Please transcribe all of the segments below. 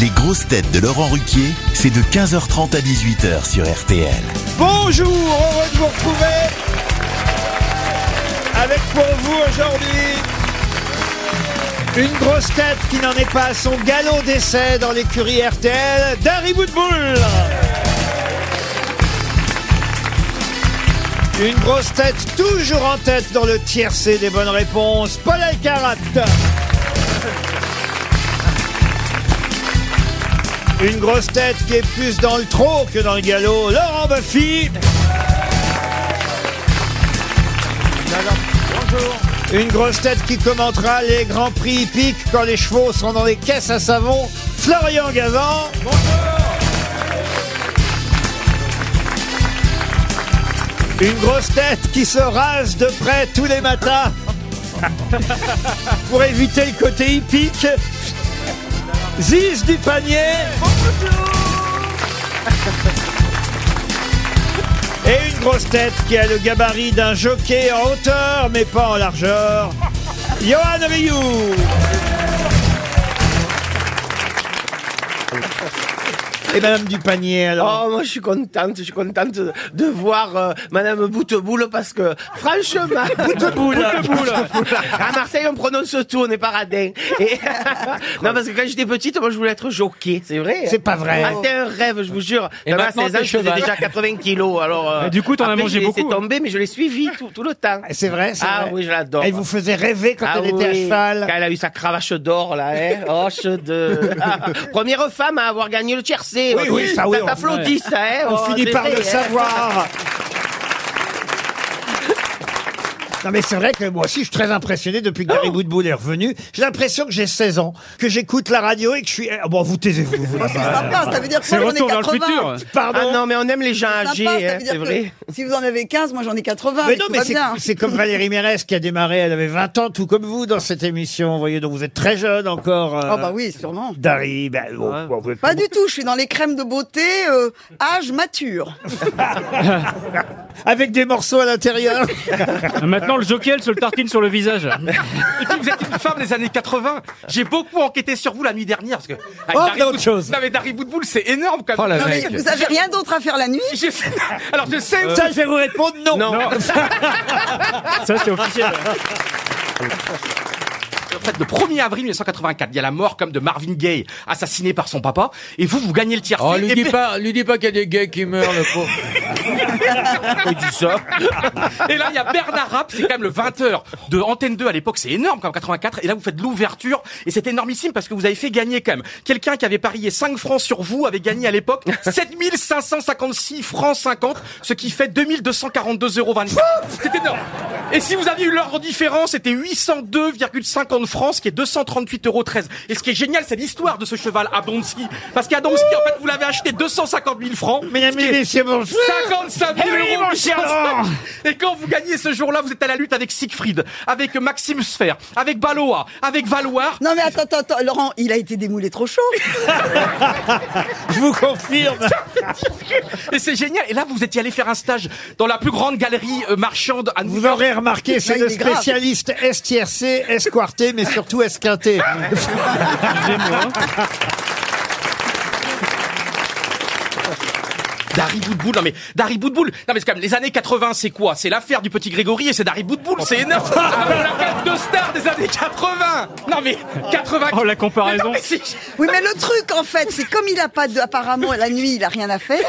Les grosses têtes de Laurent Ruquier, c'est de 15h30 à 18h sur RTL. Bonjour, heureux de vous retrouver avec pour vous aujourd'hui une grosse tête qui n'en est pas à son galop d'essai dans l'écurie RTL, Dari Boudboul. Une grosse tête toujours en tête dans le tiercé des bonnes réponses, Paul Alcarat. Une grosse tête qui est plus dans le trot que dans le galop, Laurent Buffy. Une grosse tête qui commentera les grands prix hippiques quand les chevaux seront dans les caisses à savon, Florian Gazan. Une grosse tête qui se rase de près tous les matins pour éviter le côté hippique. Ziz du panier. Et une grosse tête qui a le gabarit d'un jockey en hauteur mais pas en largeur. Johan Rioux. Et Madame du panier alors. Oh, moi je suis contente, je suis contente de, de voir euh, Madame Bouteboule parce que franchement, Bouteboule, à Marseille on prononce tout, on n'est pas radin. Et- non parce que quand j'étais petite, moi je voulais être jockey, c'est vrai. C'est pas vrai. Ah, C'était un rêve, je vous jure. Et Même à maintenant, 16 ans, t'es je faisais cheval. déjà 80 kilos. Alors euh, Et du coup, t'en as après, mangé je l'ai laissé beaucoup. hein. tomber, mais je l'ai suivi tout, tout le temps. C'est vrai, c'est Ah vrai. oui, je l'adore. Elle vous faisait rêver quand Ah elle était à oui, cheval. Quand elle a eu sa cravache d'or, là, hein. Roche de. Ah, première femme à avoir gagné le tiercé. Oui, oui, ça, oui, on- t'applaudit, ça, hein. On Oh, finit c'est par vrai, le hein. savoir. Non mais c'est vrai que moi aussi je suis très impressionné depuis que Gary Oh. Woodbull est revenu. J'ai l'impression que j'ai 16 ans, que j'écoute la radio et que je suis... Ah Bon, vous taisez-vous. vous. Moi, c'est sympa, ça veut dire que C'est moi, j'en ai retour vers le 80. futur. Pardon. Ah non, mais on aime les gens Sympa, âgés, ça hein, veut dire c'est que vrai. Si vous en avez 15, moi j'en ai 80. Mais non, mais tout va c'est- bien. c'est comme Valérie Mérès qui a démarré, elle avait 20 ans, tout comme vous, dans cette émission. Vous voyez, donc vous êtes très jeune encore. euh, Oh bah oui, sûrement. Dari, ben, bon, bon, vous êtes- Pas du tout, je suis dans les crèmes de beauté, euh, âge mature. Avec des morceaux à l'intérieur. Ah, Maintenant, hein. le jockey, elle se le tartine sur le visage. Et puis vous êtes une femme des années 80. J'ai beaucoup enquêté sur vous la nuit dernière parce que. avec Oh, Dari d'autres Bout- choses. Non mais Dari Boutboul, c'est énorme quand Oh, même. Non, mais je- Vous avez rien d'autre à faire la nuit je sais- Alors je Euh, sais. Ça, je vais vous répondre non. Non. Ça, c'est officiel. En fait, le 1er avril 1984, il y a la mort comme de Marvin Gaye, assassiné par son papa. Et vous, vous gagnez le tiers. Oh, lui dis pas, lui dis pas qu'il y a des gays qui meurent, le pauvre. Et là, il y a Bernard Rapp, c'est quand même le 20h de Antenne 2 à l'époque, c'est énorme comme 84. Et là, vous faites l'ouverture, et c'est énormissime parce que vous avez fait gagner quand même. Quelqu'un qui avait parié 5 francs sur vous avait gagné à l'époque 7556 francs 50, ce qui fait 2242,24 euros. C'est énorme. Et si vous aviez eu l'ordre différent, c'était 802,50 francs, ce qui est 238,13 euros. Et ce qui est génial, c'est l'histoire de ce cheval à Donski. Parce qu'à Donski, en fait, vous l'avez acheté 250 000 francs. Mesdames ce qui et est- messieurs, bonjour. 55 000 Eh oui, euros mon cher Laurent. Et quand vous gagnez ce jour-là, vous êtes à la lutte avec Siegfried, avec Maxime Sfer, avec Baloa, avec Valoir. Non mais attends, attends, attends, Laurent, il a été démoulé trop chaud. Je vous confirme. Et c'est génial. Et là, vous étiez allé faire un stage dans la plus grande galerie euh, marchande à New Vous York. aurez remarqué, c'est il le est grave. spécialiste STRC, esquarté, mais surtout esquinté. Dari Boudboul. Non, mais Dari Boudboul. Non, mais c'est quand même, les années 80, c'est quoi? C'est l'affaire du petit Grégory et c'est Dari Boudboul. C'est énorme. Ah, mais on a quand même deux stars des années 80. Non, mais 80. Oh, la comparaison. Mais non, mais c'est- Oui mais le truc en fait, c'est comme il a pas de, apparemment la nuit, il a rien à faire.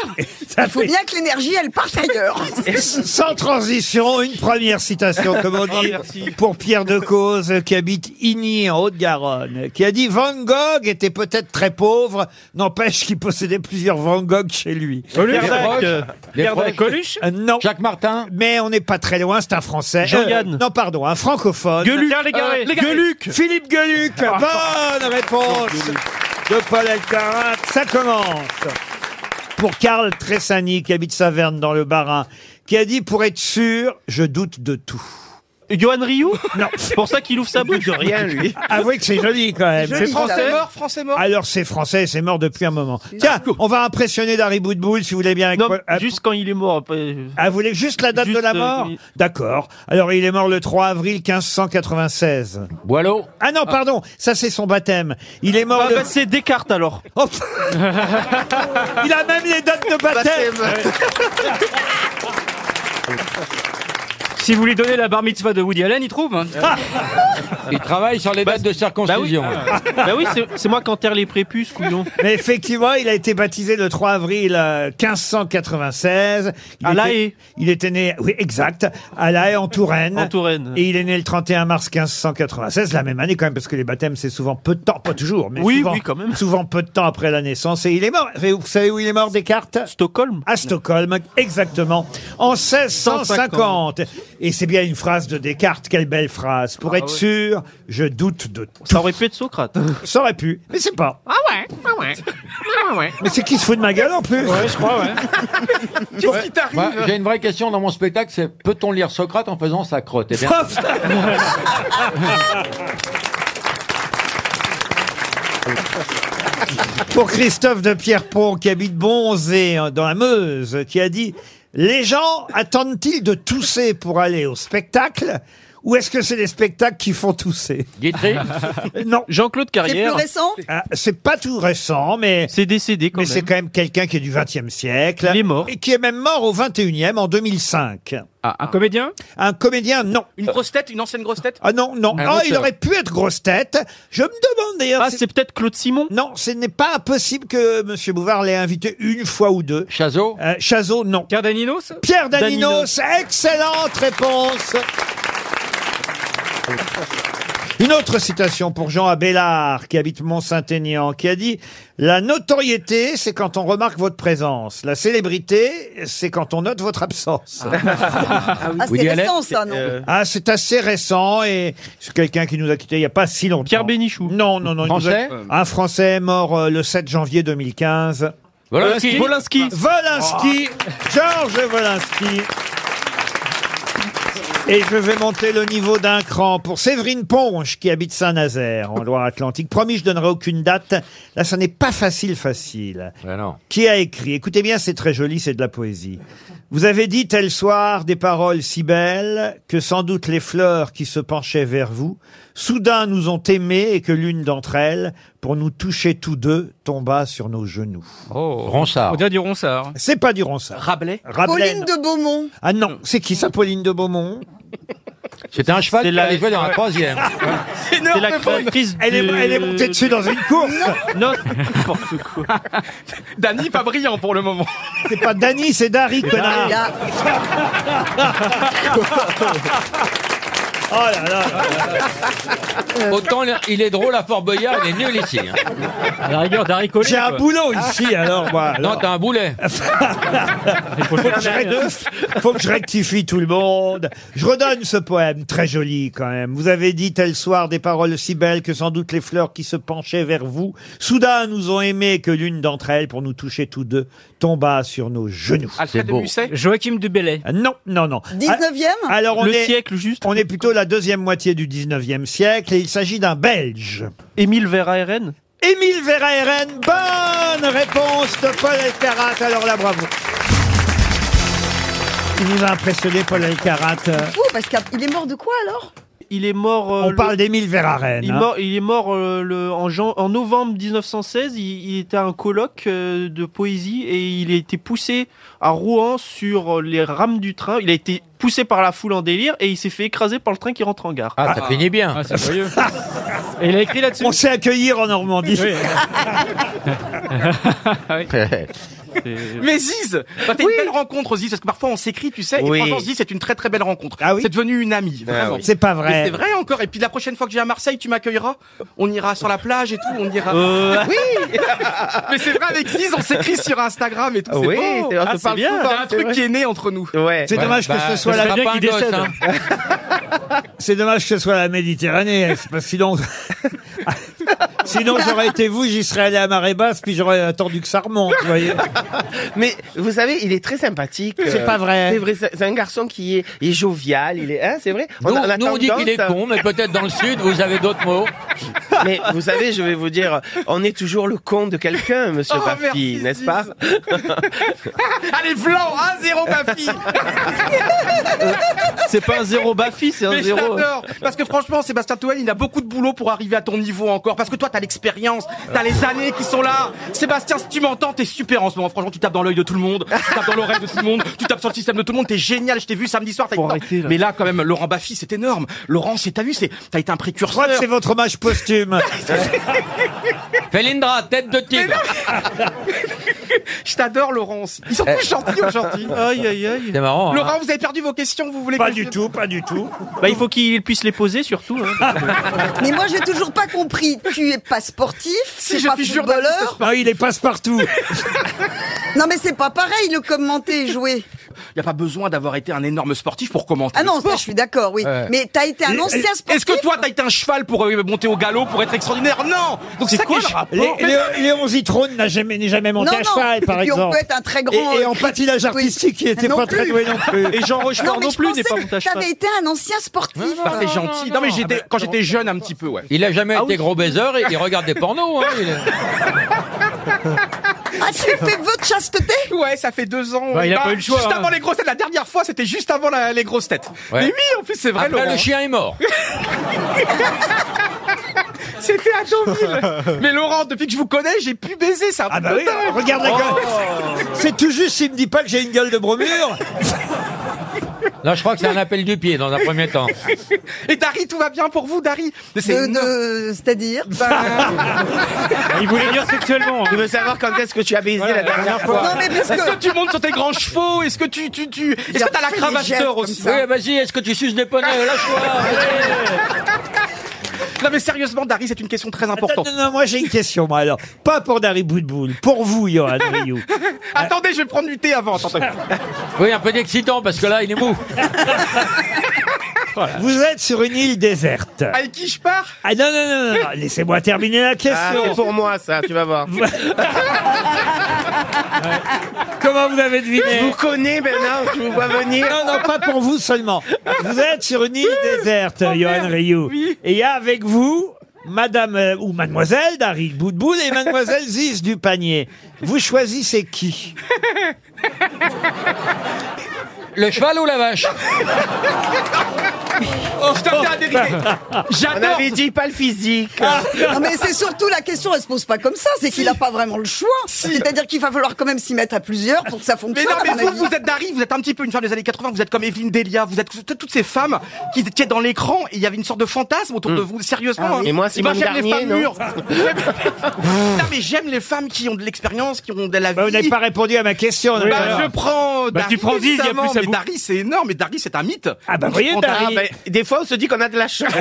Ça Il faut fait- bien que l'énergie elle parte ailleurs. Sans transition, une première citation, comme on dit, pour Pierre Decauze, qui habite Igny, en Haute-Garonne, qui a dit Van Gogh était peut-être très pauvre, n'empêche qu'il possédait plusieurs Van Gogh chez lui. Coluche. Pierre Dac. Pierre Dac. Coluche. Euh, non. Jacques Martin. Mais on n'est pas très loin, c'est un Français. Euh, Jean-Yann. non, pardon, un francophone. Gueuluc. Légaré. Euh, Légaré. Gueuluc. Philippe Gueluc. Ah. Bonne réponse de Paul Alcarat. Ça commence. Pour Karl Tressani, qui habite Saverne dans le Barin, qui a dit Pour être sûr, je doute de tout. Johan Rioux Non. C'est pour ça qu'il ouvre sa bouche. Ah De rien, lui. Avouez que c'est joli quand même. Joli. C'est français Français mort, français mort. Alors c'est français, c'est mort depuis un moment. Tiens, on va impressionner Dari Boudboul si vous voulez bien. avec Non, Paul- ah, juste quand il est mort. après- ah, vous voulez juste la date Juste, de la euh, mort oui. D'accord. Alors il est mort le 3 avril 1596. Boileau. Ah non, pardon, ça c'est son baptême. Il est mort Ah le... bah, c'est Descartes alors. Oh, pff. il a même les dates de baptême. Si vous lui donnez la bar mitzvah de Woody Allen, il trouve. hein. Ah. Il travaille sur les dates de circoncision. bah oui, c'est- c'est moi qui enterre les prépuces, couillon. Mais effectivement, il a été baptisé le 3 avril euh, 1596. Il À La était- Haye. Il était né, oui, exact, à La Haye en Touraine. En Touraine. Et il est né le 31 mars 1596, la même année quand même, parce que les baptêmes, c'est souvent peu de temps, pas toujours, mais Oui, souvent, oui, quand même. souvent peu de temps après la naissance. Et il est mort. Et Vous savez où il est mort, Descartes Stockholm. à Stockholm, exactement, en 1650. Et c'est bien une phrase de Descartes, quelle belle phrase. Pour être sûr, je doute de tout. Ah Ça aurait pu être Socrate. Ça aurait pu, mais c'est pas. Ah ouais, ah ouais. Ah ouais. Mais c'est qui se fout de ma gueule en plus je crois, ouais. Qu'est-ce qui t'arrive Moi, Bah, J'ai une vraie question dans mon spectacle, c'est peut-on lire Socrate en faisant sa crotte Eh bien, Pour Christophe de Pierrepont, qui habite Bonzé, hein, dans la Meuse, qui a dit « Les gens attendent-ils de tousser pour aller au spectacle ou est-ce que c'est les spectacles qui font tousser Euh, Guitry, ?» Non, Jean-Claude C'est plus Carrière. récent ah, c'est pas tout récent, mais... C'est décédé quand Mais c'est même. quand même quelqu'un qui est du XXe siècle. Il est mort. Ah, Et qui est même mort au XXIe en 2005. un comédien Un comédien, non. Une grosse tête, une ancienne grosse tête Ah non, non. Un Ah, il auteur. aurait pu être grosse tête. Je me demande d'ailleurs. Ah, si- c'est peut-être Claude Simon Non, ce n'est pas impossible que Monsieur Bouvard l'ait invité une fois ou deux. Chazot, Euh, Chazot, non. Cardaninos Pierre Daninos, Daninos. excellente réponse. Une autre citation pour Jean Abélard, qui habite Mont-Saint-Aignan, qui a dit « La notoriété, c'est quand on remarque votre présence. La célébrité, c'est quand on note votre absence. Ah, Woody c'est Allen, récent, ça, non Euh, Ah, c'est assez récent et c'est quelqu'un qui nous a quittés il n'y a pas si longtemps. Pierre Bénichou. Non, non, non. il nous a- Français Un Français mort euh, le 7 janvier 2015. Euh, Volinsky, Ah. Volinsky. Volinsky, Georges Volinsky. Et je vais monter le niveau d'un cran pour Séverine Ponche qui habite Saint-Nazaire en Loire-Atlantique. Promis, je donnerai aucune date. Là, ça n'est pas facile, facile. Ben non. Qui a écrit Écoutez bien, c'est très joli, c'est de la poésie. Vous avez dit tel soir des paroles si belles que sans doute les fleurs qui se penchaient vers vous soudain nous ont aimés et que l'une d'entre elles, pour nous toucher tous deux, tomba sur nos genoux. Oh. Ronsard. On dirait du Ronsard. C'est pas du Ronsard. Rabelais Rabelais, Pauline non. de Beaumont. Ah non, c'est qui ça, Pauline de Beaumont C'était un cheval C'est qui la- arrivait dans la troisième. C'est la créatrice elle est, de- elle est montée dessus dans une course. Non, n'importe quoi. Dany, pas brillant pour le moment. C'est pas Dany, c'est Dari, connard. Là, Oh là là. Euh, Autant il est drôle à Fort Boyard, il est nul ici. hein. À la rigueur, Darry Collet. J'ai un quoi. boulot ici, alors moi. Non, alors. t'as un boulet. Faut le Faut que, faire je derrière. rectifie- faut que je rectifie tout le monde. Je redonne ce poème, très joli quand même. Vous avez dit tel soir des paroles si belles que sans doute les fleurs qui se penchaient vers vous, soudain nous ont aimé que l'une d'entre elles, pour nous toucher tous deux, tomba sur nos genoux. Alfred de beau. Musset Joachim Dubélé. Ah, Non, non, non. Ah, 19e Alors on Le est, siècle juste. on est plutôt la deuxième moitié du 19e siècle et il s'agit d'un Belge. Émile Verhaeren. Émile Verhaeren, bonne réponse de Paul Elkarat. Alors là, bravo. Il nous a impressionné, Paul Elkarat. Euh, Fou, parce qu'il est mort de quoi, alors Il est mort. euh, On le- parle d'Émile Verhaeren. Il, hein. mort- il est mort euh, le, en, jan- en novembre 1916. Il, il était à un colloque euh, de poésie et il a été poussé à Rouen sur les rames du train. Il a été poussé par la foule en délire et il s'est fait écraser par le train qui rentre en gare. Ah, ça finit bien. c'est joyeux. et il a écrit là-dessus. On sait accueillir en Normandie. Ah Mais Ziz C'était une belle rencontre, Ziz, parce que parfois on s'écrit, tu sais, Oui. et franchement, Ziz, c'est une très très belle rencontre. Ah oui c'est devenu une amie, vraiment. C'est pas Mais vrai. c'est vrai encore, et puis la prochaine fois que je vais à Marseille, tu m'accueilleras, on ira sur la plage et tout, on ira... Oui Mais c'est vrai, avec Ziz, on s'écrit sur Instagram et tout, c'est Oui, beau. c'est- on se Ah, c'est parle bien, souvent, il y a un c'est truc vrai. qui est né entre nous. Ouais. Bah, C'est dommage que ce soit ça la, sera bah, bien pas un qu'il gosse, décède. hein. hein. c'est dommage que ce soit la Méditerranée. hein, c'est Parce que sinon, Sinon, j'aurais été vous, j'y serais allé à marée basse, puis j'aurais attendu que ça remonte, vous voyez. Mais vous savez, il est très sympathique. C'est Euh, pas vrai. C'est vrai, c'est c'est un garçon qui est, il est jovial, il est, hein, c'est vrai. Nous, a- a nous, on dit qu'il est tendance à- con, mais peut-être dans le sud, vous avez d'autres mots. Mais vous savez, je vais vous dire, on est toujours le con de quelqu'un, monsieur Oh, Baffy, merci, n'est-ce pas Allez, Vlan, 1-0, ma fille C'est pas un zéro Bafi, c'est un Mais zéro. j'adore Parce que franchement, Sébastien Toen, il a beaucoup de boulot pour arriver à ton niveau encore. Parce que toi, t'as l'expérience, t'as les années qui sont là. Sébastien, si tu m'entends, t'es super en ce moment. Franchement, tu tapes dans l'œil de tout le monde, tu tapes dans l'oreille de tout le monde, tu tapes sur le système de tout le monde. T'es génial, je t'ai vu samedi soir. t'as Faut été- arrêter, là. Mais là, quand même, Laurent Baffy, c'est énorme. Laurent, c'est- t'as vu, c'est- t'as été un Je crois que précurseur. c'est votre hommage posthume. Felindra, tête de tigre. Je t'adore, Laurence. Ils sont tous gentils aujourd'hui. Aïe, aïe, aïe. C'est marrant. hein. Laurent, vous avez perdu vos questions, vous voulez Pas que je- du tout, pas du tout. Bah, il faut qu'il puisse les poser surtout. hein. Mais moi, j'ai toujours pas compris. Tu es pas sportif, Si t'es je pas suis footballeur. journaliste, Ah, il est passe-partout. Non, mais c'est pas pareil, le commenter et jouer. il n'y a pas besoin d'avoir été un énorme sportif pour commenter. Ah le non, ça, sport. je suis d'accord, oui. Ouais. Mais t'as été un ancien sportif. Est-ce que toi, t'as été un cheval pour euh, monter au galop, pour être extraordinaire Non Donc c'est quoi le rapport Lé- Lé- Léon Zitrone n'a jamais, n'est jamais monté non, à non. cheval, par et puis on exemple. peut être un très Et, grand. et en euh, patinage artistique, il était Non pas très plus. doué non plus. Et Jean Non, Rochefort mais non je plus n'est pas pensais monté à que cheval. t'avais été un ancien sportif. Bah, c'est euh, gentil. Non, mais j'étais quand j'étais jeune un petit peu, ouais. Il a jamais Ah été oui. gros baiser, il, il regarde des pornos. Hein, il est- Ah, tu fais vœu de chasteté Ouais, ça fait deux ans. Bah, il a Bah, pas eu le choix, Juste hein. avant les grosses têtes, la dernière fois, c'était juste avant la- les grosses têtes. Ouais. Mais oui, en plus, c'est vrai, Après, Laurent. le chien est mort. C'était à Deauville. Mais Laurent, depuis que je vous connais, j'ai pu baiser, ça. Ah bah oui, regarde la gueule. Oh. C'est tout juste s'il me dit pas que j'ai une gueule de bromure. Là, je crois que c'est un appel du pied dans un premier temps. Et Dari, tout va bien pour vous, Dari Mais c'est De- énorme. de- C'est-à-dire bah, Bah, Il voulait dire Ah, sexuellement. Il veut savoir quand est-ce que tu as baisé la dernière fois. Non, mais parce Est-ce que. que tu montes sur tes grands chevaux Est-ce que tu tu tu Il Est-ce a que t'as la fait des cravate gestes d'or comme aussi ça. Oui, vas-y, est-ce que tu suces des poneys Lâche-moi. Non mais sérieusement, Dari, c'est une question très importante. Non, non, non, moi j'ai une question, moi alors. Pas pour Dari Boudboul, pour vous, Johan Oh, Rioux. Euh, Attendez, je vais prendre du thé avant. attendez. Oui, un peu d'excitant parce que là, il est mou. Vous êtes sur une île déserte. Avec qui je pars Ah non, non, non, non, non, laissez-moi terminer la Ah, question. c'est pour moi, ça, tu vas voir. Comment vous l'avez deviné Je vous connais maintenant, je vous vois venir. Non, non, pas pour vous seulement. Vous êtes sur une île déserte, Johan Rioux. Et il y a avec vous Madame euh, ou Mademoiselle Dari Boudboul et Mademoiselle Ziz du panier. Vous choisissez qui Le cheval ou la vache Oh, je t'en la vérité. On J'adore. avait dit pas le physique. Ah. Non, mais c'est surtout la question, elle se pose pas comme ça, c'est qu'il a pas vraiment le choix. C'est-à-dire qu'il va falloir quand même s'y mettre à plusieurs pour que ça Mais fonctionne. non, à mais mon vous, avis. vous êtes Dari, vous êtes un petit peu une femme des années 80, vous êtes comme Evelyne Delia, vous êtes toutes toutes ces femmes qui étaient dans l'écran et il y avait une sorte de fantasme autour Hmm. de vous, sérieusement. hein. Ah oui. Et moi, j'aime Simone les Garnier, femmes non mûres. non, mais j'aime les femmes qui ont de l'expérience, qui ont de la vie. Mm. bah, Vous n'avez pas répondu à ma question. Bah, alors. je prends Bah, Dari, tu prends Ziz, y a évidemment, plus à mais bout. Dari, c'est énorme, mais Dari, c'est un mythe. Ah bah Je voyez, prends Dari. Ah, ben, des fois, on se dit qu'on a de la chance. Ça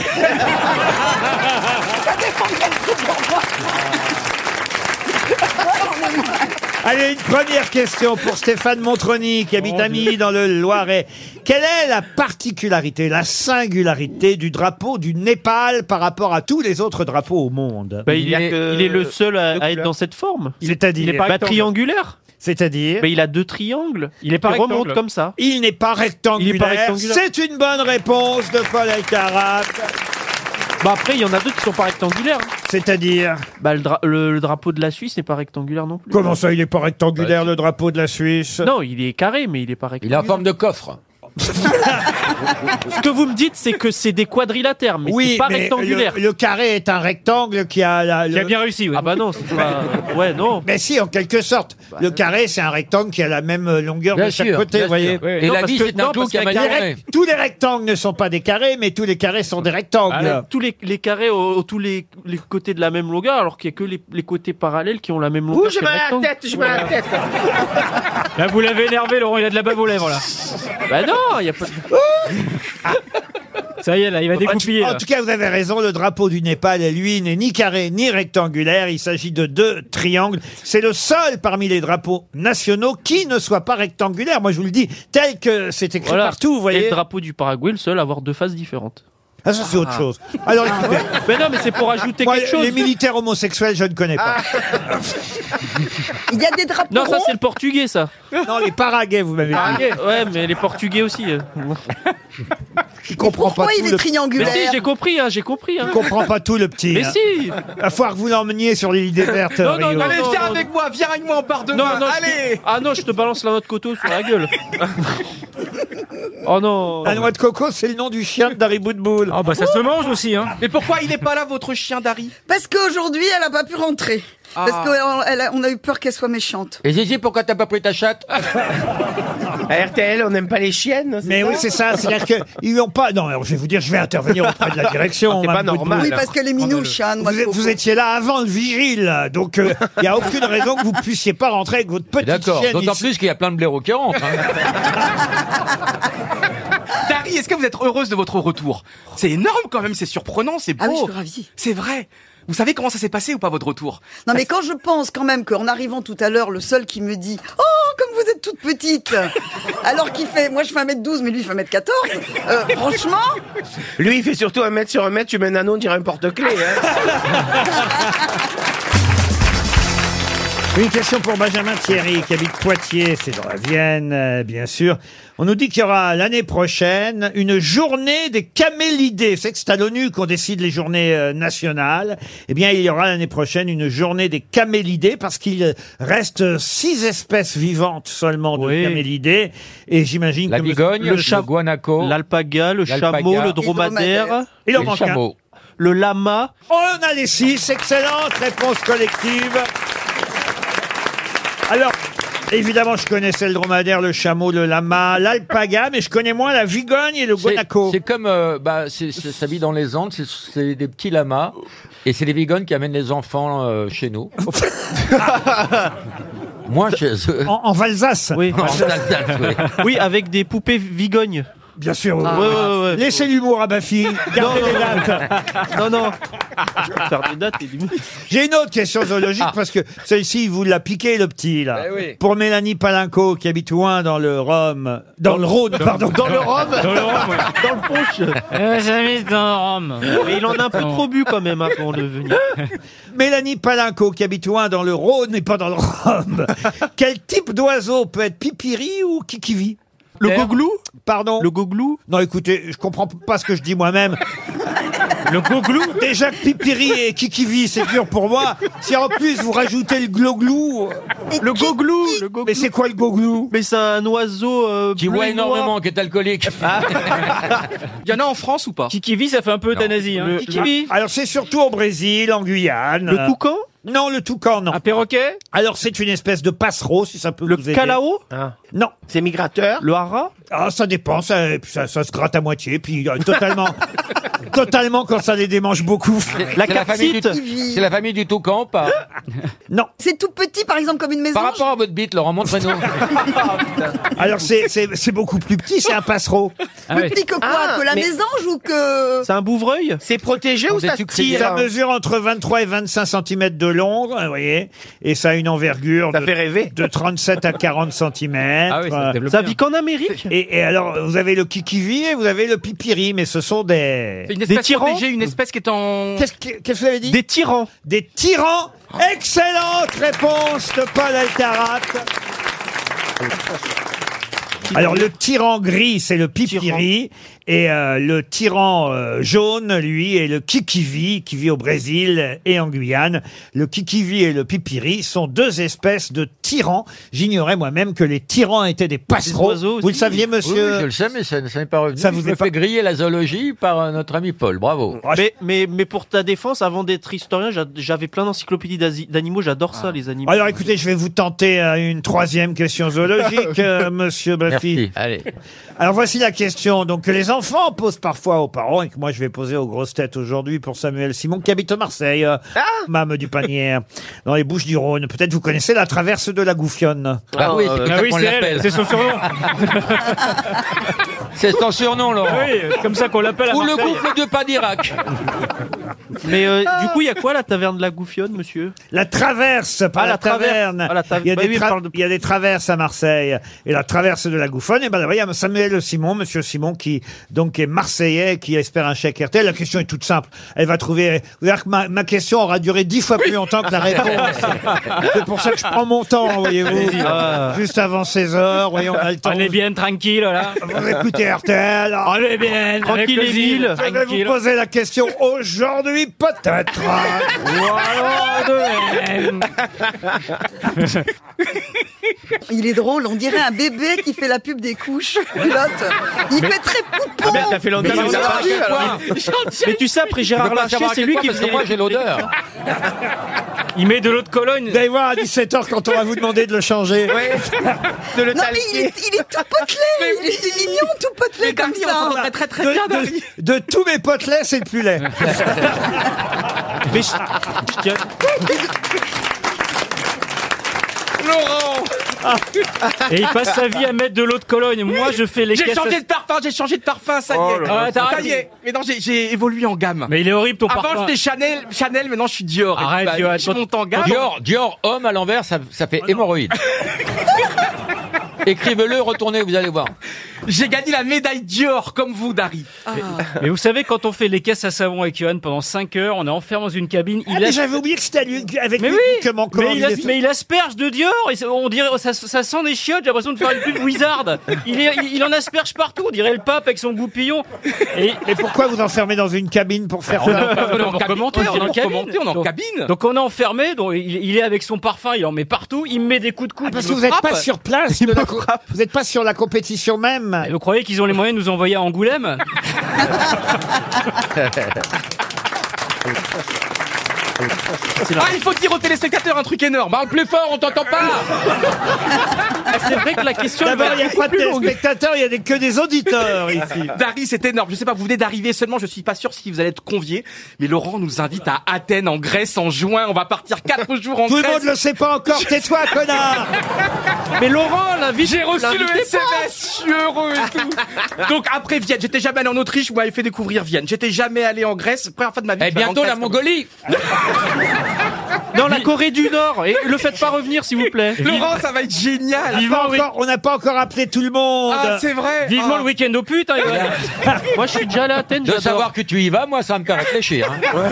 dépend de quel coup pour moi. Allez, une première question pour Stéphane Montroni, Oh, qui habite à Milly dans le Loiret. Quelle est la particularité, la singularité du drapeau du Népal par rapport à tous les autres drapeaux au monde Bah, Il il, y a est, que il est le seul à, à être couleurs. dans cette forme. Il est C'est-à-dire pas triangulaire. C'est-à-dire Bah, il a deux triangles. Il est pas il remonte comme ça. Il n'est pas Il n'est pas rectangulaire. rectangulaire. C'est une bonne réponse de Paul Alcarat. Bah après, il y en a d'autres qui sont pas rectangulaires. C'est-à-dire Bah le, dra- le- le drapeau de la Suisse n'est pas rectangulaire non plus. Comment ça, il n'est pas rectangulaire, le drapeau de la Suisse Non, il est carré, mais il est pas Bah, Il est rectangulaire. en forme de coffre. Ce que vous me dites, c'est que c'est des quadrilatères, mais Oui, c'est pas mais euh, rectangulaire. Le, le carré est un rectangle qui a... la- le- réussi, Ah bah non, c'est pas... Ouais, non. Bah, euh, Mais si, en quelque sorte. le carré, c'est un rectangle qui a la même euh, longueur Bien de chaque sûr, côté, bien vous voyez. sûr. Et Non, la parce vie, que- c'est non, un clou parce qui a qu'il mal y a carré- tourné. Tous les rectangles ne sont pas des carrés, mais tous les carrés sont des rectangles. Tous les, les carrés ont, ont tous les, les côtés de la même longueur, alors qu'il y a que les, les côtés parallèles qui ont la même longueur. Ouh, j'ai que le mal à la rectangle. tête, j'ai mal à la tête. Là, vous l'avez énervé, Laurent, il a de la bave aux lèvres, là. Bah non, il y a pas Oh Ça y est, là, il va En tout- en tout cas, vous avez raison, le drapeau du Népal, lui, n'est ni carré ni rectangulaire. Il s'agit de deux triangles. C'est le seul parmi les drapeaux nationaux qui ne soit pas rectangulaire. Moi, je vous le dis, tel que c'est écrit partout, vous Et voyez. le drapeau du Paraguay, le seul à avoir deux faces différentes. Ah, ça, c'est autre chose. Alors, Ah, écoutez. Mais non, mais c'est pour ajouter Moi, quelque chose. Les militaires homosexuels, je ne connais Ah. pas. Il y a des drapeaux. Non, ça ronds. c'est le portugais, ça. Non, les paraguais, vous m'avez dit. Portugais. Ouais, mais les portugais aussi. euh. Il comprend pas Pourquoi tout. il est le- Mais triangulaire si, j'ai compris, hein, j'ai compris. Hein. Il comprend pas tout, le petit. Mais hein. si Il va falloir que vous l'emmeniez sur l'île des vertes. Non, non, Rio. non, Allez, non, viens non. avec moi, viens avec moi, on part demain. non, non, Allez Je... Ah non, je te balance la noix de coteau sur la gueule. oh non. La noix de coco, c'est le nom du chien de Dari Boudboul. Ah bah ça se mange aussi, hein. Mais pourquoi il n'est pas là, votre chien Dari Parce qu'aujourd'hui, elle n'a pas pu rentrer. Parce qu'on elle a- on a eu peur qu'elle soit méchante. Et Zizi, pourquoi t'as pas pris ta chatte À RTL, on n'aime pas les chiennes. c'est Mais ça oui, c'est ça. C'est-à-dire qu'ils n'ont pas. Non, alors, je vais vous dire, je vais intervenir auprès Ah, de la direction. hein, c'est Madame pas Boudboul. normal. Oui, Alors, parce qu'elle est minouche, hein, noix Vous, de êtes- coco. vous étiez là avant le vigile, donc il n'y a aucune raison que vous puissiez pas rentrer avec votre petite D'accord, chienne d'autant ici. plus qu'il y a plein de blaireaux qui rentrent. hein. Dari, est-ce que vous êtes heureuse de votre retour C'est énorme quand même, c'est surprenant, c'est beau. Ah oui, je suis ravie. C'est vrai. Vous savez comment ça s'est passé ou pas votre retour Non, mais quand je pense quand même qu'en arrivant tout à l'heure, le seul qui me dit Oh, comme vous êtes toute petite Alors qu'il fait. Moi, je fais 1m12, mais lui, il fait 1m14. Euh, franchement, Lui, il fait surtout un mètre sur un mètre, tu mets un anneau, on dirait un porte-clé. Hein. Une question pour Benjamin Thierry qui habite Poitiers, c'est dans la Vienne, euh, bien sûr. On nous dit qu'il y aura l'année prochaine une journée des camélidés. C'est que c'est à l'ONU qu'on décide les journées euh, nationales. Eh bien, il y aura l'année prochaine une journée des camélidés parce qu'il reste euh, six espèces vivantes seulement de Oui. camélidés. Et j'imagine La que monsieur- bigogne, le, chat- guanaco, L'alpaga, le L'alpaga. chameau, le dromadaire, dromadaire. Il et en le manque un. chameau. le lama. On a les six. Excellente réponse collective. Alors. Évidemment, je connaissais le dromadaire, le chameau, le lama, l'alpaga, mais je connais moins la vigogne et le C'est- guanaco. C'est comme, euh, bah, c'est- c'est- ça vit dans les Andes, c'est- c'est des petits lamas, et c'est les vegans qui amènent les enfants euh, chez nous. Moins chez eux. En, en Alsace, Oui. En Alsace, oui. oui, avec des poupées vigognes. bien sûr. Ah. Ouais, ouais, ouais. Laissez l'humour à ma fille. Gardez les dates. Non, non. Faire des dates et du... J'ai une autre question zoologique parce que celle-ci, il vous l'a piqué le petit là. Eh oui. Pour Mélanie Palinco qui habite loin dans le Rhum, dans, le Rhône, pardon. Dans le robe, Dans le punch. Euh, jamais dans Rome. Mais il en a un peu trop bu quand hein, même avant de venir. Mélanie Palinco qui habite loin dans le Rhône et pas dans le Rhum. Quel type d'oiseau peut être pipiri ou kikivi Le goglou Pardon. Le goglou Non, écoutez, je comprends pas ce que je dis moi-même. Le goglou Déjà que Pipiri et Kikivi, c'est dur pour moi. Si en plus vous rajoutez le euh, gloglou, Le goglou Le goglou mais c'est quoi le goglou Mais c'est un oiseau euh, Qui bleu voit et noir. énormément, qui est alcoolique. Ah. Il y en a en France ou pas Kikivi, ça fait un peu euthanasie. Hein. Le, kiwi Alors c'est surtout au Brésil, en Guyane. Le toucan Non, le toucan, non. Un perroquet Alors c'est une espèce de passereau, si ça peut Le vous aider. calao Ah. Non. c'est migrateur. Le hara Ah, ça dépend, ça, et puis ça, ça se gratte à moitié, puis euh, totalement... totalement quand ça les démange beaucoup. La C'est la famille du- capsite Kiwi. C'est la famille du toucan, ou pas Non. c'est tout petit, par exemple, comme une maison. Par rapport à votre bite, Laurent, montrez-nous. Alors c'est- c'est c'est beaucoup plus petit, c'est un passereau. Ah ouais. Plus petit que quoi Ah, Que la mais- mésange ou que. C'est un bouvreuil C'est protégé On ou ça est se sucré. tire Ça mesure entre 23 et 25 cm de long, vous voyez, et ça a une envergure Ça de, fait rêver. de 37 à 40 cm. Ça vit qu'en Amérique et, et alors, vous avez le kikivi et vous avez le pipiri, mais ce sont Eh. des... C'est une espèce tyrans protégée, une espèce qui est en. Qu'est-ce que qu'est-ce que vous avez dit Des tyrans Des tyrans Ah. Excellente réponse de Paul Alcarat. Alors le tyran gris, c'est le pipiri, et euh, le tyran euh, jaune, lui, est le kikivi, qui vit au Brésil et en Guyane. Le kikivi et le pipiri sont deux espèces de tyrans. J'ignorais moi-même que les tyrans étaient des passereaux. oiseaux Vous le aussi. saviez, Oui, oui, je monsieur le sais, mais ça, ça n'est pas revenu. Ça Ça vous vous me est pas- fait griller la zoologie par euh, notre ami Paul, bravo. Ah, je- mais, mais, mais pour ta défense, avant d'être historien, j'a- j'avais plein d'encyclopédies d'asi- d'animaux, j'adore ça, les animaux. Ah. Alors écoutez, je vais vous tenter euh, une troisième question zoologique, euh, monsieur Buffy. Merci. Allez. Alors voici la question donc que les enfants posent parfois aux parents et que moi je vais poser aux grosses têtes aujourd'hui pour Samuel Simon qui habite à Marseille, euh, Ah Mame du Panier, dans les Bouches du Rhône. Peut-être vous connaissez la traverse de la Gouffionne. Bah oui, c'est comme Ah ça oui, qu'on c'est elle, l'appelle. c'est son surnom. C'est son surnom, Laurent. oui, c'est comme ça qu'on l'appelle à Ou le Marseille. gouffre de Padirac. Mais euh, du coup, il y a quoi la taverne de la Gouffionne, monsieur La traverse, pas Ah, la, la traverse. taverne. Ah, la ta- il, y a bah des oui, tra- parle de- il y a eh des traverses à Marseille et la traverse de la Gouffionne. Et ben là, il y a Samuel Simon, Monsieur Simon qui donc qui est marseillais, qui espère un chèque RTL. La question est toute simple. Elle va trouver. Vous allez voir que ma, ma question aura duré dix fois plus longtemps que la réponse. C'est pour ça que je prends mon temps, voyez-vous. Allez-y. Ah. Juste avant 16 heures, voyons, on a le temps. On est bien tranquille là. Vous écoutez RTL. On est bien tranquille et mille. Je vais vous Tranquille. poser la question aujourd'hui, peut-être. Voilà, de même. Il est drôle, on dirait un bébé qui fait la pub des couches. Culotte. Il fait très poupon. Merde, t'as fait l'entrée, Mais mais on t'as a pas pas vu, fait alors. quoi Mais tu sais, après Gérard Larcher, c'est lui qui parce que faisait. moi j'ai l'odeur. Il met de l'eau de Cologne. Vous allez voir à 17h quand on va vous demander de le changer. De le non mais il talquer. est, il est tout potelé. Il est mignon, tout potelé Mais comme Darty, on ça. s'entendrait très très De, bien, de- Darty. de tous mes potes laits, c'est le plus laid. Mais je- je tiens- Laurent, Et il passe sa vie à mettre de l'eau de Cologne. Moi, je fais les j'ai caisses. changé de parfum, j'ai changé de parfum, ça y Oh est. là là, t'as ça y est. Mais non, j'ai- j'ai évolué en gamme. Mais il est horrible ton Avant parfum. j'étais Chanel, Chanel, maintenant je suis Dior. Arrête, Et bah, Johan, Je ton- monte en gamme. Dior, Dior, homme à l'envers, ça, ça Oh, fait hémorroïde. Écrivez-le, retournez, vous allez voir. J'ai gagné la médaille Dior comme vous, Dari. Mais vous savez, quand on fait les caisses à savon avec Johan pendant 5 heures, on est enfermé dans une cabine. Ah, Il mais lâche- J'avais oublié que c'était à lui- avec Mais lui oui, que mon mais il, as- commanditaire- mais il asperge de Dior, et ça- on dirait, ça, ça sent des chiottes, j'ai l'impression de faire une pub Wizard. Il, est- il- il en asperge partout, on dirait le pape avec son goupillon. Et, Mais pourquoi vous enfermez dans une cabine pour Ah, faire ça On est en Pour cabine, commenter, on est en pour cabine. commenter, on est en Donc- cabine. donc on est enfermé, donc il, il est avec son parfum, il en met partout, il me met des coups de coude. Ah, Parce il que me vous n'êtes frappe. pas sur place, de la co- vous n'êtes pas sur la compétition Et même. Vous croyez qu'ils ont les moyens de nous envoyer à Angoulême Ah, il faut dire aux téléspectateurs un truc énorme. Parle plus fort, on t'entend pas. Ah, C'est vrai que la question D'abord, il n'y a pas de plus longue. téléspectateurs, il y a des- que des auditeurs ici. Dari, c'est énorme. Je sais pas, vous venez d'arriver seulement, je suis pas sûr si vous allez être conviés. Mais Laurent nous invite à Athènes, en Grèce, en juin. On va partir quatre jours en Tout le Grèce. monde ne le sait pas encore, tais-toi, connard Mais Laurent, l'invite. J'ai reçu le l'invitez SMS, je suis heureux et tout. Donc après Vienne, j'étais jamais allé en Autriche, vous m'avez fait découvrir Vienne. J'étais jamais allé en Grèce, première fois de ma vie. Et je vais en bientôt Grèce. la Mongolie. pas. Dans la Corée du Nord. Et le faites pas revenir, s'il vous plaît. Laurent, ça va être génial. Vivement, Pas oui. encore- On n'a pas encore appelé tout le monde. Ah, c'est vrai. Vivement Ah. le week-end aux putes, hein, Johan. Moi, je suis déjà allé à Athènes, De j'adore. savoir que tu y vas, moi, ça va me fait réfléchir. hein.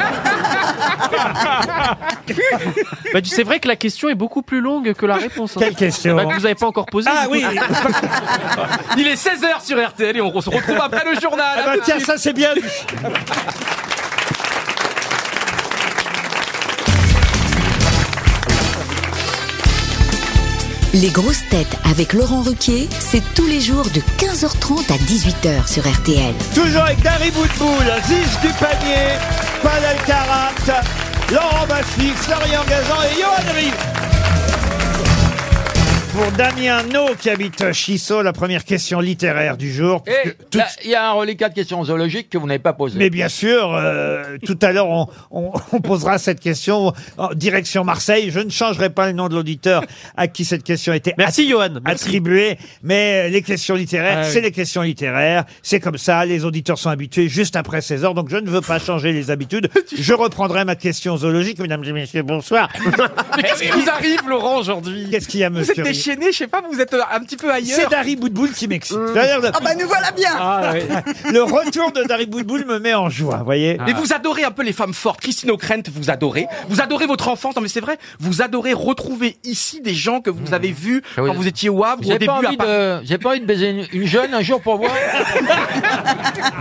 Bah, c'est vrai que la question est beaucoup plus longue que la réponse. hein. Quelle question Bah, que vous avez pas encore posée. Ah du coup. oui Bah, Il est 16h sur RTL et on se retrouve après le journal. Ah bah tiens, ça c'est bien dit. Les grosses têtes avec Laurent Ruquier, c'est tous les jours de 15h30 à 18h sur RTL. Toujours avec Dari Boutboul, Ziz Dupanier, Paul Alcarat, Laurent Baffy, Florian Gazan et Johan Rioux. Pour Damien No qui habite Chissot, la première question littéraire du jour. puisque Et Eh, tout- là, il y a un reliquat de questions zoologiques que vous n'avez pas posé. Mais bien sûr, euh, tout à l'heure, on, on- on posera cette question en direction Marseille. Je ne changerai pas le nom de l'auditeur à qui cette question était Merci, Johan. Merci. attribué, mais les questions littéraires, Ah oui. c'est les questions littéraires, c'est comme ça, les auditeurs sont habitués juste après 16 heures, donc je ne veux pas changer les habitudes. Je reprendrai ma question zoologique, mesdames et messieurs, bonsoir. Mais qu'est-ce qui vous arrive, Laurent, aujourd'hui Qu'est-ce qu'il y a, Vous êtes monsieur Rie déchaîné, je sais pas, vous êtes euh, un petit peu C'est ailleurs. Euh. Dari Boudboul qui m'excite. D'ailleurs, le, Ah bah nous voilà bien. Ah, ouais. le retour de Dari Boudboul me met en joie, vous voyez Mais vous adorez un peu les femmes fortes. Christine O'Krent, vous adorez. Vous adorez votre enfance. Non, mais c'est vrai. Vous adorez retrouver ici des gens que Mmh. vous avez vus Ah oui. quand vous étiez au Havre, au J'ai début pas, à Paris. envie de, Euh, j'ai pas envie de baiser une, une jeune un jour pour voir.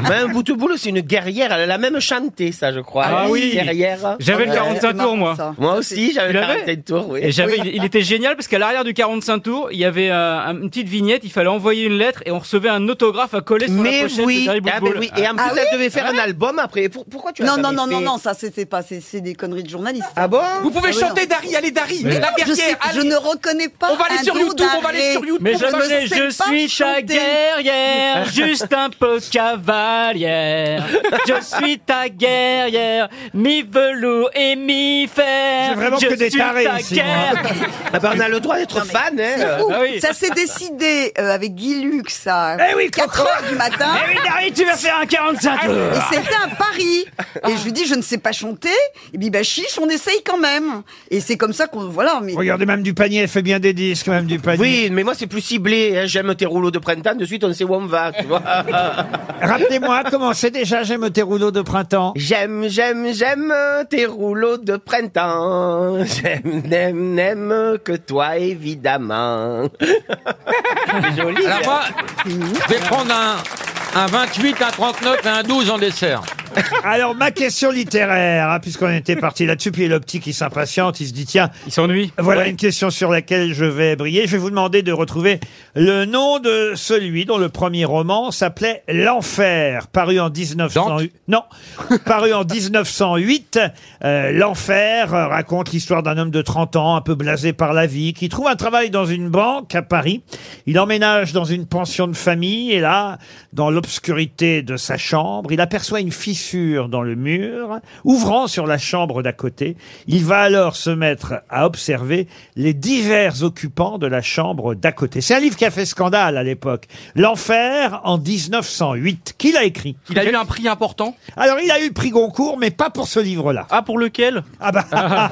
Même Boutoboulou, Ben, c'est une guerrière. Elle a même chanté, ça, je crois. Ah oui. Guerrière. J'avais le Ouais, 45 c'est marrant, tours, moi. ça. Moi aussi, j'avais Tu l'avais 47 tours, oui. Et j'avais, Oui. il, il était génial parce qu'à l'arrière du 45 tours, il y avait euh, un- une petite vignette, il fallait envoyer une lettre et on recevait un autographe à coller sur la Mais pochette de oui, Terry ah, Bootbull. mais oui, et en plus Ah oui elle devait faire un album après. Pour- pourquoi tu as Non, jamais non, non, non, fait non, ça c'était pas, c'est c'est des conneries de journalistes. Ah bon Vous pouvez Ah oui, Ah, chanter Dari, allez Dari, la Je, sais- guerrière, je allez. ne reconnais pas. On va aller un sur dos YouTube, on va aller d'arrêt. sur YouTube. Mais Je ne jamais sais je pas suis ta chanter. guerrière, juste un peu cavalière. Je suis ta guerrière, mi velours et mi fer. J'ai vraiment je que des suis tarés ta ici, guerre. Ah bah, On a le droit d'être fan elle. Euh, C'est fou. Ah oui. Ça s'est décidé euh, avec Guy Lux à 4 heures du matin. Eh oui, Dari, tu vas faire un 45 Et c'était à Paris. Et je lui dis, je ne sais pas chanter. Il me dit, bah chiche, on essaye quand même. Et c'est comme ça qu'on, voilà. Mais... Regardez, même du panier, elle fait bien des disques, même du panier. Oui, mais moi c'est plus ciblé. hein. J'aime tes rouleaux de printemps, de suite on sait où on va, tu vois. Rappelez-moi comment c'est déjà J'aime tes rouleaux de printemps. J'aime, j'aime, j'aime tes rouleaux de printemps. J'aime, n'aime, n'aime que toi, évidemment. Alors moi, je vais prendre un, un 28, un 39 et un 12 en dessert. Alors, ma question littéraire, hein, puisqu'on était parti là-dessus, puis le petit qui s'impatiente, il se dit, tiens, Il s'ennuie. voilà une question sur laquelle je vais briller. Je vais vous demander de retrouver le nom de celui dont le premier roman s'appelait L'Enfer, paru en 1908. Non, paru en 1908. Euh, L'Enfer raconte l'histoire d'un homme de 30 ans, un peu blasé par la vie, qui trouve un travail dans une banque à Paris. Il emménage dans une pension de famille et là, dans l'obscurité de sa chambre, il aperçoit une fissure dans le mur, ouvrant sur la chambre d'à côté. Il va alors se mettre à observer les divers occupants de la chambre d'à côté. C'est un livre qui a fait scandale à l'époque. L'Enfer en 1908. Qui l'a écrit Il a eu un prix important. Alors, il a eu le prix Goncourt, mais pas pour ce livre-là. Ah, pour lequel ah,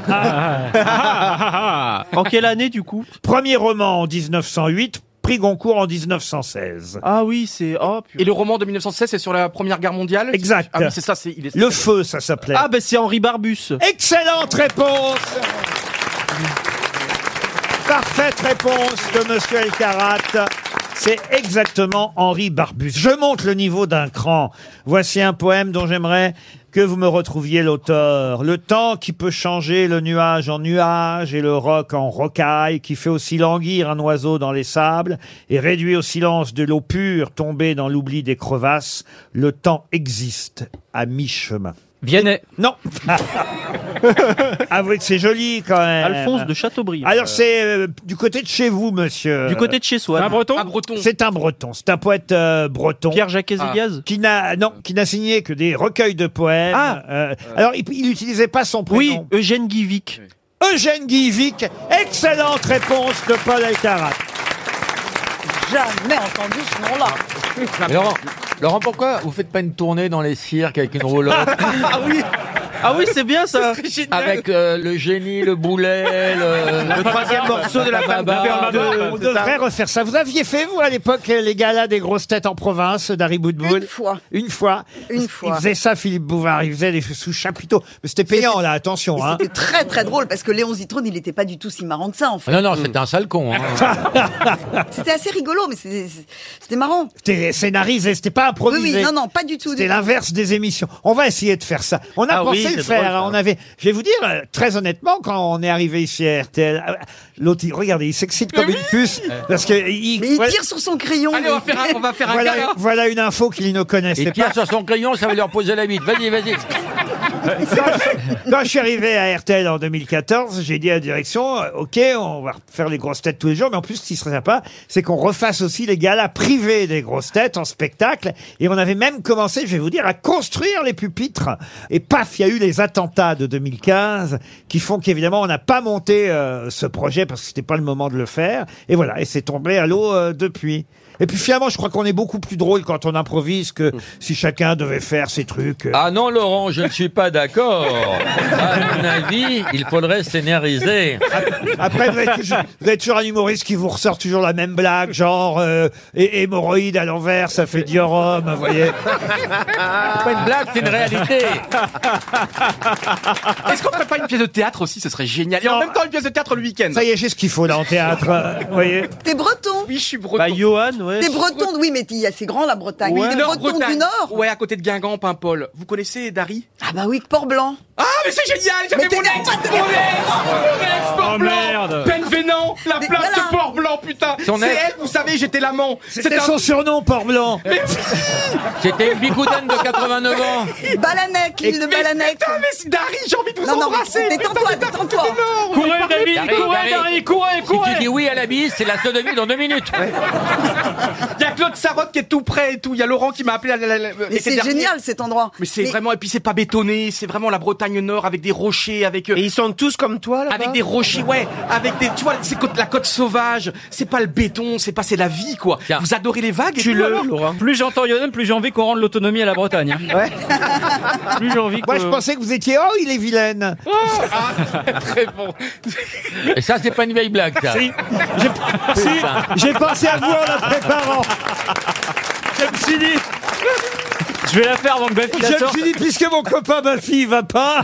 Ah bah, En quelle année, du coup premier roman en 1908, prix Goncourt en 1916. Ah oui, c'est... Oh, Et putain. le roman de 1916, c'est sur la Première Guerre mondiale Exact. Ah oui, c'est ça, c'est il est... Le feu, ça s'appelait. Ah, ben c'est Henri Barbus. Excellente réponse Parfaite réponse de Monsieur Elkarat. C'est exactement Henri Barbus. Je monte le niveau d'un cran. Voici un poème dont j'aimerais que vous me retrouviez l'auteur. Le temps qui peut changer le nuage en nuage et le roc en rocaille, qui fait aussi languir un oiseau dans les sables et réduit au silence de l'eau pure tombée dans l'oubli des crevasses. Le temps existe à mi-chemin. Vianney. Non. Avouez Ah, que c'est joli quand même. Alphonse de Chateaubriand. Alors c'est euh, du côté de chez vous, monsieur. Du côté de chez soi. Un breton. C'est un breton. C'est un poète euh, breton. Ah. Pierre-Jacques Ezegaz. Qui n'a non, qui n'a signé que des recueils de poèmes. Ah. Euh, alors il il n'utilisait pas son Oui, prénom. Eugène Guivic. Eugène Guivic. Excellente réponse de Paul Alcarat. Jamais entendu ce nom-là. Mais Laurent, Laurent, pourquoi vous faites pas une tournée dans les cirques avec une roulotte Ah oui Ah oui, c'est bien ça Avec euh, le génie, le boulet, le... Le troisième morceau de la femme de Baba. bah, On Bernard. devrait refaire ça. Vous aviez fait, vous, à l'époque, les galas des grosses têtes en province d'Harry Boudboul Une fois. Une fois. Une Il fois. faisait ça, Philippe Bouvard. Il faisait des sous-chapiteaux. Mais c'était payant, là, attention. Hein. C'était très très drôle parce que Léon Zitrone, il n'était pas du tout si marrant que ça en fait. Ah Non, non, c'est un sale con. hein. C'était assez rigolo, mais c'était c'était marrant. C'était scénarisé, c'était pas Oui, improvisé. oui, non, non, pas du tout. C'était du l'inverse des émissions. On va essayer de faire ça. On a Ah pensé oui, le c'est drôle, faire. ça. on avait, je vais vous dire, euh, très honnêtement, quand on est arrivé ici à RTL, euh, l'autre, il- regardez, il s'excite comme une puce parce que il, tout. Mais il voilà, tire sur son crayon. Allez, on va faire un, on va faire un voilà- gala. voilà une info qu'il ne connaissait Il pas. tire sur son crayon, ça va lui reposer la bite. Vas-y, vas-y. Quand je suis arrivé à RTL en 2014, j'ai dit à la direction, euh, ok, on va faire les grosses têtes tous les jours, mais en plus, ce qui serait sympa, c'est qu'on refasse aussi les galas privés des grosses têtes en spectacle. Et on avait même commencé, je vais vous dire, à construire les pupitres. Et paf, il y a eu les attentats de 2015 qui font qu'évidemment, on n'a pas monté euh, ce projet parce que c'était pas le moment de le faire. Et voilà, et c'est tombé à l'eau euh, depuis. Et puis finalement, je crois qu'on est beaucoup plus drôle quand on improvise que si chacun devait faire ses trucs. euh, Ah non, Laurent, je ne suis pas d'accord. À mon avis, il faudrait scénariser. Après, vous avez, toujours, vous avez toujours un humoriste qui vous ressort toujours la même blague, genre euh, hé- hémorroïde à l'envers, ça fait diorome, vous voyez. C'est pas une blague, c'est une réalité. Est-ce qu'on ferait pas une pièce de théâtre aussi Ce serait génial. Et en Non. même temps, une pièce de théâtre le week-end. Ça y est, j'ai ce qu'il faut là en théâtre, euh, vous voyez. T'es breton. Oui, je suis breton. Bah, Johan, ouais. T'es breton, oui, mais t'y- c'est grand la Bretagne. Euh, Ouais. mais t'es breton Bretagne. du Nord. Ouais, à côté de Guingamp, Paimpol. Vous connaissez Dari Ah bah oui, Port-Blanc. Ah, mais c'est génial J'avais t'es mon né- ex Mon ex Mon ex Port Oh, Blanc merde. Penvenant La Mais place voilà. de Port Blanc, putain C'est Son ex. elle, vous savez, j'étais l'amant C'était un- son surnom, Port Blanc. C'était une bicoudaine de 89 ans. Balanec, l'île de Mais Balanec. putain, mais c'est Dari, j'ai envie de vous Non, non, embrasser mais détends-toi, Putain, mais détends-toi. c'est énorme. Courez, Dari, Dari, courez, Dari. Dari, courez, Si tu dis courez oui à la bise, c'est la sodomie dans deux minutes. Il y a Claude Sarotte qui est tout près et tout. Il y a Laurent qui m'a appelé. la- la- la- Mais l'été c'est dernier. génial cet endroit. Mais c'est vraiment, et puis c'est pas bétonné, c'est vraiment la Bretagne l'Espagne Nord avec des rochers, avec. Et ils sont tous comme toi là. Avec des rochers, ouais, avec des. Tu vois, c'est côte- la côte sauvage. C'est pas le béton, c'est pas c'est la vie quoi. Vous adorez les vagues. et tout, alors Plus j'entends Yonem, plus j'ai envie qu'on rende l'autonomie à la Bretagne. hein. Plus j'ai envie Moi, que- Ah. je pensais que vous étiez. Oh, il est vilaine. Très bon. Et ça, c'est pas une vieille blague, ça. Si. J'ai- si, j'ai pensé à vous en la préparant. Je me suis dit. Je vais la faire avant que Bafi la Je me sorte. suis dit, puisque mon copain, ma fille, va pas.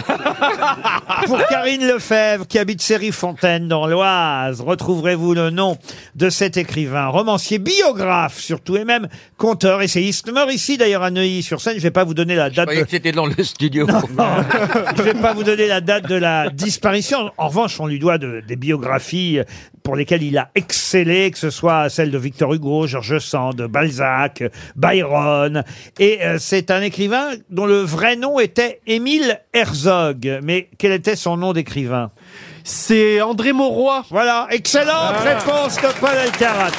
Pour Karine Lefebvre, qui habite Série-Fontaine dans l'Oise, retrouverez-vous le nom de cet écrivain, romancier, biographe surtout, et même conteur, essayiste, mort ici d'ailleurs à Neuilly-sur-Seine. Je vais pas vous donner la Je date. croyais De... que c'était dans le studio. Je vais pas vous donner la date de la disparition. En revanche, on lui doit de- des biographies pour lesquelles il a excellé, que ce soit celle de Victor Hugo, Georges Sand, Balzac, Byron. Et euh, c'est un écrivain dont le vrai nom était Émile Herzog. Mais quel était son nom d'écrivain C'est André Mauroy. Ah. Voilà, excellente réponse de Paul Alcarat.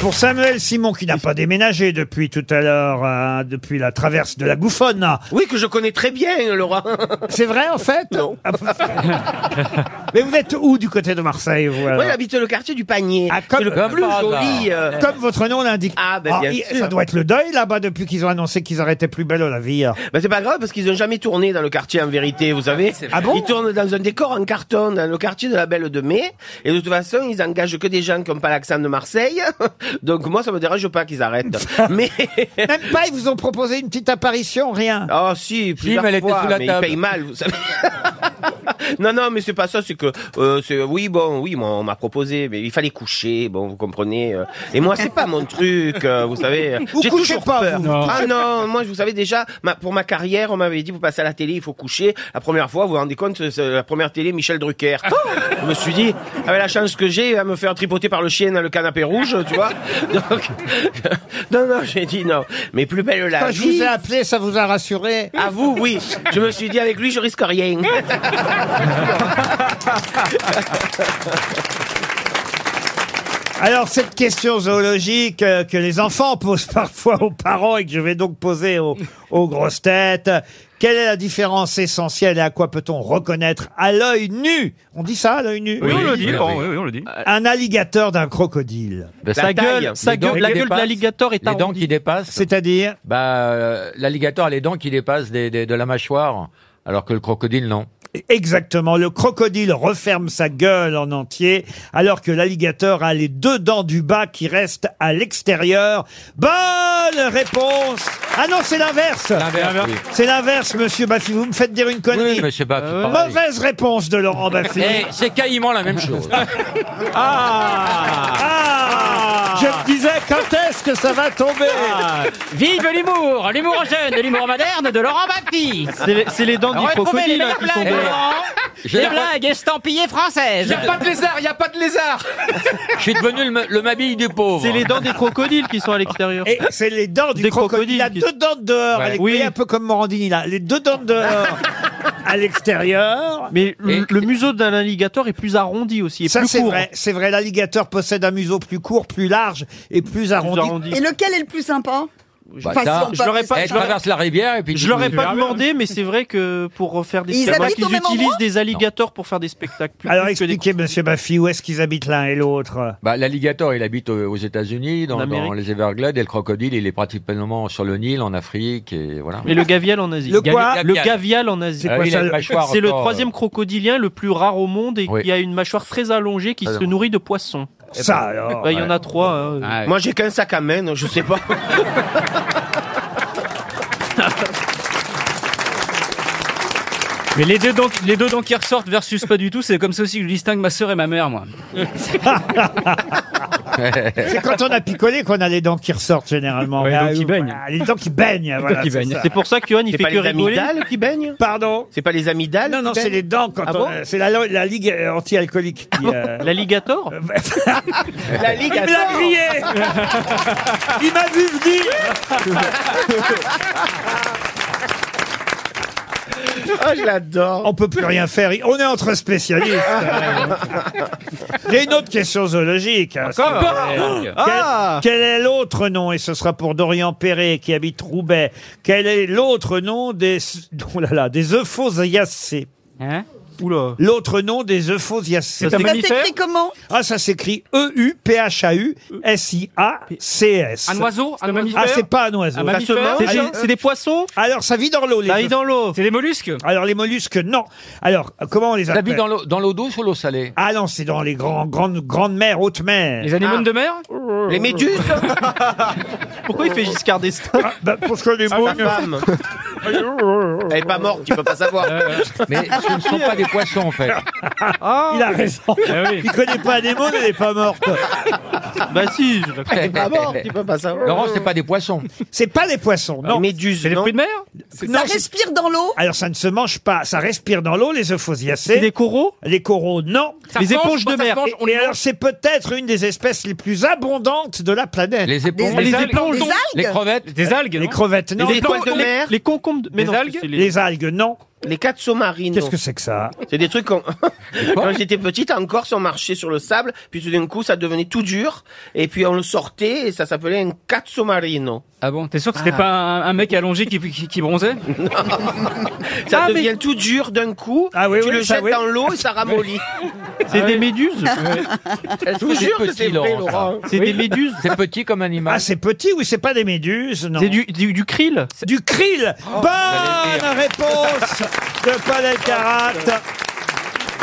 Pour Samuel Simon, qui n'a pas déménagé depuis tout à l'heure, euh, depuis la traverse de la Gouffonne. Oui, que je connais très bien, Laurent. C'est vrai, en fait Ah, bah Non. Mais vous êtes où du côté de Marseille, vous alors Moi, j'habite le quartier du Panier. Ah, comme- C'est le comme plus par joli. euh, Comme votre nom l'indique. Ah, ben, bien il- sûr. Ça doit être le deuil, là-bas, depuis qu'ils ont annoncé qu'ils arrêtaient plus belle la vie. hein. Bah c'est pas grave parce qu'ils ont jamais tourné dans le quartier en vérité, vous savez. Ah bon ils tournent dans un décor en carton dans le quartier de la Belle de Mai et de toute façon, ils engagent que des gens qui n'ont pas l'accent de Marseille. Donc moi ça me dérange pas qu'ils arrêtent. mais Même pas, ils vous ont proposé une petite apparition, rien. oh si, plusieurs mais elle était fois, sous la mais table. ils payent mal, vous savez. non non, mais c'est pas ça, c'est que euh, c'est oui bon, oui, moi, on m'a proposé mais il fallait coucher, bon, vous comprenez. euh. Et moi c'est pas mon truc, euh, vous savez. Vous J'ai couchez toujours pas, peur. vous. Non. Ah non, moi, je vous savez déjà, ma- pour ma carrière, on m'avait dit, vous passez à la télé, il faut coucher. La première fois, vous vous rendez compte, c'est- c'est la première télé, Michel Drucker. Ah. je me suis dit, avec la chance que j'ai, à me faire tripoter par le chien dans le canapé rouge, tu vois. Donc, non, non, j'ai dit non. Mais plus belle la Quand je vous vie. ai appelé, ça vous a rassuré À vous, oui. Je me suis dit, avec lui, je risque rien. Alors, cette question zoologique euh, que les enfants posent parfois aux parents et que je vais donc poser aux, aux grosses têtes, quelle est la différence essentielle et à quoi peut-on reconnaître à l'œil nu On dit ça à l'œil nu Oui, on le dit. oui, Laurent, oui. oui, oui, on le dit. Un alligator d'un crocodile. Ben, La ça, Sa gueule, taille, sa les dents gueule, qui la gueule de dépassent, l'alligator est les dents qui arrondie. dépassent. C'est-à-dire Bah, euh, l'alligator a les dents qui dépassent des- des- de la mâchoire, alors que le crocodile, non. Exactement, le crocodile referme sa gueule en entier, alors que l'alligator a les deux dents du bas qui restent à l'extérieur. Bonne réponse Ah non, c'est l'inverse L'inverse, oui. C'est l'inverse, monsieur Baffy, vous me faites dire une connerie. Oui, mais c'est pas Euh, bah, pareil. Mauvaise réponse de Laurent Baffy. Eh, c'est quasiment la même chose. Ah Je me disais, quand est-ce que ça va tomber Ah. Vive l'humour, l'humour jeune, et l'humour moderne de Laurent Baptiste. C'est les, c'est les dents du Retrouvez les crocodile hein, meilleures qui sont blagues de bonnes. Laurent, Je les la- blagues estampillées Il Eh ben, y françaises. a pas de lézard, il y a pas de lézard. Je suis devenu le, ma- le mabille du pauvre. C'est les dents des crocodiles qui sont à l'extérieur. Et c'est les dents du Des crocodile. Il a crocodiles deux dents de dehors. Ouais. Elle est Oui. coupée un peu comme Morandini, là. Les deux dents de dehors à l'extérieur. Mais le, Et- le museau d'un alligator est plus arrondi aussi, est Ça, plus c'est court. vrai. C'est vrai, l'alligator possède un museau plus court, plus large et plus Plus arrondi. arrondi. Et lequel est le plus sympa Bah, Enfin, ça, si on je l'aurais passe- pas- eh, traverse la rivière et puis. Je l'aurais pas demandé, mais c'est vrai que pour faire des Ils spectacles, habitent au ils même utilisent endroit des alligators pour faire des spectacles. plus- Alors plus que des expliquez, monsieur Baffy, où est-ce qu'ils habitent l'un et l'autre Bah, l'alligator, il habite aux aux États-Unis, En dans, Amérique. dans les Everglades, et le crocodile, il est pratiquement sur le Nil, en Afrique, et voilà. Et le gavial en Asie. Le quoi Le gavial en Asie. quoi, Ah oui, il ça, a une le- mâchoire C'est le encore, euh, troisième crocodilien le plus rare au monde et Oui. qui a une mâchoire très allongée qui Ah, Eh ben, se non. nourrit de poissons. Ça alors. Bah, Il y en a trois. hein. Ah, Moi, j'ai qu'un sac à main, donc je sais pas. Mais les deux, dents, les deux dents qui ressortent versus pas du tout, c'est comme ça aussi que je distingue ma sœur et ma mère, moi. C'est quand on a picolé qu'on a les dents qui ressortent généralement. Ouais, les dents Ah, qui oui, baignent. voilà, Les dents qui baignent. voilà, qui c'est baignent. ça. C'est pour ça que Johan, il C'est fait pas que les rigoler. amygdales qui baignent Pardon. C'est pas les amygdales Non, non, qui c'est baignent les dents quand Ah on- bon euh, c'est la, la ligue euh, anti-alcoolique qui. euh, L'alligator La ligue Il me l'a grillé Il m'a vu venir je l'adore. Ah, On peut plus rien faire. On est entre spécialistes. Ah, J'ai une autre question zoologique. hein, Encore si vous voulez. Dingue. Quel- quel, est l'autre nom Et ce sera pour Dorian Perret qui habite Roubaix. Quel est l'autre nom des oh là là, des euphosiacées Hein Oula. L'autre nom des euphosiacées. C'est Ça un mammifère s'écrit comment Ah, ça s'écrit E U P H A U S I A C S. Un oiseau Un Ah, mammifère c'est pas un oiseau. Un Ça se mange mammifère C'est des- C'est des poissons Alors, ça vit dans l'eau, les Ça vit dans l'eau. C'est des mollusques Alors les mollusques, non. Alors comment on les Ça appelle vit dans l'eau- dans l'eau douce ou l'eau salée Ah non, c'est dans les grands, grandes, grandes mers, hautes mers. Les Ah. anémones de mer Ah. Les méduses Pourquoi il fait Giscard d'Estaing Ah, bah, parce que les La moules- femme Elle est pas morte, tu peux pas savoir. Mais Ah, ce ne sont pas des poissons en fait. il a raison. Ah Il connaît pas des mots, mais elle n'est pas morte. Bah si, je Elle est pas morte, tu peux pas savoir. Laurent, c'est pas des poissons. C'est pas des poissons, non. Les méduses, C'est des non fruits de mer Non, Ça c'est- respire dans l'eau Alors ça ne se mange pas, ça respire dans l'eau, les euphosiacées. C'est des coraux Les coraux, non. Ça Les se mange, éponges de ça se mer. mange, on Mais les alors mange. c'est peut-être une des espèces les plus abondantes de la planète. Les éponges, Les les, algues. éponges, Des non. les algues crevettes, Des algues Les non crevettes, non. Les Les, étoiles de les- mer, Les concombres de... Mais Les non, algues c'est les... algues, non. les quatre sous-marines. Qu'est-ce que c'est que ça C'est des trucs qu'on- quoi quand j'étais petite, en Corse, on marchait sur le sable, puis tout d'un coup, ça devenait tout dur, et puis on le sortait, et ça s'appelait un cazzo marino. Ah bon T'es sûr que c'était pas un, un mec allongé qui, qui, qui bronzait Ça Ah, mais- devient tout dur d'un coup, Ah oui, tu oui, le ça, jettes oui. dans l'eau et ça ramollit. Ah C'est Euh, des méduses Je vous C'est jure que petit, c'est vrai, Laurent, ça. Laurent. C'est des méduses c'est petit comme animal. Ah c'est petit, oui, c'est pas des méduses, non. C'est du, du, du krill Du krill Oh, Bonne réponse de Paul Carat.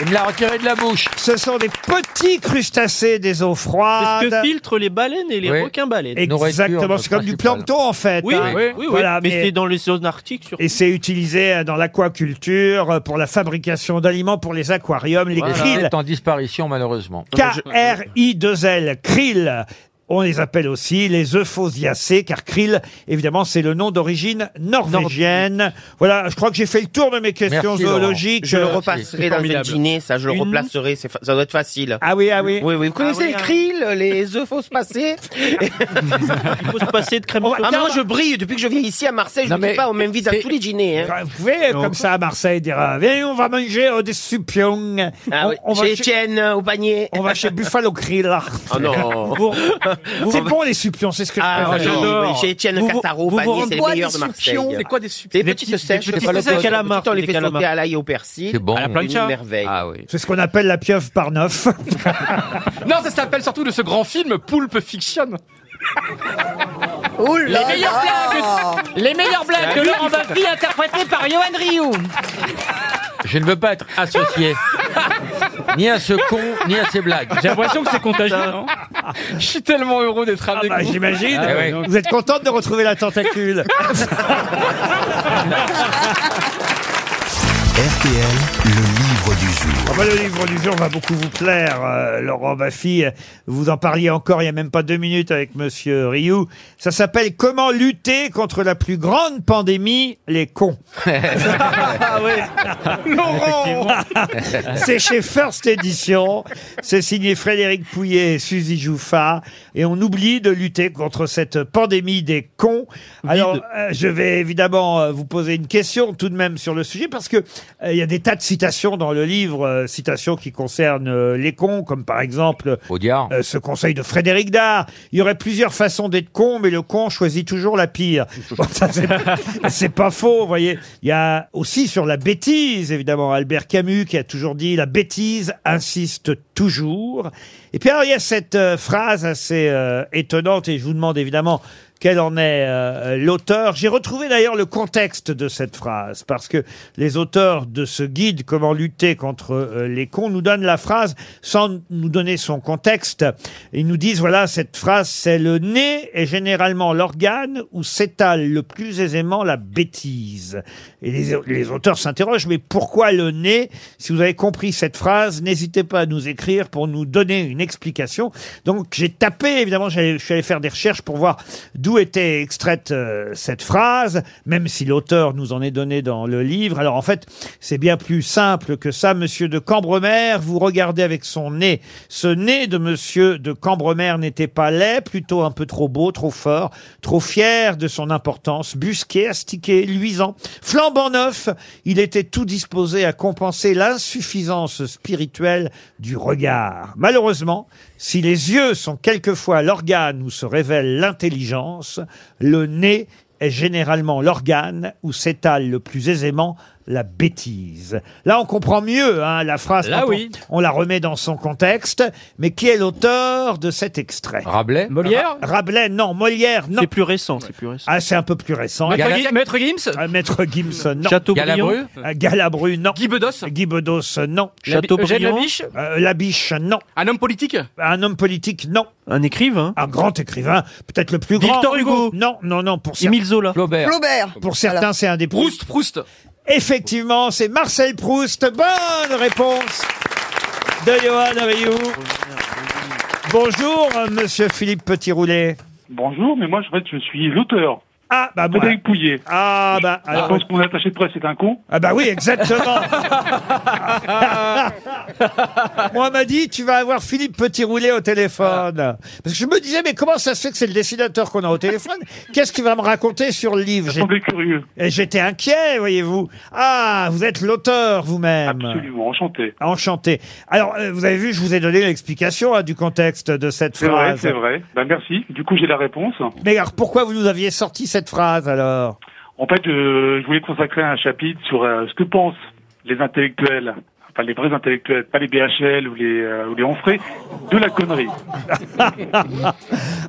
Il me l'a retiré de la bouche. Ce sont des petits crustacés des eaux C'est ce que froides. filtrent les baleines et les Oui. requins baleines. Exactement, Nourriture c'est comme du principale. plancton en fait. Oui, hein. oui, oui, oui. Voilà, mais, mais- c'est dans les zones arctiques surtout. Et c'est utilisé euh, dans l'aquaculture euh, pour la fabrication d'aliments pour les aquariums, les Il krill. est en disparition malheureusement. K-R-I-2-L, krill. On les appelle aussi les euphosiacées, car krill, évidemment, c'est le nom d'origine norvégienne. Voilà, je crois que j'ai fait le tour de mes questions Merci, Laurent. zoologiques. Je le Euh, repasserai dans un formidable. dîner, ça je le Une- replacerai, c'est fa- ça doit être facile. Ah oui, ah oui. Oui, oui, vous connaissez oui, les hein. krill, les œufs fausses passées Il faut se passer de crème On va- Ah, solaire. mais moi je brille depuis que je viens ici à Marseille, je Non, vous dis mais- pas, on m'invite à c'est- tous les dîners. hein. Ah, Vous pouvez, comme ça, à Marseille, dire euh, Viens, on va manger euh, des supions. Ah on, oui, on va chez chez- Etienne, euh, au panier. on va chez Buffalo Grill. Oh non Vous- c'est bon, les supions, c'est ce que Ah, oui, je préfère. oui, chez Etienne Vous- Castaro, au vous- vous panier, c'est les renvoie meilleurs des de Marseille. soupçons. C'est quoi des supions C'est Des des petites petites- sèches, des petites pas le sèches pot. calamars, Tout le temps, on les des fait sauter calamars. à l'ail et au persil. C'est bon. À la Une plancha merveille. Ah oui. C'est ce qu'on appelle la pieuvre par neuf. Non, ça s'appelle surtout de ce grand film Poulpe Fiction. Oh là meilleures là Les meilleures blagues de Laurent Baffy interprétées par Johan Rioux Je ne veux pas être associé. ni à ce con, ni à ces blagues. J'ai l'impression que c'est contagieux, non Je suis tellement heureux d'être Ah avec bah, vous. J'imagine. Ah ouais. Vous êtes contente de retrouver la tentacule. Ah, RTL, le livre du jour. Ah bah, le livre du jour va beaucoup vous plaire, euh, Laurent Baffy. Vous en parliez encore il n'y a même pas deux minutes avec Monsieur Rioux. Ça s'appelle Comment lutter contre la plus grande pandémie, les cons. Ah ouais. Laurent C'est chez First Edition. C'est signé Frédéric Pouillet et Suzy Jouffa. Et on oublie de lutter contre cette pandémie des cons. Alors, euh, je vais évidemment euh, vous poser une question tout de même sur le sujet parce que euh, il y a des tas de citations dans le livre, euh, citations qui concernent euh, les cons, comme par exemple Au diard. euh, ce conseil de Frédéric Dard. Il y aurait plusieurs façons d'être con, mais le con choisit toujours la pire. Bon, ça, c'est- c'est pas faux, vous voyez. Il y a aussi sur la bêtise, évidemment, Albert Camus qui a toujours dit la bêtise insiste toujours. Et puis alors, il y a cette euh, phrase assez euh, étonnante, et je vous demande évidemment quel en est euh, l'auteur. J'ai retrouvé d'ailleurs le contexte de cette phrase, parce que les auteurs de ce guide, Comment lutter contre euh, les cons, nous donnent la phrase sans nous donner son contexte. Ils nous disent, voilà, cette phrase, c'est le nez est généralement l'organe où s'étale le plus aisément la bêtise. Et les, les auteurs s'interrogent, mais pourquoi le nez Si vous avez compris cette phrase, n'hésitez pas à nous écrire pour nous donner une explication. Donc j'ai tapé, évidemment, j'allais- je suis allé faire des recherches pour voir d'où d'où était extraite euh, cette phrase, même si l'auteur nous en est donné dans le livre. Alors en fait, c'est bien plus simple que ça. Monsieur de Cambremer, vous regardez avec son nez. Ce nez de monsieur de Cambremer n'était pas laid, plutôt un peu trop beau, trop fort, trop fier de son importance, busqué, astiqué, luisant, flambant neuf. Il était tout disposé à compenser l'insuffisance spirituelle du regard. Malheureusement, si les yeux sont quelquefois l'organe où se révèle l'intelligence, le nez est généralement l'organe où s'étale le plus aisément la bêtise. Là, on comprend mieux hein, la phrase. Là, quand on- oui. On, la remet dans son contexte. Mais qui est l'auteur de cet extrait Rabelais Molière Ra- Rabelais, non. Molière, non. C'est plus récent, c'est plus récent. Ah, c'est un peu plus récent. Maître, Galabru. Gui- Maître Gims Ah, Maître Gimson, non. Galabru Châteaubriand Ah, Galabru, non. Guy Bedos Guy Bedos, non. Eugène Châteaubriand Labiche Euh, Labiche, non. Un homme politique Un homme politique, non. Un écrivain Un grand écrivain, peut-être le plus grand. Victor Hugo Non, non, non. Pour, cer- Émile Zola Flaubert. Flaubert. pour certains, c'est un des plus Proust, Proust Effectivement, c'est Marcel Proust. Bonne réponse de Johan Rioux. Bonjour, euh, monsieur Philippe Petit-Roulet. Bonjour, mais moi, en fait, je suis l'auteur, Ah, bah, moi. Frédéric Pouillet. Ah, bah, Je alors- pense que mon attaché de presse est un con. ah, bah oui, exactement. Ah, Moi, on m'a dit, tu vas avoir Philippe Petit-Roulet au téléphone. Ah. Parce que je me disais, mais comment ça se fait que c'est le dessinateur qu'on a au téléphone? Qu'est-ce qu'il va me raconter sur le livre? Ça J'ai- semblait curieux. Et J'étais inquiet, voyez-vous. Ah, vous êtes l'auteur vous-même. Absolument, enchanté. Enchanté. Alors, euh, vous avez vu, je vous ai donné l'explication hein, du contexte de cette C'est vrai, phrase. c'est vrai. Ben, merci. Du coup, j'ai la réponse. Mais alors, pourquoi vous nous aviez sorti cette phrase alors En fait, euh, je voulais consacrer un chapitre sur euh, ce que pensent les intellectuels, enfin les vrais intellectuels, pas les BHL ou les, euh, ou les Onfray, de la connerie.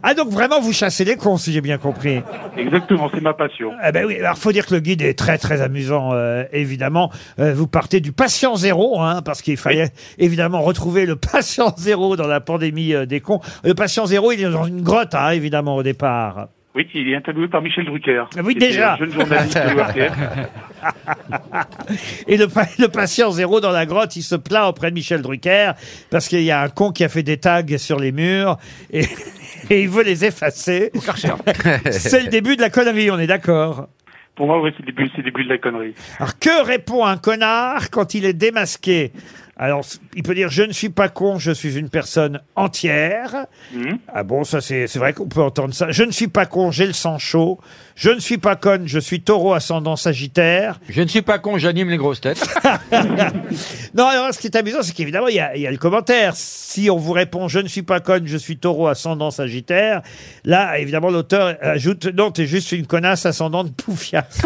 Ah, donc vraiment, vous chassez les cons, si j'ai bien compris. Exactement, c'est ma passion. Eh ben oui, alors faut dire que le guide est très très amusant, euh, évidemment. Euh, vous partez du patient zéro, hein, parce qu'il fallait évidemment retrouver le patient zéro dans la pandémie euh, des cons. Le patient zéro, il est dans une grotte, hein, évidemment, au départ. Oui, il est interviewé par Michel Drucker. Ah oui, qui était déjà. un Jeune journaliste de l'ORTF. Et le, pa- le patient zéro dans la grotte, il se plaint auprès de Michel Drucker parce qu'il y a un con qui a fait des tags sur les murs et, et il veut les effacer. C'est le début de la connerie, on est d'accord. Pour moi, oui, c'est le début, c'est le début de la connerie. Alors que répond un connard quand il est démasqué alors, il peut dire, je ne suis pas con, je suis une personne entière. Mhm. Ah bon, ça c'est c'est vrai qu'on peut entendre ça. Je ne suis pas con, j'ai le sang chaud. Je ne suis pas conne, je suis taureau ascendant sagittaire. Je ne suis pas con, j'anime les grosses têtes. Non, alors ce qui est amusant, c'est qu'évidemment, il y, a, il y a le commentaire. Si on vous répond « je ne suis pas conne, je suis taureau ascendant sagittaire », là, évidemment, l'auteur ajoute « non, t'es juste une connasse ascendante poufiasse ».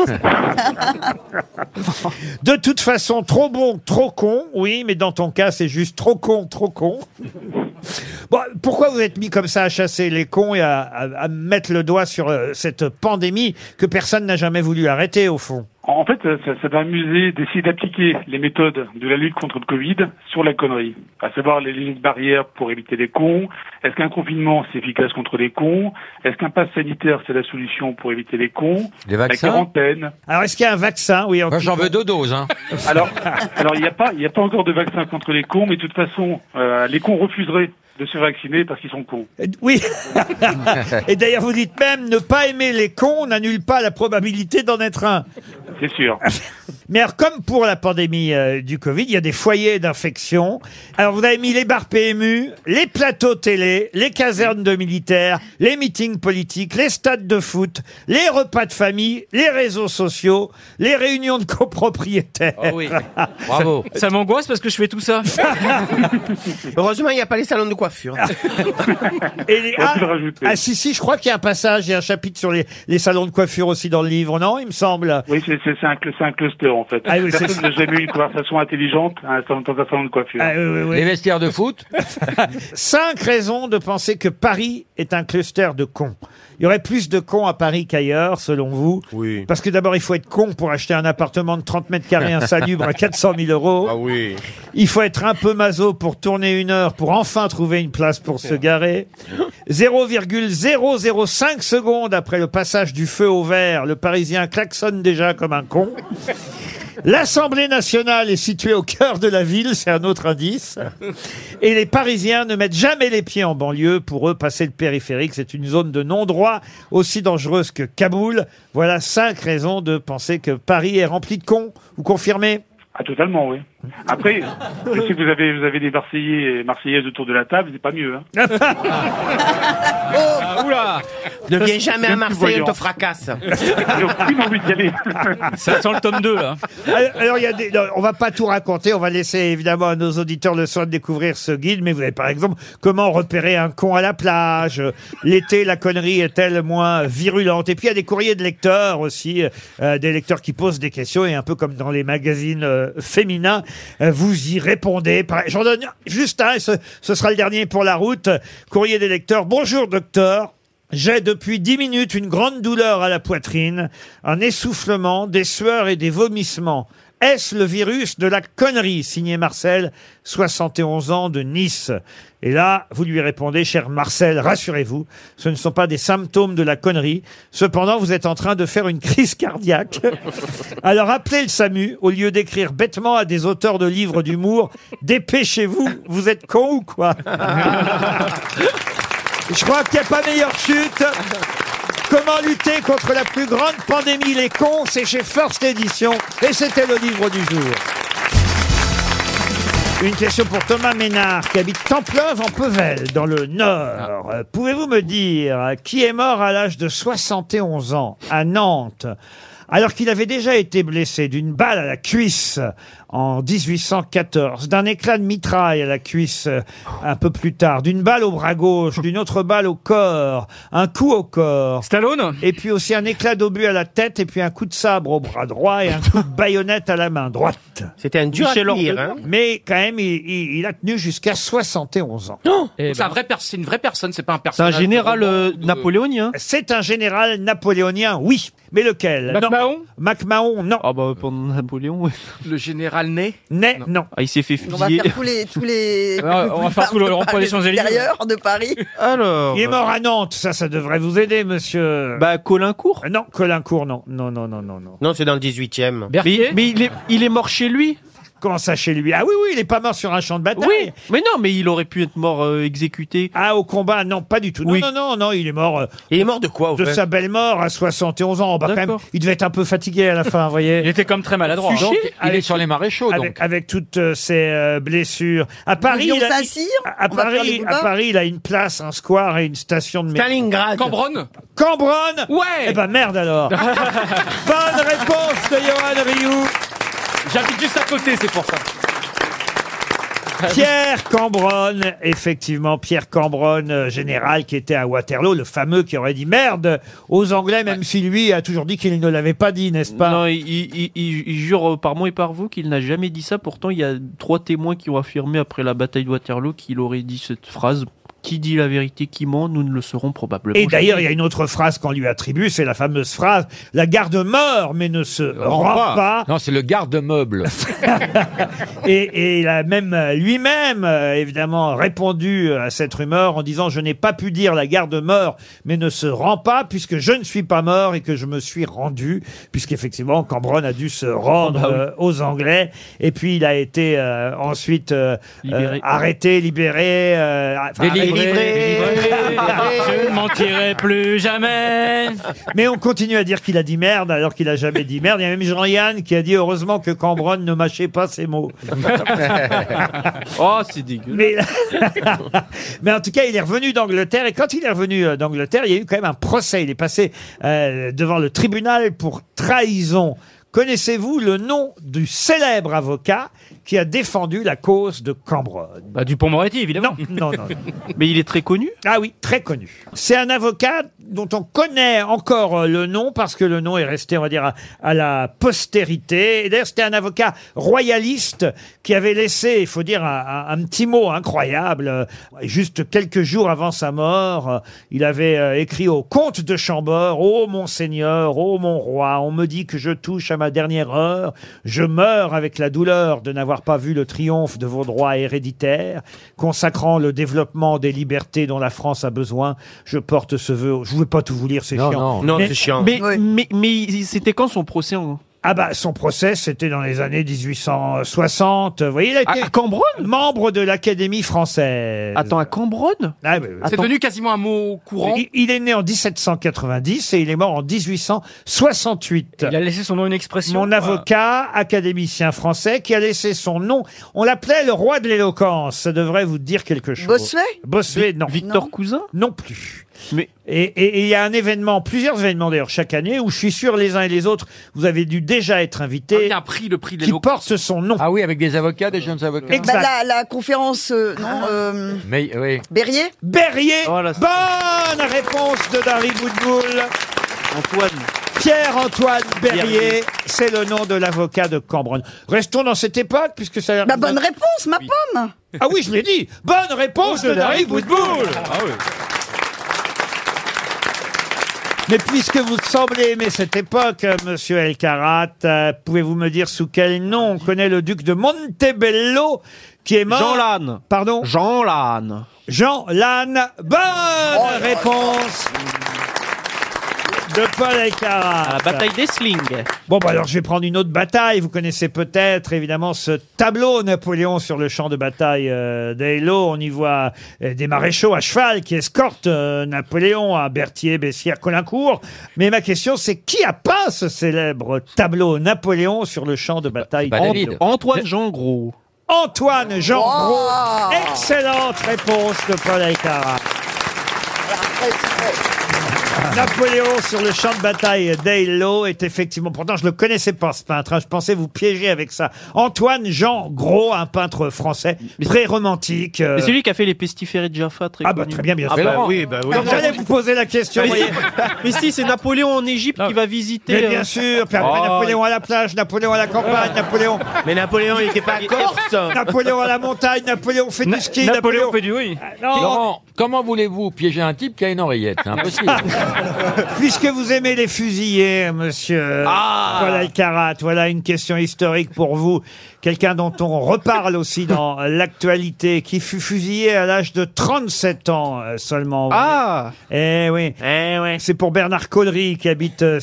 De toute façon, trop bon, trop con, oui, mais dans ton cas, c'est juste trop con, trop con. Bon, pourquoi vous êtes mis comme ça à chasser les cons et à, à- à mettre le doigt sur euh, cette pandémie que personne n'a jamais voulu arrêter, au fond En fait, ça, ça va amuser d'essayer d'appliquer les méthodes de la lutte contre le Covid sur la connerie. À savoir les limites barrières pour éviter les cons. Est-ce qu'un confinement, c'est efficace contre les cons Est-ce qu'un pass sanitaire, c'est la solution pour éviter les cons Les La vaccins quarantaine. Alors, est-ce qu'il y a un vaccin Oui, en Moi, tout j'en cas. veux deux doses. Hein. Alors, alors il n'y a pas, il n'y a pas encore de vaccin contre les cons, mais de toute façon, euh, les cons refuseraient de se vacciner parce qu'ils sont cons. Euh, Oui. Et d'ailleurs, vous dites même, ne pas aimer les cons n'annule pas la probabilité d'en être un. C'est sûr. Mais alors, comme pour la pandémie euh, du Covid, il y a des foyers d'infection. Alors, vous avez mis les bars PMU, les plateaux télé, les casernes de militaires, les meetings politiques, les stades de foot, les repas de famille, les réseaux sociaux, les réunions de copropriétaires. Oh oui. Bravo. Ça m'angoisse parce que je fais tout ça. Heureusement, il n'y a pas les salons de coiffure. Et les- J'aurais ah, pu le rajouter. ah, si, si, je crois qu'il y a un passage, il y a un chapitre sur les, les salons de coiffure aussi dans le livre, non Il me semble. Oui, c'est c'est- c'est un, cl- c'est un cluster en fait. Ah oui, c'est- Personne n'a jamais eu une conversation intelligente à un salon- dans un salon de coiffure. Ah, oui, oui, oui. Les vestiaires de foot Cinq raisons de penser que Paris est un cluster de cons. Il y aurait plus de cons à Paris qu'ailleurs, selon vous. Oui. Parce que d'abord, il faut être con pour acheter un appartement de 30 mètres carrés insalubre à 400 000 euros. oui. Il faut être un peu maso pour tourner une heure pour enfin trouver une place pour se garer. 0,005 secondes après le passage du feu au vert, le Parisien klaxonne déjà comme un con. L'Assemblée nationale est située au cœur de la ville, c'est un autre indice. Et les Parisiens ne mettent jamais les pieds en banlieue. Pour eux, passer le périphérique, c'est une zone de non-droit aussi dangereuse que Kaboul. Voilà cinq raisons de penser que Paris est rempli de cons. Vous confirmez Ah, totalement, oui. Après, je sais que vous avez, vous avez des Marseillais et Marseillaises autour de la table, c'est pas mieux. Hein. Ah, Oula Ne viens jamais à Plus Marseille, on voyant. te fracasse. Ça sent le tome 2, là. Alors, alors, il y a des, non, on va pas tout raconter. On va laisser évidemment à nos auditeurs le soin de découvrir ce guide. Mais vous avez par exemple comment repérer un con à la plage. Euh, L'été, la connerie est-elle moins virulente Et puis il y a des courriers de lecteurs aussi, euh, des lecteurs qui posent des questions et un peu comme dans les magazines euh, féminins, euh, vous y répondez. Par- J'en donne juste un. et Ce, ce sera le dernier pour la route. Courrier des lecteurs. Bonjour docteur. J'ai depuis dix minutes une grande douleur à la poitrine, un essoufflement, des sueurs et des vomissements. Est-ce le virus de la connerie Signé Marcel, 71 ans de Nice. Et là, vous lui répondez, cher Marcel, rassurez-vous, ce ne sont pas des symptômes de la connerie. Cependant, vous êtes en train de faire une crise cardiaque. Alors appelez le SAMU, au lieu d'écrire bêtement à des auteurs de livres d'humour, dépêchez-vous, vous êtes con ou quoi je crois qu'il n'y a pas meilleure chute. Comment lutter contre la plus grande pandémie Les cons, c'est chez First Edition. Et c'était le livre du jour. Une question pour Thomas Ménard, qui habite Templeuve en Pevel, dans le Nord. Ah. Euh, Pouvez-vous me dire euh, qui est mort à l'âge de 71 ans à Nantes alors qu'il avait déjà été blessé d'une balle à la cuisse en 1814, d'un éclat de mitraille à la cuisse euh, un peu plus tard, d'une balle au bras gauche, d'une autre balle au corps, un coup au corps. Stallone Et puis aussi un éclat d'obus à la tête, et puis un coup de sabre au bras droit, et un coup de baïonnette à la main droite. C'était un dur à Michel tenir, Ortega. hein. Mais quand même, il, il- il a tenu jusqu'à 71 ans. C'est un vrai pers- c'est une vraie personne, c'est pas un C'est un personnage. général euh, napoléonien. C'est un général napoléonien, oui. Mais lequel Non. MacMahon MacMahon, non. Ah bah pendant Napoléon, ouais. Le général né. Né, non. ah, il s'est fait On va fusiller. faire tous les. Tous les Alors, Ah, on va faire tout le rond-point des Champs-Élysées. L'intérieur de Paris. Alors, Il est mort à Nantes, ça, ça devrait vous aider, monsieur. bah Colincourt. Non, Colincourt, non. Non, non, non, non, non. Non, c'est dans le 18 e Mais, mais il, est, il est mort chez lui. Comment ça, chez lui Ah oui, oui, il est pas mort sur un champ de bataille. Oui. Mais non, mais il aurait pu être mort euh, exécuté. Ah, au combat, non, pas du tout. Non, Oui. non, non, non, il est mort euh, Il est mort de quoi, au de fait sa belle mort à 71 ans. Bah, quand même, D'accord. il devait être un peu fatigué à la fin, vous Il voyez. était comme très maladroit. Sujet. Donc, il Avec- est sur les maréchaux, donc. Avec, avec toutes euh, ses euh, blessures. À Paris, Lyon il a, Saint-Cyr, à, à on va faire Paris, les à boulevards. Paris, il a une place, un square et une station de métro. Stalingrad. Cambronne Cambronne Ouais Eh ben merde alors Bonne réponse de Johan Rioux J'habite juste à côté, c'est pour ça. Pierre Cambronne, effectivement, Pierre Cambronne, euh, général qui était à Waterloo, le fameux qui aurait dit merde aux Anglais, même si lui a toujours dit qu'il ne l'avait pas dit, n'est-ce pas Non, il, il- il- il jure par moi et par vous qu'il n'a jamais dit ça. Pourtant, il y a trois témoins qui ont affirmé après la bataille de Waterloo qu'il aurait dit cette phrase. Qui dit la vérité, qui ment, nous ne le saurons probablement. Et d'ailleurs, il y a une autre phrase qu'on lui attribue, c'est la fameuse phrase « La garde meurt, mais ne se rend pas Non, c'est le garde-meuble. ». Et, et il a même euh, lui-même, euh, évidemment, répondu euh, à cette rumeur en disant « Je n'ai pas pu dire la garde meurt, mais ne se rend pas, puisque je ne suis pas mort et que je me suis rendu. » Puisqu'effectivement, Cambronne a dû se rendre Ah bah oui. euh, aux Anglais. Et puis, il a été euh, ensuite euh, Libéré. euh, arrêté, libéré... euh, enfin, Délivré. Je ne mentirai plus jamais. Mais on continue à dire qu'il a dit merde alors qu'il a jamais dit merde. Il y a même Jean-Yann qui a dit heureusement que Cambronne ne mâchait pas ses mots. Oh, c'est dégueu. Mais, mais en tout cas, il est revenu d'Angleterre et quand il est revenu euh, d'Angleterre, il y a eu quand même un procès. Il est passé euh, devant le tribunal pour trahison. Connaissez-vous le nom du célèbre avocat qui a défendu la cause de Cambronne Bah, Dupont-Moretti, Non, évidemment. non, non. non. Mais il est très connu. Ah oui, très connu. C'est un avocat dont on connaît encore euh, le nom parce que le nom est resté, on va dire, à, à la postérité. Et D'ailleurs, c'était un avocat royaliste qui avait laissé, il faut dire, un, un- un petit mot incroyable. Euh, Juste quelques jours avant sa mort, euh, il avait euh, écrit au comte de Chambord, Ô mon seigneur, ô mon roi, on me dit que je touche à ma dernière heure, je meurs avec la douleur de n'avoir pas vu le triomphe de vos droits héréditaires, consacrant le développement des libertés dont la France a besoin. Je porte ce vœu. Je ne voulais pas tout vous lire, c'est Non, chiant. non. Non, Mais- c'est chiant. Mais, Ouais. mais, mais c'était quand son procès en- Ah bah son procès c'était dans les années 1860. Vous voyez, il a été membre de l'Académie française. Attends, à Cambronne C'est devenu quasiment un mot courant. Il, il est né en 1790 et il est mort en 1868. Il a laissé son nom une expression. Mon avocat, académicien français, qui a laissé son nom. On l'appelait le roi de l'éloquence. Ça devrait vous dire quelque chose. Bossuet Bossuet, non. Victor Cousin Non plus. Mais... Et et- et il y a un événement, plusieurs événements d'ailleurs chaque année, où je suis sûr les uns et les autres, vous avez dû déjà être invités. Ah, il y a un prix, le prix de Qui porte son nom. Ah oui, avec des avocats, des jeunes avocats. Bah, Exact. la, la conférence, euh, non, euh, Mais oui. Berrier Berrier. Bonne réponse de Dari Boudboul. Antoine. Pierre-Antoine Berrier, Berrier. c'est le nom de l'avocat de Cambronne. Restons dans cette époque, puisque ça... Bah, bonne réponse, ma pomme Ah oui, je l'ai dit Bonne réponse de Ah Dari Boudboul Mais puisque vous semblez aimer cette époque, euh, monsieur Elkarat, euh, pouvez-vous me dire sous quel nom on connaît le duc de Montebello qui est mort Jean Lannes. Pardon Jean Lannes. Jean Lannes. Bonne réponse de Paul Elkarat. À la bataille des slings. Bon, bah alors je vais prendre une autre bataille. Vous connaissez peut-être évidemment ce tableau Napoléon sur le champ de bataille euh, d'Eylau. On y voit euh, des maréchaux à cheval qui escortent euh, Napoléon à Berthier, Bessières, Colincourt. Mais ma question, c'est qui a peint ce célèbre tableau Napoléon sur le champ de bataille bah, d'Eylau David. Antoine Jean Gros. Antoine Jean Wow. Gros. Excellente réponse de Paul Aycara. Napoléon sur le champ de bataille d'Eylau est effectivement, pourtant je le connaissais pas ce peintre, hein, je pensais vous piéger avec ça. Antoine Jean Gros, un peintre français, très romantique. euh, C'est celui qui a fait les pestiférés de Jaffa, très Ah bah, connu. très bien, bien sûr. Alors, J'allais vous poser la question. Mais voyez. si- Mais si, c'est Napoléon en Égypte qui va visiter. Mais euh, bien sûr, puis après, Oh. Napoléon à la plage, Napoléon à la campagne, Napoléon. Mais Napoléon, il n'était pas à Corse Napoléon à la montagne, Napoléon fait du ski, Napoléon. fait du oui. non. Laurent, comment voulez-vous piéger un type qui a une oreillette C'est impossible. Puisque vous aimez les fusillés, monsieur Paul Alcarat, voilà une question historique pour vous. Quelqu'un dont on reparle aussi dans l'actualité, qui fut fusillé à l'âge de 37 ans euh, seulement. Ah Eh oui. C'est pour Bernard Connery qui habite euh,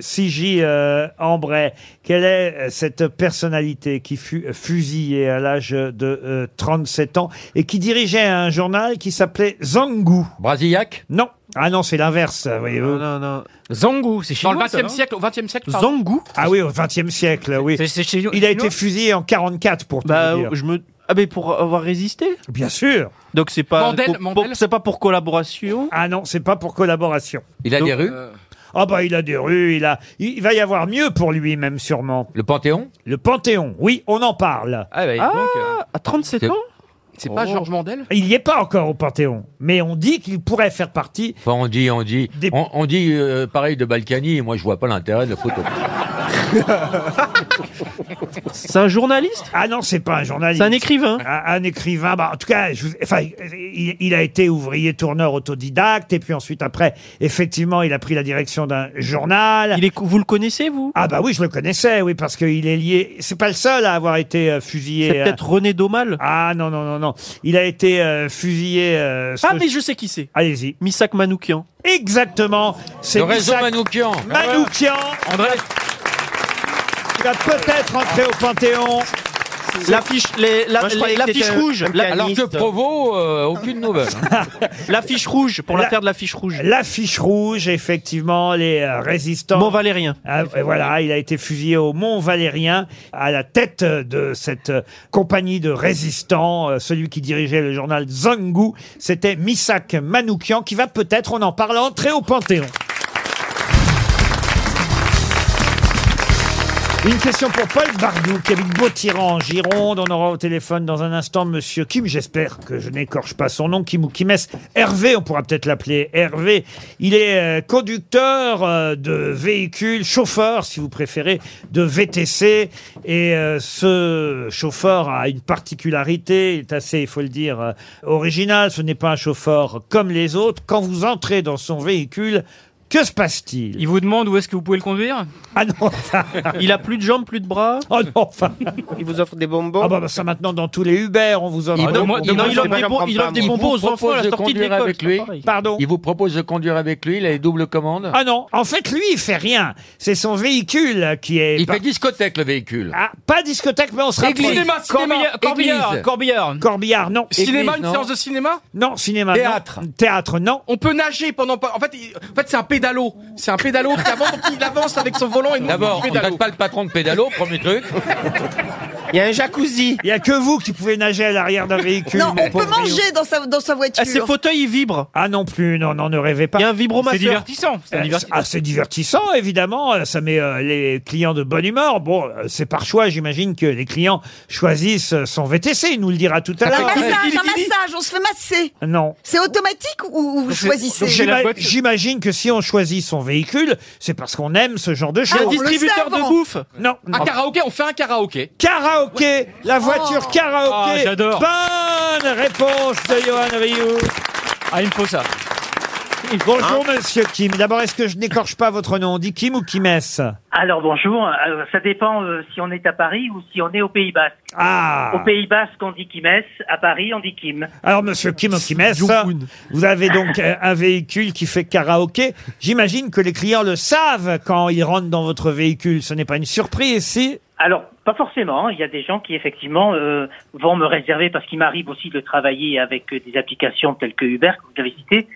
Sigy euh, en Bray. Quelle est euh, cette personnalité qui fut euh, fusillée à l'âge de euh, 37 ans et qui dirigeait un journal qui s'appelait Zangu Brasillac Non. Ah non, c'est l'inverse, voyez-vous. Non, non. Zangu, c'est Dans le 20e siècle, au 20e siècle. pardon. Zangu Ah oui, au 20e siècle, oui. Il a été fusillé en 44 pour tout Bah, vous dire. je me. Ah, mais pour avoir résisté Bien sûr. Donc c'est pas. Mandel, pour- Mandel. pour- C'est pas pour collaboration Ah non, c'est pas pour collaboration. Il a Donc, des rues euh, Ah bah il a des rues, il a il va y avoir mieux pour lui même sûrement. Le Panthéon Le Panthéon, oui, on en parle. Ah, bah, Ah, à 37 ans C'est Oh. pas Georges Mandel Il n'y est pas encore au Panthéon, mais on dit qu'il pourrait faire partie. Enfin, on dit, on dit, on, on dit euh, pareil de Balkany, et moi je vois pas l'intérêt de la photo. C'est un journaliste Ah non, c'est pas un journaliste. C'est un écrivain. Un, un écrivain, bah, en tout cas, je vous- enfin, il, il a été ouvrier tourneur autodidacte, et puis ensuite après, effectivement, il a pris la direction d'un journal. Il est, vous le connaissez, vous Ah bah oui, je le connaissais, oui, parce qu'il est lié. C'est pas le seul à avoir été euh, fusillé. C'est peut-être René Daumal Ah non, non, non, non. Il a été euh, fusillé. euh, Ah, ce- mais je sais qui c'est. Allez-y. Misak Manoukian. Exactement. C'est Le réseau Missak Manoukian. Manoukian. Il va peut-être entrer au Panthéon. L'affiche les- la- Moi, je croyais les- que l'affiche c'était un- rouge. un la- Alors que Provo, euh, aucune nouvelle. hein. L'affiche rouge, pour La- la faire de l'affiche rouge. L'affiche rouge, effectivement, les euh, résistants. Mont Valérien. Ah, et voilà, il a été fusillé au Mont Valérien, à la tête de cette euh, compagnie de résistants. Euh, Celui qui dirigeait le journal Zangu, c'était Misak Manoukian, qui va peut-être, on en parle, entrer au Panthéon. Une question pour Paul Bardou, qui habite Beautiran, en Gironde. On aura au téléphone dans un instant Monsieur Kim. J'espère que je n'écorche pas son nom, Kim ou Kimes. Hervé, on pourra peut-être l'appeler Hervé. Il est euh, conducteur euh, de véhicules, chauffeur, si vous préférez, de VTC. Et euh, ce chauffeur a une particularité, il est assez, il faut le dire, euh, original. Ce n'est pas un chauffeur comme les autres. Quand vous entrez dans son véhicule, Que se passe-t-il Il vous demande où est-ce que vous pouvez le conduire Ah non Il a plus de jambes, plus de bras Oh non, enfin Il vous offre des bonbons Ah bah, bah, ça maintenant dans tous les Uber, on vous offre. Il vous- il vous- offre il vous- bon- offre Il vous propose de conduire avec lui. Pardon. Il vous propose de conduire avec lui. Il a les doubles commandes. Ah non, en fait, lui, il fait rien. C'est son véhicule qui est. Il fait discothèque le véhicule. Ah, pas discothèque, mais on se rapproche. Église. Cinéma, cinéma. Corbillard, Corbillard, Église. Corbillard. Corbillard, non. Cinéma, Église, une non. séance de cinéma Non, cinéma. Théâtre. non. Théâtre, non. On peut nager pendant pas. En fait, il- en fait c'est un pédalo. C'est un pédalo qui avance, donc il avance avec son volant et nous. D'abord, on pédalo. n'attaque pas le patron de pédalo, premier truc. Il y a un jacuzzi. Il y a que vous qui pouvez nager à l'arrière d'un véhicule. Non, mon on peut pauvre Rio. manger dans sa, dans sa voiture. Ah, Ses fauteuils, ils vibrent. Ah non plus, non, non, ne rêvez pas. Il y a un vibromasseur. C'est divertissant. C'est Euh, divertissant. ah, c'est divertissant, évidemment. euh, Ça met euh, les clients de bonne humeur. Bon, euh, c'est par choix. J'imagine que les clients choisissent euh, son VTC. Il nous le dira tout à Un l'heure. massage, un massage, on se fait masser. Non. C'est automatique ou, ou vous choisissez c'est la J'ima- voiture. J'imagine que si on choisit son véhicule, c'est parce qu'on aime ce genre de Il y a un choses. dis- distributeur savent. de bouffe. Non. Un karaoké, on fait un karaoké. Ah. Karaoké, la voiture karaoké. Ah, j'adore. Bonne réponse de Johan Rioux. Ah, il me faut ça. Bonjour Monsieur Kim. D'abord, est-ce que je n'écorche pas votre nom On dit Kim ou Kimès Alors bonjour, Euh, ça dépend euh, si on est à Paris ou si on est au Pays Basque. Ah. Au Pays Basque on dit Kimès, à Paris on dit Kim. Alors Monsieur Kim ou Kimès, vous avez donc euh, un véhicule qui fait karaoké. J'imagine que les clients le savent quand ils rentrent dans votre véhicule. Ce n'est pas une surprise, si Alors pas forcément, hein. il y a des gens qui effectivement euh, vont me réserver parce qu'il m'arrive aussi de travailler avec euh, des applications telles que Uber que vous avez cité.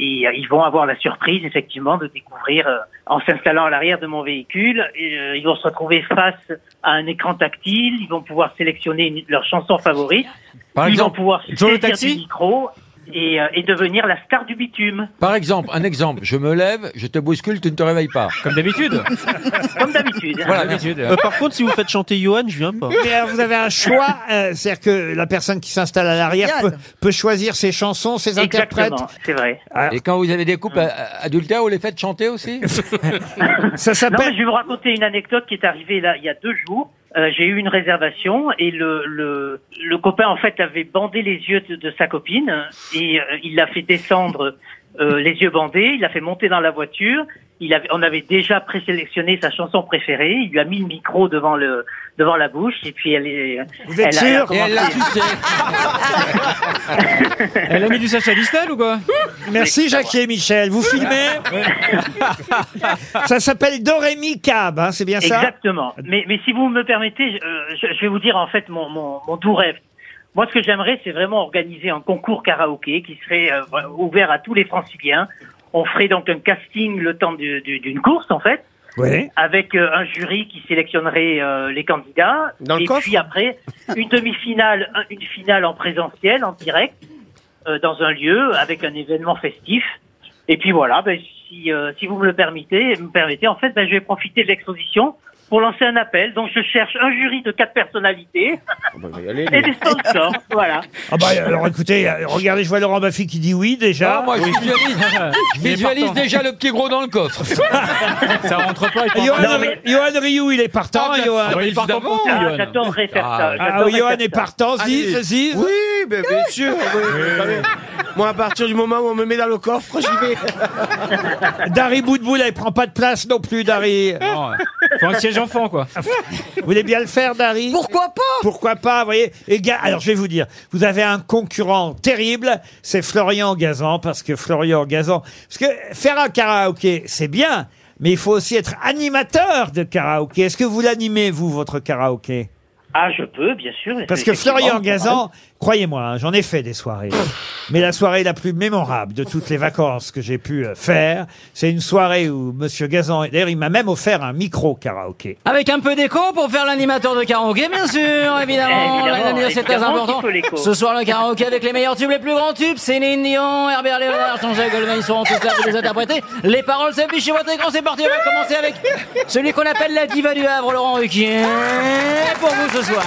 Et euh, ils vont avoir la surprise effectivement de découvrir euh, en s'installant à l'arrière de mon véhicule, et, euh, ils vont se retrouver face à un écran tactile, ils vont pouvoir sélectionner une- leur chanson favorite. Par ils exemple, vont pouvoir Joe le saisir taxi du micro et, euh, et devenir la star du bitume, Par exemple, un exemple. Je me lève, je te bouscule, tu ne te réveilles pas. Comme d'habitude. comme d'habitude. Voilà. Euh, par contre, si vous faites chanter Johan, je viens pas. Mais, euh, vous avez un choix, euh, c'est-à-dire que la personne qui s'installe à l'arrière peut, Génial. peut choisir ses chansons, ses interprètes. Exactement, c'est vrai. Ah. Et quand vous avez des couples euh, adultères, vous les faites chanter aussi Ça Non, mais s'appelle. je vais vous raconter une anecdote qui est arrivée là il y a deux jours. Euh, J'ai eu une réservation et le, le le copain en fait avait bandé les yeux de, de sa copine et euh, il l'a fait descendre euh, les yeux bandés, il l'a fait monter dans la voiture. Il avait, on avait déjà présélectionné sa chanson préférée. Il lui a mis le micro devant le devant la bouche et puis elle est. Vous êtes elle a- elle a sûr Et elle l'a sucé. Elle a mis du Sacha Distel ou quoi Merci Jacques et Michel. Vous filmez Ça s'appelle Dorémy Cab, hein, c'est bien ça Exactement. Mais, mais si vous me permettez, je- euh, je, je vais vous dire en fait mon, mon, mon doux rêve. Moi, ce que j'aimerais, c'est vraiment organiser un concours karaoké qui serait euh, vra- ouvert à tous les franciliens. On ferait donc un casting le temps du- du- d'une course, en fait, Oui. avec euh, un jury qui sélectionnerait euh, les candidats. Dans le et coffre puis après, une demi-finale, un- une finale en présentiel, en direct, euh, dans un lieu, avec un événement festif. Et puis voilà, ben, si, euh, si vous me le permettez, me permettez en fait, ben, je vais profiter de l'exposition pour lancer un appel. Donc je cherche un jury de quatre personnalités Ah, bah, et des sponsors. voilà. Ah bah alors écoutez, euh, regardez, je vois Laurent Baffy qui dit oui déjà. Ah, moi, je visualise, je visualise déjà le petit gros dans le coffre. Ça rentre pas. il faut en Johan, parler. Johan Rioux, il est partant, Ah, Johan. Non, il part en concours, Ah, Johan. J'adorerais faire ça. Ah, j'adorerais Johan faire est ça. partant, Ziz, Ziz. Oui, ben, bien sûr. oui, oui. Moi, à partir du moment où on me met dans le coffre, j'y vais. Dari Boudboul, elle prend pas de place non plus, Dari. Non, euh, faut un siège enfant, quoi. Vous voulez bien le faire, Dari Pourquoi pas Pourquoi pas, vous voyez Et Ga- alors je vais vous dire, vous avez un concurrent terrible, c'est Florian Gazan, parce que Florian Gazan, parce que faire un karaoké, c'est bien, mais il faut aussi être animateur de karaoké. Est-ce que vous l'animez, vous, votre karaoké Ah, je peux, bien sûr. Parce que effectivement, Florian c'est Gazan, croyez-moi, hein, j'en ai fait des soirées, mais la soirée la plus mémorable de toutes les vacances que j'ai pu euh, faire, c'est une soirée où Monsieur Gazan, d'ailleurs il m'a même offert un micro karaoké. Avec un peu d'écho pour faire l'animateur de karaoké, bien sûr, évidemment. Évidemment, les amis, c'est très évidemment important. qu'il faut l'écho. Ce soir, le karaoké avec les meilleurs tubes, les plus grands tubes. Céline Dion, Herbert Léonard, Jean-Jacques Goldman, ils seront tous là pour les interpréter. Les paroles s'affichent sur votre écran, c'est parti. On va commencer avec celui qu'on appelle la diva du Havre, Laurent Ruquier. Pour vous ce soir.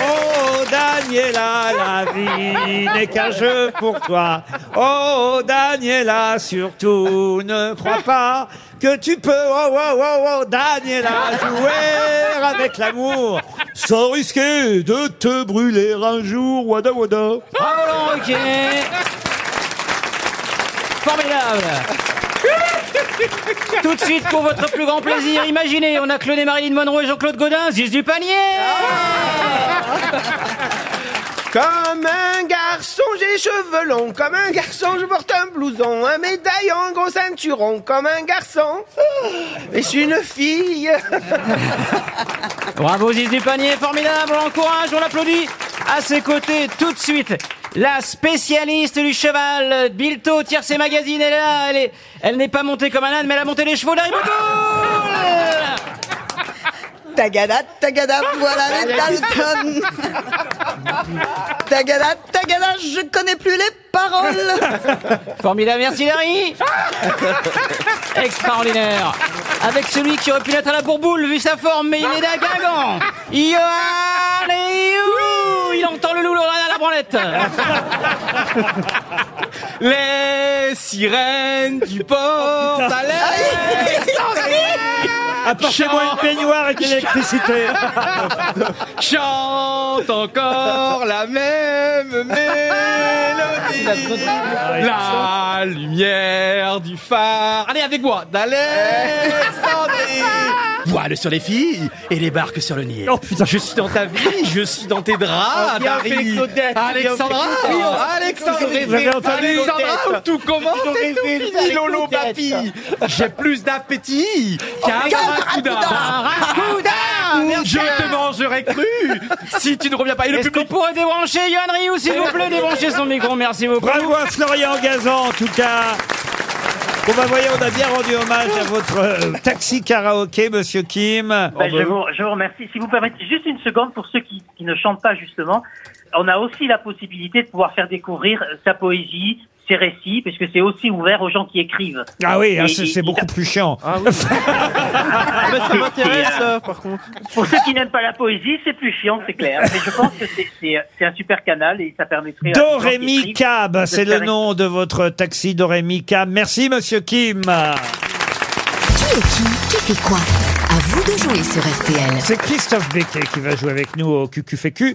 Oh Daniela, la vie n'est qu'un jeu pour toi. Oh Daniela, surtout ne crois pas que tu peux. Oh oh oh oh Daniela, jouer avec l'amour sans risquer de te brûler un jour. Wada wada. Ah, Bravo Laurent Ruquier. Formidable. Tout de suite, pour votre plus grand plaisir, imaginez, on a cloné Marilyn Monroe et Jean-Claude Godin, Ziz du panier Ah. Comme un garçon, j'ai les cheveux longs. Comme un garçon, je porte un blouson. Un médaillon, gros ceinturon. Comme un garçon. Mais je suis une fille. Bravo Ziz du panier, formidable, on l'encourage, on l'applaudit. À ses côtés, tout de suite, la spécialiste du cheval, Bilto Tiercé Magazine, elle est là, elle est, elle n'est pas montée comme un âne, mais elle a monté les chevaux d'Aribotoul Tagada, tagada, voilà les Dalton. tagada, tagada, je connais plus les paroles. Formidable, merci Larry Extraordinaire Avec celui qui aurait pu l'être à la bourboule, vu sa forme, mais il est d'un Guingamp Johan Léou Il entend le loup à la branlette Les sirènes du port Allez Apportez-moi une peignoir avec l'électricité. Chante encore la même mélodie. Ah, La lumière du phare. Allez, avec moi. D'Alexandrie. Voile sur les filles et les barques sur le Nil. Oh putain. Je suis dans ta vie, je suis dans tes draps, Viens, Dari. Félix Audet, Alexandra. viens, Félix Audet. Alexandrie. Vous avez entendu Alexandra, où tout commence et tout Félix finit. Audet. Lolo, papy. J'ai plus d'appétit qu'un Oh, qu'un barracuda. barracuda. Je te mangerai cru si tu ne reviens pas. Et le Est-ce qu'on public pourrait débrancher Johan Rioux, s'il vous plaît, débrancher son micro, merci beaucoup Bravo à Florian Gazan, en tout cas. Bon bah voyez, on a bien rendu hommage à votre euh, taxi karaoké, Monsieur Kim. Ben, je, vous, je vous remercie. Si vous permettez juste une seconde pour ceux qui, qui ne chantent pas justement, on a aussi la possibilité de pouvoir faire découvrir euh, sa poésie, ses récits, parce que c'est aussi ouvert aux gens qui écrivent. Ah oui, Et- hein, Ah c'est et- Ah, c'est et- beaucoup plus chiant. ça m'intéresse, Et, euh, euh, par contre. Pour ceux qui n'aiment pas la poésie, c'est plus chiant, c'est clair. Mais je pense que c'est- c'est c'est un super canal et ça permettrait. à des gens qui Dorémy écrivent Cab, de bah, c'est faire le nom de votre taxi Dorémy Cab. Merci Monsieur Kim. Qui est qui Qui fait quoi À vous de jouer sur RTL. C'est Christophe Becquet qui va jouer avec nous au QQFQ.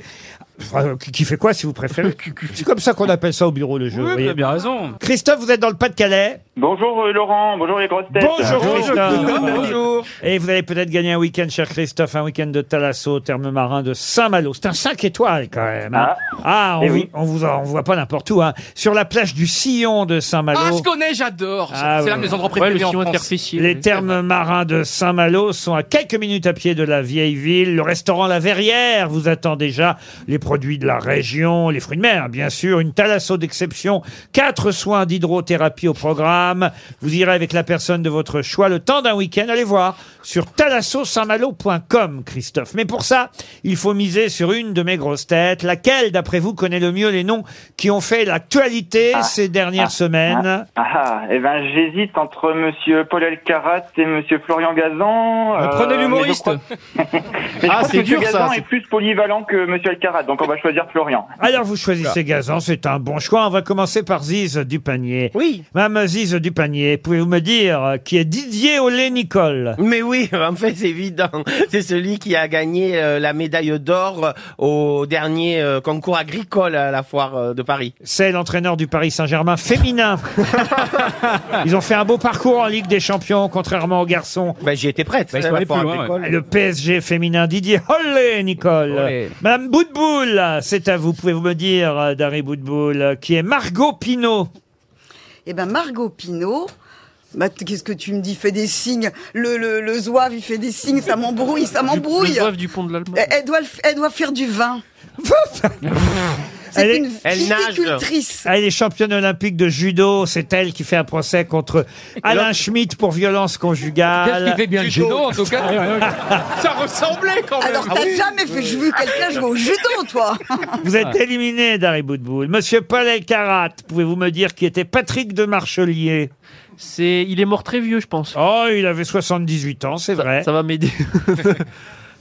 Enfin, au qui fait quoi si vous préférez C'est comme ça qu'on appelle ça au bureau le jeu. vous voyez. raison. Christophe, vous êtes dans le Pas-de-Calais. Bonjour euh, Laurent, bonjour les grosses têtes. Bonjour, Christophe. Et vous allez peut-être gagner un week-end, cher Christophe, un week-end de Thalasso, terme marin de Saint-Malo. C'est un 5 étoiles quand même. hein. Ah, on, Eh vous- oui. on vous en- on voit pas n'importe où. hein. Sur la plage du Sillon de Saint-Malo. Ah, je connais, j'adore. Ah, c'est ouais. l'un de mes endroits préférés en France. Les thermes marins de Saint-Malo sont à quelques minutes à pied de la vieille ville. Le restaurant La Verrière vous attend déjà. Les produits de la région, les fruits de mer, bien sûr. Une thalasso d'exception. Quatre soins d'hydrothérapie au programme. Vous irez avec la personne de votre choix le temps d'un week-end. Allez voir sur thalassosaintmalo.com, Christophe. Mais pour ça, il faut miser sur une de mes grosses têtes. Laquelle, d'après vous, connaît le mieux les noms qui ont fait l'actualité Ah. ces dernières semaines Ah, eh ben j'hésite entre Monsieur Paul Elkarat et Monsieur Florian Gazan. euh, prenez l'humoriste. mais je Ah, pense c'est que Monsieur dur, ça, Gazan c'est- est plus polyvalent que Monsieur Elkarat, donc on va choisir Florian. Alors vous choisissez Gazan, c'est un bon choix. On va commencer par Ziz Dupanier. Oui. Madame Ziz Dupanier, pouvez-vous me dire euh, qui est Didier Olé-Nicole Mais oui, en fait, c'est évident. C'est celui qui a gagné euh, la médaille d'or euh, au dernier euh, concours agricole à la foire euh, de Paris. C'est l'entraîneur du Paris Saint-Germain féminin. Ils ont fait un beau parcours en Ligue des Champions, contrairement aux garçons. Ben, j'y étais prête. hein, la foire agricole. Le PSG féminin Didier Olé-Nicole. Olé. Madame Boutboul, c'est à vous. Pouvez-vous me dire, euh, Dari Boutboul, euh, qui est Margot Pinot Eh ben Margot Pinot. Bah, t- Qu'est-ce que tu me dis Fais des signes. Le, le, le zouave, il fait des signes, ça m'embrouille, ça m'embrouille. Le du pont de l'Allemagne. Elle, elle doit, le f- elle doit faire du vin. Elle C'est est- une Elle nage. Ah, viticultrice. Elle est championne olympique de judo. C'est elle qui fait un procès contre Alain Schmitt pour violence Qu'est-ce conjugale. qui fait bien le judo en tout cas. ça ressemblait quand même. Alors, Ah t'as jamais fait jouer quelqu'un jouer au judo, toi Vous Ah. êtes éliminé, Dari Boudboul. Monsieur Paul Elkarat, pouvez-vous me dire qui était Patrick de Marchelier C'est, il est mort très vieux, je pense. Oh, il avait 78 ans, c'est vrai. Ça va m'aider.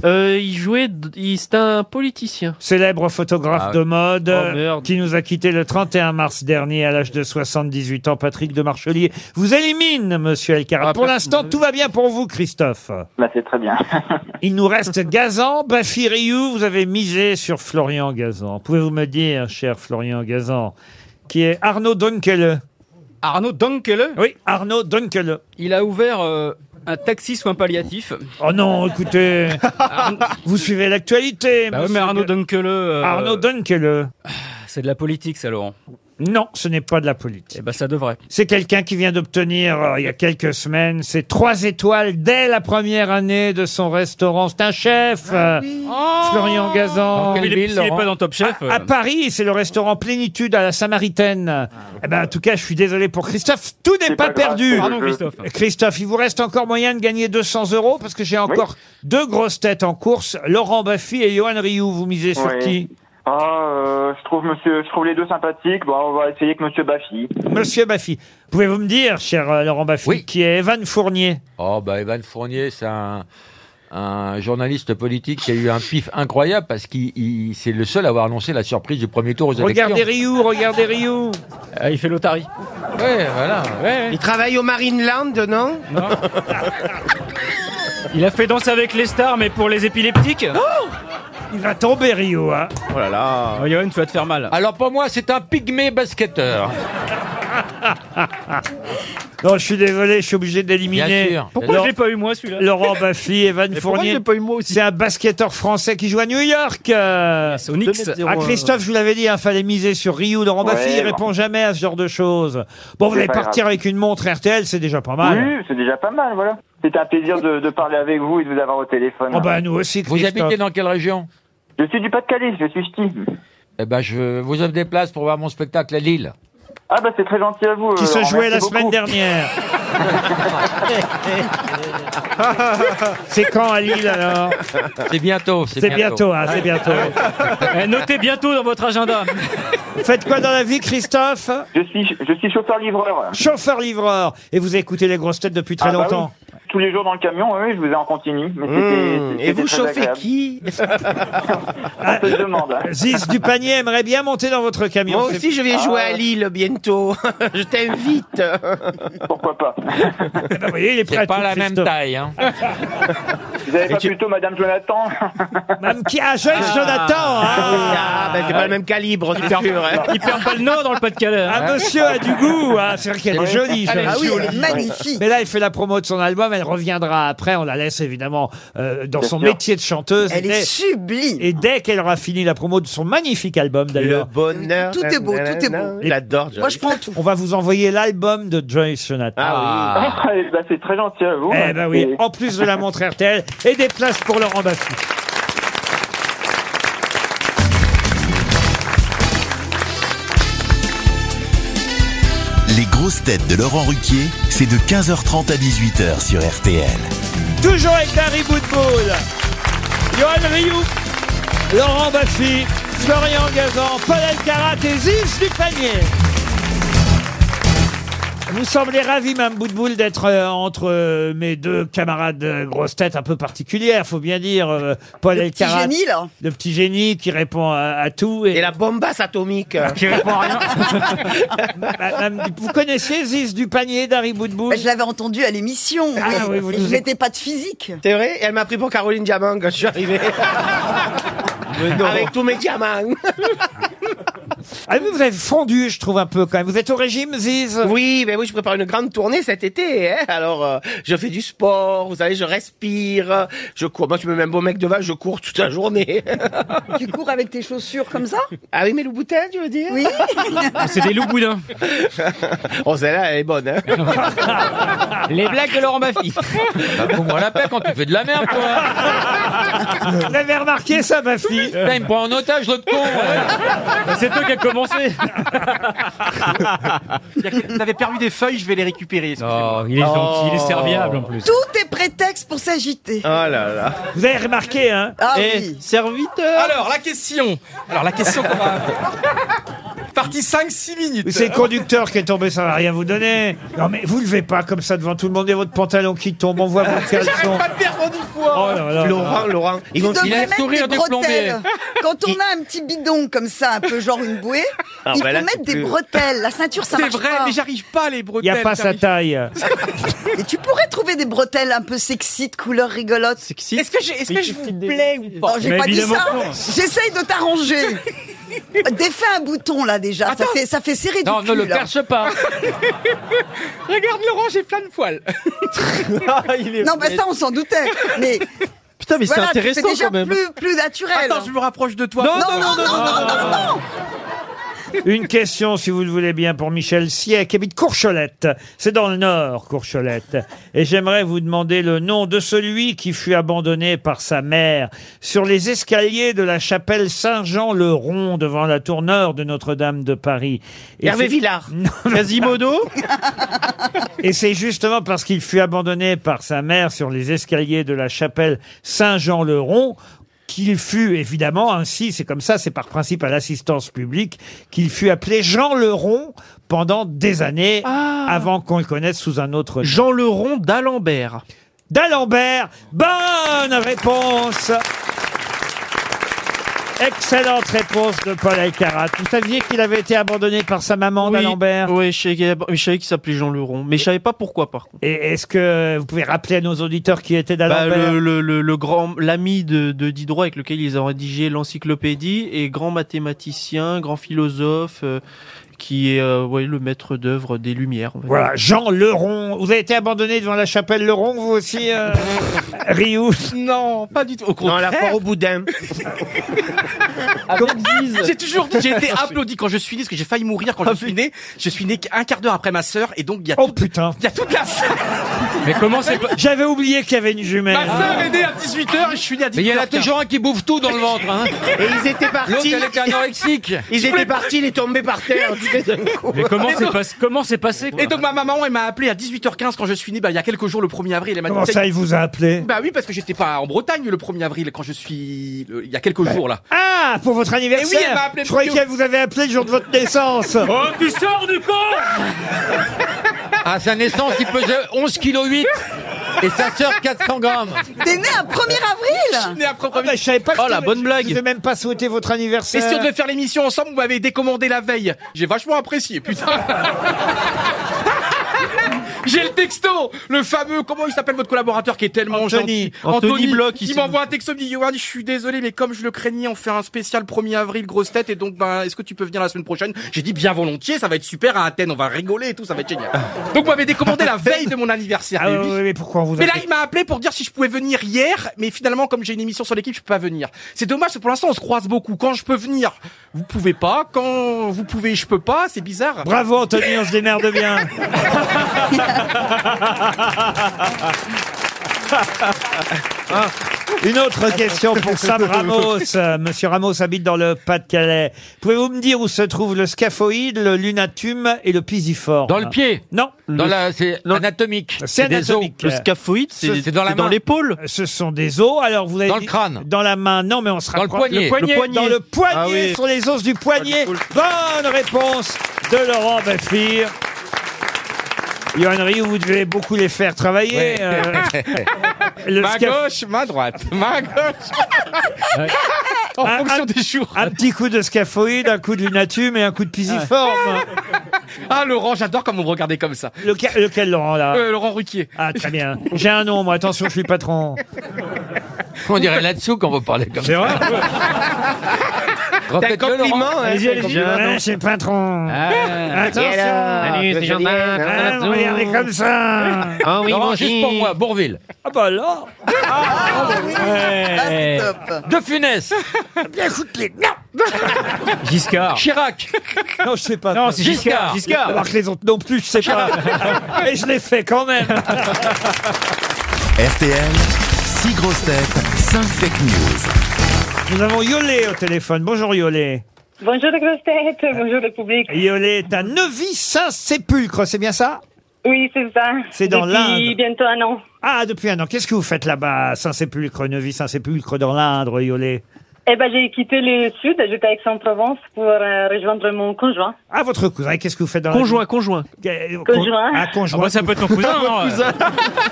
Euh, il jouait, d- il- c'était un politicien. Célèbre photographe Ah oui. de mode Oh, merde. qui nous a quitté le 31 mars dernier à l'âge de 78 ans, Patrick de Marchelier. Vous élimine, monsieur Elkarat. Ah, pour pas- l'instant, tout va bien pour vous, Christophe. Bah c'est très bien. Il nous reste Gazan, Bafi Rioux, vous avez misé sur Florian Gazan. Pouvez-vous me dire, cher Florian Gazan, qui est Arnaud Donkele Arnaud Dunkele Oui, Arnaud Dunkele. Il a ouvert euh, un taxi soin palliatif. Oh non, écoutez, vous suivez l'actualité. Bah oui, mais Arnaud Dunkele. euh, Ah, Arnaud Dunkele. C'est de la politique, ça, Laurent. Non, ce n'est pas de la politique. Eh ben, ça devrait. C'est quelqu'un qui vient d'obtenir, euh, il y a quelques semaines, ses trois étoiles dès la première année de son restaurant. C'est un chef, Ah euh, Oh. Florian Gazan. Dans quelle Il est- ville, s'il est Laurent pas dans Top Chef, À- euh. À, Paris, c'est le restaurant Plénitude à la Samaritaine. Eh ben, en tout cas, je suis désolé pour Christophe. Tout n'est pas, pas grave, perdu. pardon, Christophe. Christophe, il vous reste encore moyen de gagner 200 euros parce que j'ai encore deux grosses têtes en course. Laurent Baffy et Johan Rioux. Vous misez sur Ouais. qui Ah, euh, je trouve monsieur, je trouve les deux sympathiques. Bon, on va essayer avec monsieur Baffy. Monsieur Baffy, pouvez-vous me dire, cher euh, Laurent Baffy, qui est Evan Fournier Oh, bah, Evan Fournier, c'est un, un journaliste politique qui a eu un pif incroyable parce qu'il il- c'est le seul à avoir annoncé la surprise du premier tour aux élections. Regardez Rioux, regardez Rioux. Ah, il fait l'Otari. Ouais, voilà. Il travaille au Marineland, non Il a fait danse avec les stars, mais pour les épileptiques. Oh Il va tomber, Rio. Hein. Oh là là. Oh, Johan, tu vas te faire mal. Alors pour moi, c'est un pygmée basketteur. Non, je suis désolé, je suis obligé d'éliminer. Bien sûr. Pourquoi Laurent- je l'ai pas eu moi celui-là Laurent Baffy, Evan Mais pourquoi Fournier. je l'ai pas eu moi aussi C'est un basketteur français qui joue à New York. euh. Knicks. 2m0, Ah, Christophe, je vous l'avais dit, il fallait miser sur Rio. Laurent Ouais, Baffy, il bon. répond jamais à ce genre de choses. Bon, vous C'est allez pas partir grave. avec une montre RTL, c'est déjà pas mal. Oui, c'est déjà pas mal, voilà. C'était un plaisir de, de parler avec vous et de vous avoir au téléphone. Oh, bah, nous aussi, Vous Christophe. habitez dans quelle région Je suis du Pas-de-Calais, je suis ch'ti. Eh ben, je vous offre des places pour voir mon spectacle à Lille. Ah bah c'est très gentil à vous. Qui euh, se Laurent, jouait merci la semaine beaucoup. dernière. C'est quand à Lille alors Oh, C'est bientôt. C'est bientôt, hein, c'est bientôt. Eh, notez bientôt dans votre agenda. Faites quoi dans la vie, Christophe Je suis, je suis chauffeur-livreur. Chauffeur-livreur. Et vous écoutez les grosses têtes depuis très Ah bah longtemps oui. Tous les jours dans le camion, oui, je vous ai en continu. Mais c'était- Hmm. c'était Et vous très chauffez agréable. qui On se hein. demande. Ziz du panier aimerait bien monter dans votre camion. Moi C'est- Ah. aussi, je vais jouer à Lille bientôt. je t'invite. Pourquoi pas Eh ben, vous voyez, il est prêt à C'est pas tout, la Christophe. Ah, même taille. Hein. Vous avez pas plutôt Madame Jonathan Madame qui Ah, jeune Jonathan Ah, ben c'est pas le même calibre, c'est sûr. hein. Il perd pas le nord dans le Pas-de-Calais. hein. Ah, monsieur a du goût, hein. c'est vrai qu'elle est Ouais. jolie. Elle est Jonathan. Ah oui, elle est Ouais. magnifique. Mais là, elle fait la promo de son album, elle reviendra après, on la laisse évidemment euh, dans Bien son sûr. métier de chanteuse. Elle Et est dès- sublime. Et dès qu'elle aura fini la promo de son magnifique album Le d'ailleurs. bonheur. Tout est beau, tout est beau. J'adore. Joyce. prends tout. On va vous envoyer l'album de Joyce Jonathan. Ah, eh ben, c'est très gentil à vous. Eh ben oui, Et- en plus de la montre RTL et des places pour Laurent Baffy. Les grosses têtes de Laurent Ruquier, c'est de 15h30 à 18h sur RTL. Ah. Toujours avec Harry Bootbull, Johan Rioux, Laurent Baffy, Florian Gazan, Paul Alcarat et Ziz du panier. Vous semblez ravi, Mme Boutboul, d'être euh, entre euh, mes deux camarades euh, grosses têtes un peu particulières, faut bien dire. euh, Paul Le petit Elkarat, génie, là. Le petit génie qui répond à, à tout. Et, Et la bombasse atomique. qui répond à rien. Madame, vous connaissez Ziz du panier d'Harry Boutboul Bah, je l'avais entendu à l'émission. Ah mais oui, vous je nous- n'étais pas de physique. C'est vrai, elle m'a pris pour Caroline Diamant quand je suis arrivé. Avec tous mes diamants. Ah, mais vous avez fondu, je trouve, un peu quand même. Vous êtes au régime, Ziz Oui, mais oui, je prépare une grande tournée cet été. hein. Alors, euh, je fais du sport, vous savez, je respire, je cours. Moi, je me mets un beau mec devant, je cours toute la journée. Tu cours avec tes chaussures comme ça ah oui, mais le boutin, tu veux dire Oui. Ah, C'est des loups boudins. Oh, celle-là, elle est bonne. hein. Les blagues de Laurent Baffy. Bah, Fous-moi la paix quand tu fais de la merde, toi. Vous avez remarqué ça, ma fille Putain, il me prend en otage, l'autre con. ouais. C'est toi qui as commencé. Il y a quelqu'un- T'avais perdu des feuilles, je vais les récupérer. Oh, il est gentil, il est serviable en plus. Tout est prétexte pour s'agiter. Oh là là. Vous avez remarqué, hein Ah Eh, oui. serviteur. Alors, la question. Alors, la question qu'on va. Partie 5-6 minutes. C'est le conducteur qui est tombé, ça va rien vous donner. Non, mais vous levez pas comme ça devant tout le monde et votre pantalon qui tombe, on voit votre caleçon. J'arrive pas de perdre du poids. Oh là là. Laurent, Laurent, ils Tu vont devrais il a le mettre sourire des du plombier. bretelles. Quand on a un petit bidon comme ça, un peu genre une bouée, Ah, il bah faut là, mettre c'est des plus- bretelles. La ceinture, ça C'est marche vrai, pas. mais j'arrive pas à les Il n'y bretelles. a pas sa j'arrive- taille. Mais tu pourrais trouver des bretelles un peu sexy, de couleur rigolote. Sexy. Est-ce que, j'ai- est-ce que je vous plais ou pas Oh, j'ai Mais pas dit évidemment ça. que non. J'essaye de t'arranger. Défais un bouton là déjà, ça fait, ça fait serrer Non, du ne cul, le là. perce pas. Regarde Laurent, j'ai plein de poils. non, mais ça on s'en doutait. Mais Putain, mais c'est voilà, intéressant, c'est déjà quand même. Plus, plus naturel. Attends, je me rapproche de toi. Non, non, non, non, non, non, non, non. Une question, si vous le voulez bien, pour Michel Siek, qui habite Courcholette. C'est dans le Nord, Courcholette. Et j'aimerais vous demander le nom de celui qui fut abandonné par sa mère sur les escaliers de la chapelle Saint-Jean-le-Rond devant la tour nord de Notre-Dame de Paris. Et Hervé c'est- Villard. Quasimodo Et c'est justement parce qu'il fut abandonné par sa mère sur les escaliers de la chapelle Saint-Jean-le-Rond qu'il fut, évidemment, ainsi, c'est comme ça, c'est par principe à l'assistance publique, qu'il fut appelé Jean le Rond pendant des années avant qu'on le connaisse sous un autre nom. Ah. Jean le Rond d'Alembert. D'Alembert, bonne réponse Excellente réponse de Paul Alcarat. Vous saviez qu'il avait été abandonné par sa maman d'Alembert Oui, je savais, je savais qu'il s'appelait Jean Leron, mais je savais pas pourquoi par contre. Et est-ce que vous pouvez rappeler à nos auditeurs qui était Bah, d'Alembert le, le- le- le grand l'ami de, de Diderot avec lequel ils ont rédigé l'encyclopédie et grand mathématicien, grand philosophe euh, qui est euh, ouais, le maître d'œuvre des Lumières. on va Voilà, dire. Jean Leron. Vous avez été abandonné devant la chapelle Leron, vous aussi, euh, Rioux Non, pas du tout. Au Non, la contraire. Eh foire au boudin. Ah, J'ai toujours dit, Ah, j'ai été Ah, applaudi quand je suis né, parce que j'ai failli mourir quand je suis né. Je suis né un quart d'heure après ma sœur, et donc il y a. Oh putain Il y a toute la salle Mais comment c'est J'avais oublié qu'il y avait une jumelle. Ma sœur est née à 18h et je suis né à 18h. Mais il y en a toujours un qui bouffe tout dans le ventre. Hein. Et ils étaient L'autre, partis. elle est anorexique. Ils Je voulais- étaient partis, il est tombé par terre. tu sais, d'un coup. Mais comment Et c'est donc- passé Comment c'est passé quoi Et donc ma maman, elle m'a appelé à 18h15 quand je suis né, bah, il y a quelques jours, le 1er avril. Elle m'a dit, Comment ça, il vous a appelé Bah oui, parce que j'étais pas en Bretagne le 1er avril quand je suis. le- Il y a quelques jours là. Ah, pour votre anniversaire Eh oui, elle m'a appelé Je croyais plus tôt. qu'elle vous avait appelé le jour de votre naissance. Oh, tu sors du corps À sa naissance, il pesait 11,8 kg et sa sœur 400 grammes. T'es né un 1er avril Né après Ah, bah, je savais pas que Oh, la vous- bonne blague. Je vous ai même pas souhaité votre Mais anniversaire. si on devait faire l'émission ensemble, vous m'avez décommandé la veille. J'ai vachement apprécié, putain. J'ai le texto, le fameux, comment il s'appelle votre collaborateur qui est tellement Anthony. gentil Anthony Bloch, il ici. m'envoie un texto, il me dit, Johan, je suis désolé, mais comme je le craignais, on fait un spécial 1er avril, grosse tête, et donc, ben, est-ce que tu peux venir la semaine prochaine? J'ai dit, bien volontiers, ça va être super à Athènes, on va rigoler et tout, ça va être génial. Donc, vous m'avez décommandé la veille de mon anniversaire. Ah mais oui. oui, oui, mais pourquoi on vous a Mais là, il m'a appelé pour dire si je pouvais venir hier, mais finalement, comme j'ai une émission sur l'équipe, je peux pas venir. C'est dommage, parce que pour l'instant, on se croise beaucoup. Quand je peux venir, vous pouvez pas. Quand vous pouvez, je peux pas. C'est bizarre. Bravo Anthony, on se démerde bien. Ah. Une autre question pour Sam Ramos. Euh, Monsieur Ramos habite dans le Pas-de-Calais. Pouvez-vous me dire où se trouvent le scaphoïde, le lunatum et le pisiforme Dans le pied. Non. Dans la, c'est anatomique. C'est des os. anatomique. Le scaphoïde, c'est C'est dans la c'est dans main. l'épaule. Ce sont des os. Alors vous avez Dans le dit- crâne. Dans la main. Non, mais on se Dans le rapproche. poignet. Le poignet. Dans le poignet. Ah oui. Sur les os du poignet. Bonne réponse de Laurent Baffir. Johan Rioux, vous devez beaucoup les faire travailler. Ouais. euh, le Main scaph- gauche, main droite. Main gauche. en Ah, fonction ah. des jours. Un petit coup de scaphoïde, un coup de lunatum et un coup de pisiforme. Ah, Laurent, j'adore quand vous me regardez comme ça. Lequel, lequel, Laurent, là Euh, Laurent Ruquier. Ah, très bien. J'ai un nom, moi. Attention, je suis patron. On dirait là-dessous quand vous parlez comme C'est ça. vrai Refaites-le, Laurent. hein. hein, Allez-y, allez-y. Ouais, Je suis patron. Ah, Attention. Salut, c'est Jean-Marc. Ah, vous regardez comme ça. Ah oui, Laurent, bonjour. juste pour moi, Bourville. Ah bah là. Ah, c'est top. De Funès, Ah, Bien écoutez. Non. Giscard. Chirac, Non, je sais pas. Non, c'est Giscard. Giscard. Alors que les autres non plus, je sais pas. Et je l'ai fait quand même. RTL, 6 grosses têtes, 5 fake news. Nous avons Yolé au téléphone. Bonjour Yolé. Bonjour les grosses têtes, bonjour le public. Yolé est à Neuvy-Saint-Sépulcre, c'est bien ça Oui, c'est ça. C'est dans l'Inde. Depuis bientôt un an. Ah, depuis un an. Qu'est-ce que vous faites là-bas, à Saint-Sépulcre, Neuvy-Saint-Sépulcre, dans l'Indre, Yolé Eh ben, j'ai quitté le sud, j'étais à Aix-en-Provence pour euh, rejoindre mon conjoint. Ah, votre cousin, qu'est-ce que vous faites dans la- Conjoint, conjoint. Euh, con- Conjoint. Ah, Ah conjoint. bah, ça peut être ton cousin, non euh.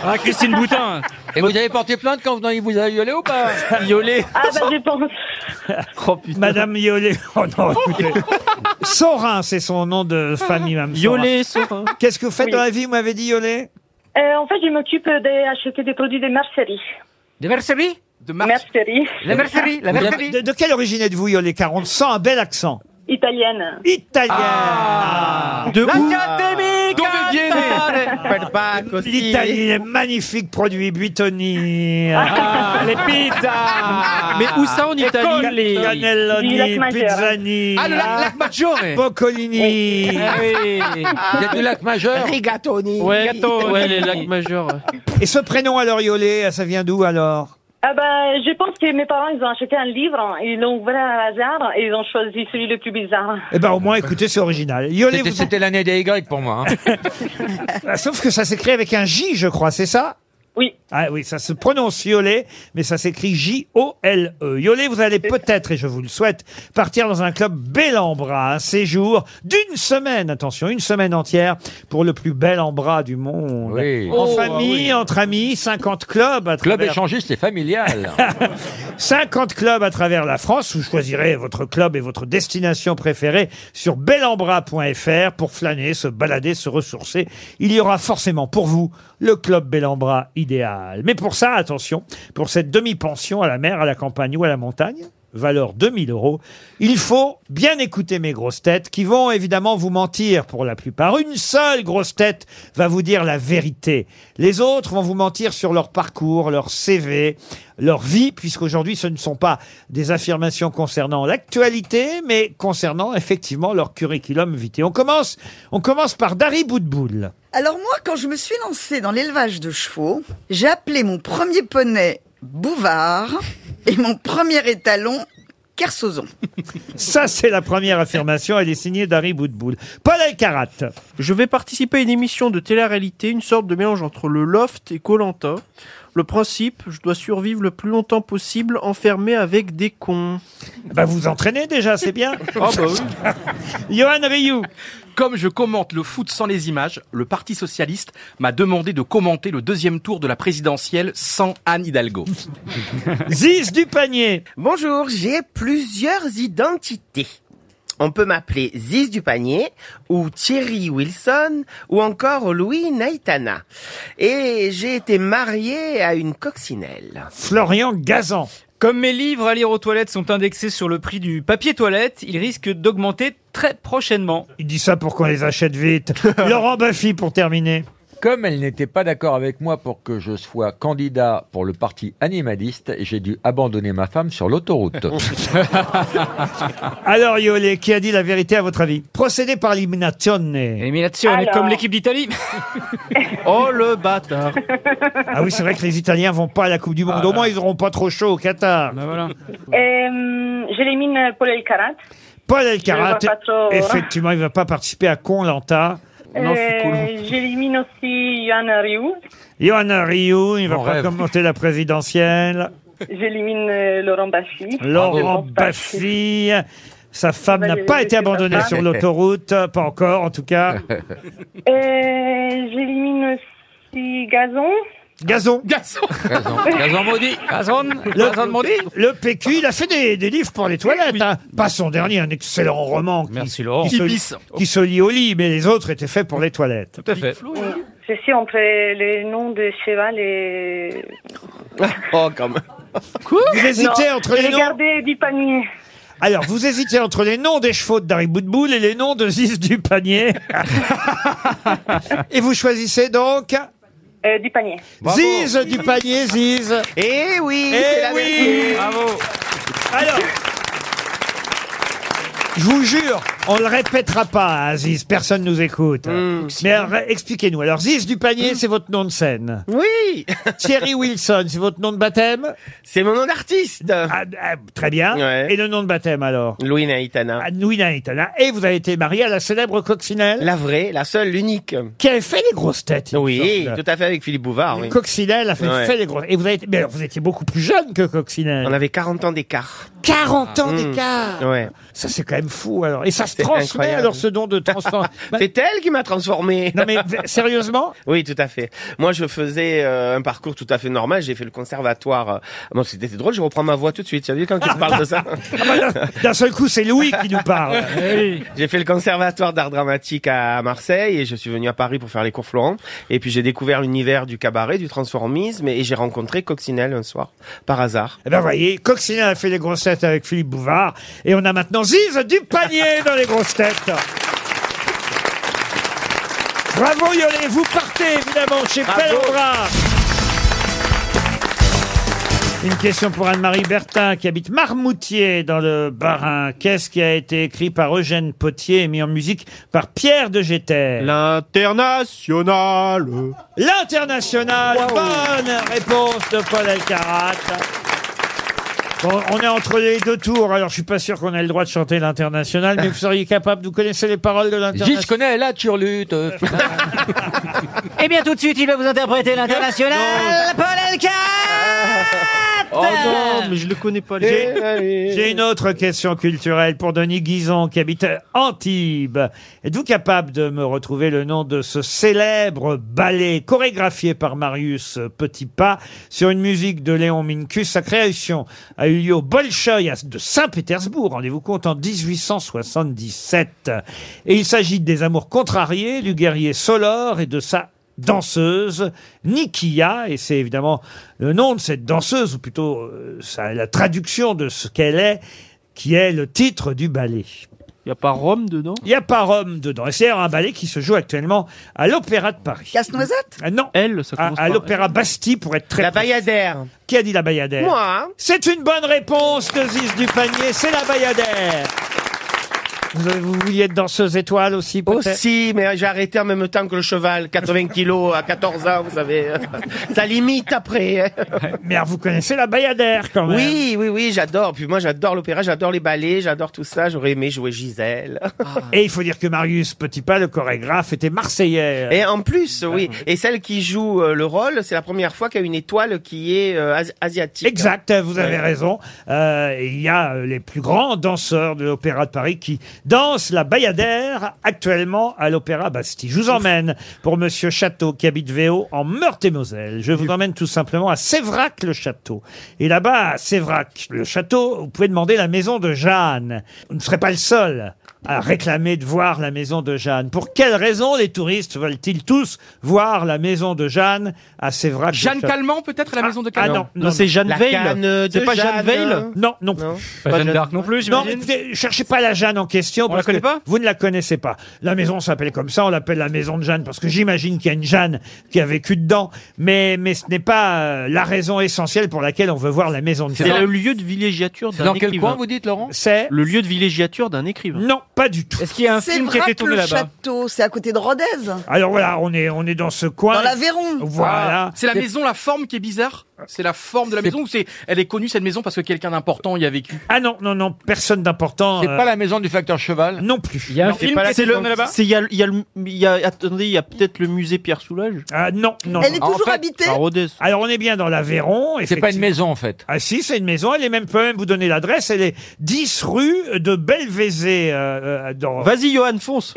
Ah, Christine Boutin. et vous avez porté plainte quand vous avez violé ou pas Violet. Ah ben, je pense. Oh putain. Madame Yolé. Oh non, écoutez. Sorin, c'est son nom de famille, même. Violet, Sorin. Qu'est-ce que vous faites Oui. dans la vie, vous m'avez dit Yolé Euh, en fait, je m'occupe d'acheter des produits de mercerie. De mercerie De mar- Mercerie. La mercerie, la Vous avez- mercerie. de, de quelle origine êtes-vous, Yolé Car on sent un bel accent. Italienne. Italienne. De La où Accademia Dove viene? Per Pâques aussi. L'Italie, les magnifiques produits Buitoni. Ah, les pizzas. Mais où ça en Les Italie colis. les Du lac Cannelloni, Maggiore. Pizzani. Ah, le lac- lac Maggiore. Boccolini. Ah oui. Il y a du lac majeur. Rigatoni. Gâteau, ouais, les lacs majeurs. Et ce prénom à l'oriolé, ça vient d'où alors Ah ben, je pense que mes parents, ils ont acheté un livre, hein. ils l'ont ouvert à hasard et ils ont choisi celui le plus bizarre. Eh ben au moins, écoutez, c'est original. Yolé, C'était vous- c'était l'année des Y pour moi. hein. Ah, Sauf que ça s'écrit avec un J, je crois, c'est ça Oui. Ah oui, ça se prononce Yolé, mais ça s'écrit J-O-L-E. Yolé, vous allez peut-être, et je vous le souhaite, partir dans un club bel en bras, un séjour d'une semaine, attention, une semaine entière, pour le plus bel en bras du monde. Oui. En Oh, famille, entre amis, 50 clubs à Club travers- échangiste, c'est familial. 50 clubs à travers la France. Vous choisirez votre club et votre destination préférée sur belambra.fr pour flâner, se balader, se ressourcer. Il y aura forcément pour vous le club Bellambra idéal. Mais pour ça, attention, pour cette demi-pension à la mer, à la campagne ou à la montagne, valeur 2000 euros, il faut bien écouter mes grosses têtes qui vont évidemment vous mentir pour la plupart. Une seule grosse tête va vous dire la vérité. Les autres vont vous mentir sur leur parcours, leur CV, leur vie, puisqu'aujourd'hui ce ne sont pas des affirmations concernant l'actualité, mais concernant effectivement leur curriculum vitae. On commence, on commence par Dari Boudboul. Alors moi, quand je me suis lancée dans l'élevage de chevaux, j'ai appelé mon premier poney Bouvard et mon premier étalon Kersozon. Ça, c'est la première affirmation. Elle est signée Dari Boudboul. Paul Elkarat. Je vais participer à une émission de télé-réalité, une sorte de mélange entre le loft et Colanta. Le principe, je dois survivre le plus longtemps possible enfermé avec des cons. Bah vous entraînez déjà, c'est bien. Ah bah oui. Johan Rioux. Comme je commente le foot sans les images, le Parti Socialiste m'a demandé de commenter le deuxième tour de la présidentielle sans Anne Hidalgo. Ziz du panier. Bonjour, j'ai plusieurs identités. On peut m'appeler Ziz du panier ou Thierry Wilson ou encore Louis Naitana. Et j'ai été marié à une coccinelle. Florian Gazan. Comme mes livres à lire aux toilettes sont indexés sur le prix du papier toilette, ils risquent d'augmenter très prochainement. Il dit ça pour qu'on les achète vite. Laurent Baffy pour terminer. Comme elle n'était pas d'accord avec moi pour que je sois candidat pour le parti animaliste, j'ai dû abandonner ma femme sur l'autoroute. Alors Yolé, qui a dit la vérité à votre avis Procédé par l'imminatione. on Elimination, est comme l'équipe d'Italie. oh le bâtard. Ah oui, c'est vrai que les Italiens vont pas à la Coupe du Monde. Ah au moins, ils n'auront pas trop chaud au Qatar. Ben Euh, J'élimine Paul Elkarat. Paul Je Elkarat, le vois pas trop. effectivement, il va pas participer à Conlanta. Oh Euh, J'élimine aussi Yann Rioux. Johan Rioux, il va Mon pas rêve. commenter la présidentielle. J'élimine euh, Laurent Baffy. Laurent Baffy. Sa femme Ah bah, n'a j'ai pas laissé été sa abandonnée femme. sur l'autoroute, pas encore en tout cas. Euh, J'élimine aussi Gazon. Gazon. Gazon. Gazon maudit. Gazon, Gazon maudit. Le PQ, il a fait des, des livres pour les toilettes. hein. Pas son dernier, un excellent roman qui, Merci Laurent. qui se, qui se lit au lit, mais les autres étaient faits pour les toilettes. Tout à fait. Je suis entre les noms de cheval et... Oh, quand même. Vous hésitez Non, entre je les vais noms garder du panier. Alors, vous hésitez entre les noms des chevaux de Dari Boudboul et les noms de Ziz du panier. et vous choisissez donc Euh, du panier. Ziz du panier, Ziz. Eh oui, c'est la Eh oui vérité. Alors, je vous jure, on le répétera pas, hein, Ziz, personne nous écoute. Hmm. Mais alors, expliquez-nous. Alors, Ziz du panier, c'est votre nom de scène. Oui, Thierry Wilson, c'est votre nom de baptême c'est mon nom d'artiste. Ah, ah, Très bien. Ouais. Et le nom de baptême alors Louis Naitana. Nouina Itana. Et vous avez été marié à la célèbre coccinelle La vraie, la seule, l'unique. qui avait fait les grosses têtes. il me Oui, semble. tout à fait avec Philippe Bouvard. oui. Coccinelle a fait, Ouais. fait les grosses. Et vous avez, été- mais alors, vous étiez beaucoup plus jeune que Coccinelle. On avait 40 ans d'écart. 40 ans Mm. d'écart. Ouais. Ça, c'est quand même fou, alors. Et ça se C'est transmet, incroyable. alors, ce don de transformation. C'est elle qui m'a transformé. non, mais v- sérieusement? Oui, tout à fait. Moi, je faisais euh, un parcours tout à fait normal. J'ai fait le conservatoire. euh, Bon, c'était c'était drôle. Je reprends ma voix tout de suite. Tu as vu quand tu parles de ça Ah bah, D'un seul coup, c'est Louis qui nous parle. J'ai fait le conservatoire d'art dramatique à Marseille et je suis venu à Paris pour faire les cours Florent. Et puis j'ai découvert l'univers du cabaret, du transformisme et j'ai rencontré Coccinelle un soir par hasard. Eh ben, voyez, Coccinelle a fait les grosses têtes. têtes avec Philippe Bouvard. Et on a maintenant Ziz du panier dans les grosses têtes. Bravo Yolé, vous partez évidemment chez Pellebras. Une question pour Anne-Marie Bertin qui habite Marmoutier dans le Barin. Qu'est-ce qui a été écrit par Eugène Potier et mis en musique par Pierre de Géter L'international. L'international. Bonne réponse de Paul Elkarat. Bon, on est entre les deux tours, alors je suis pas sûr qu'on ait le droit de chanter l'international, mais vous seriez capable, vous connaissez les paroles de l'international. J'y connais la turlute. Et Eh bien tout de suite, il va vous interpréter l'international Paul Elkarat Oh non, mais je le connais pas. J'ai j'ai une autre question culturelle pour Denis Guison qui habite Antibes. Êtes-vous capable de me retrouver le nom de ce célèbre ballet chorégraphié par Marius Petitpas sur une musique de Léon Minkus Sa création a eu lieu au Bolchoï à- de Saint-Pétersbourg, rendez-vous compte, en 1877. Et il s'agit des amours contrariés du guerrier Solor et de sa danseuse Nikia, et c'est évidemment le nom de cette danseuse, ou plutôt euh, ça, la traduction de ce qu'elle est, qui est le titre du ballet. Il n'y a pas Rome dedans Il n'y a pas Rome dedans. Et c'est d'ailleurs un ballet qui se joue actuellement à l'Opéra de Paris. Casse-noisette Non. Elle, ça commence À, à par l'Opéra Bastille, pour être très La Bayadère. Qui a dit la Bayadère Moi. C'est une bonne réponse de Ziz du panier, c'est la Bayadère. Vous, vous vouliez être danseuse étoile aussi, peut-être Aussi, mais j'ai arrêté en même temps que le cheval. 80 kilos à 14 ans, vous savez. Ça limite après. Mais alors, vous connaissez la Bayadère quand même. Oui, oui, oui, j'adore. Puis moi, j'adore l'opéra, j'adore les ballets, j'adore tout ça. J'aurais aimé jouer Gisèle. Ah. Et il faut dire que Marius Petitpas, le chorégraphe, était marseillais. Et en plus, Ah, oui. Et celle qui joue euh, le rôle, c'est la première fois qu'il y a une étoile qui est euh, as- asiatique. Exact, vous avez Ouais. raison. Euh, et il y a euh, les plus grands danseurs de l'Opéra de Paris qui dansent la Bayadère actuellement à l'Opéra Bastille. Je vous emmène pour Monsieur Château qui habite Véo en Meurthe-et-Moselle. Je vous emmène tout simplement à Sévrac-le-Château. Et là-bas, à Sévrac-le-Château, vous pouvez demander la maison de Jeanne. Vous ne serez pas le seul à réclamer de voir la maison de Jeanne. Pour quelle raison les touristes veulent-ils tous voir la maison de Jeanne à Sévrac Jeanne Calment, peut-être, la maison de ah Calment. non, non, non. Non, non. plus. Pas Pas Jeanne Jeanne d'Arc non plus, Non, j'imagine écoutez, cherchez pas la Jeanne en question. On la parce connaît que pas Vous ne la connaissez pas. La maison s'appelle comme ça, on l'appelle la maison de Jeanne parce que j'imagine qu'il y a une Jeanne qui a vécu dedans. Mais, mais ce n'est pas euh, la raison essentielle pour laquelle on veut voir la maison de C'est le Jeanne. lieu de villégiature d'un dans écrivain. quel coin, vous dites, Laurent C'est le lieu de villégiature d'un écrivain. Non, pas du tout. Est-ce qu'il y a un C'est film qui a été Vrac le tourné là-bas château, c'est à côté de Rodez. Alors voilà, on est, on est dans ce coin. Dans l'Aveyron. Voilà. C'est la maison, la forme qui est bizarre. C'est la forme de la maison ou c'est, elle est connue cette maison parce que quelqu'un d'important y a vécu. Ah non, non, non, personne d'important. C'est euh, pas la maison du facteur cheval Non plus. Il y a un film qui c'est est là-bas C'est il y a, il y a le- il y a- attendez, il y a peut-être le musée Pierre Soulages Ah non, non. Elle est toujours habitée à Rodez. Alors on est bien dans l'Aveyron. C'est pas une effectivement. maison en fait. Ah si, c'est une maison. Elle est même, peut même vous donner l'adresse. Elle est 10 rue de Belvézé. euh, dans... Ah, Vas-y, Johan, fonce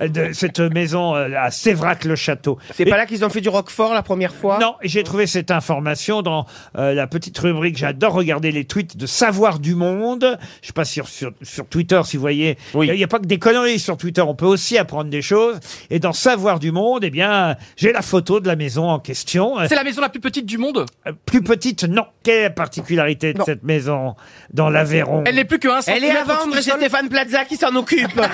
de Cette maison euh, à Sévrac-le-Château. C'est pas là qu'ils ont fait du roquefort la première fois Non, et j'ai trouvé cette information dans euh, la petite rubrique. J'adore regarder les tweets de Savoir du Monde. Je sais pas sur, sur, sur Twitter, si vous voyez. Il n'y a, pas que des conneries sur Twitter. On peut aussi apprendre des choses. Et dans Savoir du Monde, eh bien, j'ai la photo de la maison en question. C'est la maison la plus petite du monde. Euh, Plus petite, non. Quelle est la particularité de cette maison dans l'Aveyron Elle n'est plus que un Elle est à centimètre vendre, au-dessus du c'est sol. Stéphane Plaza qui s'en occupe. Non,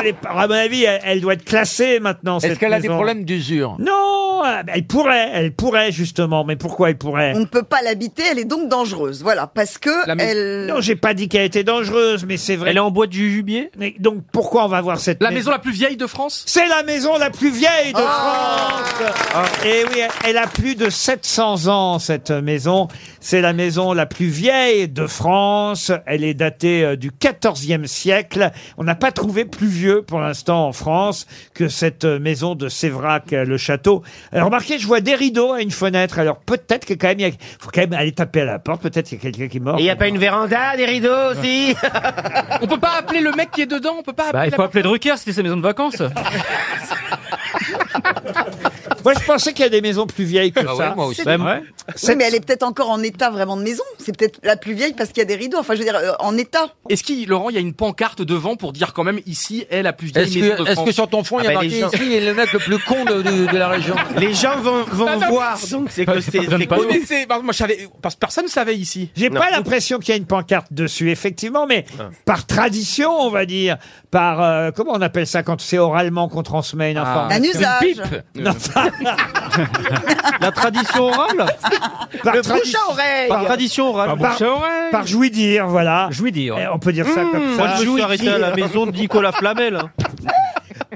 elle est- à mon avis, elle, elle doit être classée maintenant. Est-ce cette qu'elle a des maison. problèmes d'usure Non, elle pourrait, elle pourrait justement. Mais pourquoi elle pourrait On ne peut pas l'habiter, elle est donc dangereuse. Voilà, parce que elle. Non, j'ai pas dit qu'elle était dangereuse, mais c'est vrai. Elle est en bois du jubier. Mais donc pourquoi on va voir cette La maison la plus vieille de France. C'est la maison la plus vieille de Ah France. Et Ah. Eh oui, elle a plus de 700 ans cette maison. C'est la maison la plus vieille de France. Elle est datée euh, du 14e siècle. On n'a pas trouvé plus vieux pour l'instant en France que cette euh, maison de Sévrac, euh, le château. Alors, remarquez, je vois des rideaux à une fenêtre. Alors peut-être que quand même, il y a- faut quand même aller taper à la porte. Peut-être qu'il y a quelqu'un qui est mort. Et il n'y a pas une véranda, des rideaux aussi On peut pas appeler le mec qui est dedans. On peut pas appeler. Bah, il faut appeler Drucker, c'était sa maison de vacances. Moi, je pensais qu'il y a des maisons plus vieilles que Ah ouais, ça. moi aussi. C'est- Oui, mais elle est peut-être encore en état vraiment de maison. C'est peut-être la plus vieille parce qu'il y a des rideaux. Enfin, je veux dire, euh, en état. Est-ce qu'il, Laurent, il y a une pancarte devant pour dire quand même ici est la plus vieille Est-ce maison de que, est-ce France que sur ton front, il y a Ah bah, marqué les gens- ici, il est le mec le plus con de, de- de la région Les gens vont, vont voir, donc c'est que c'est. c'est Oui, mais cool. c'est- pardon, moi, je savais- parce que personne ne savait ici. Ah. J'ai pas l'impression qu'il y a une pancarte dessus, effectivement, mais par tradition, on va dire, par euh, comment on appelle ça quand c'est oralement qu'on transmet Ah. une information. Un usage. Non, enfin, Euh. La tradition orale par Le tradi- bouche à oreille. Par tradition orale. Par Par, bouche à oreille. Hmm. par jouidir, voilà. Jouidir. on peut dire ça comme Moi, ça. je me suis arrêté à la maison de Nicolas Flamel. hein.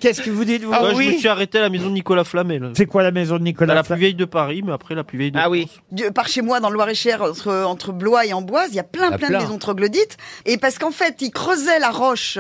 Qu'est-ce que vous dites, vous Ah Moi, Je oui me suis arrêté à la maison de Nicolas Flamel. C'est quoi la maison de Nicolas La plus vieille de Paris, mais après la plus vieille de Ah oui. Dieu, par chez moi, dans le Loir-et-Cher, entre, entre Blois et Amboise, il y a plein, Il y a plein, plein. de maisons troglodytes. Et parce qu'en fait, ils creusaient la roche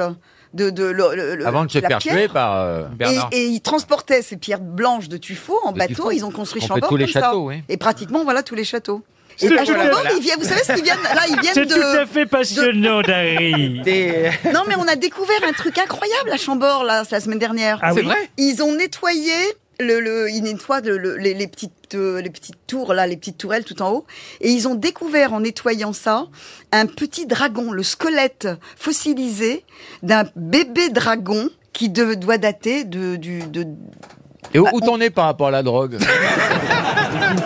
de, de, le- le- le- Avant de se la faire pierre. tuer par euh, Bernard. Et, et ils transportaient ces pierres blanches de tuffeau en De bateau. tuffeau. Ils ont construit On fait Chambord tous les comme ça. châteaux, oui. Et pratiquement, voilà tous les châteaux. C'est Et à tout à Chambord, fait- ils viennent- vous savez ce qu'ils viennent Là, ils C'est viennent de. tout à fait passionnant, Dari. Non, mais on a découvert un truc incroyable à Chambord, là, c'est la semaine dernière. Ah C'est oui vrai Ils ont nettoyé. Le, le- ils nettoient le- le- les, les petites, euh, les petites tours, là, les petites tourelles tout en haut. Et ils ont découvert, en nettoyant ça, un petit dragon, le squelette fossilisé d'un bébé dragon qui de- doit dater de, du, de, Et où, où t'en es par rapport à la drogue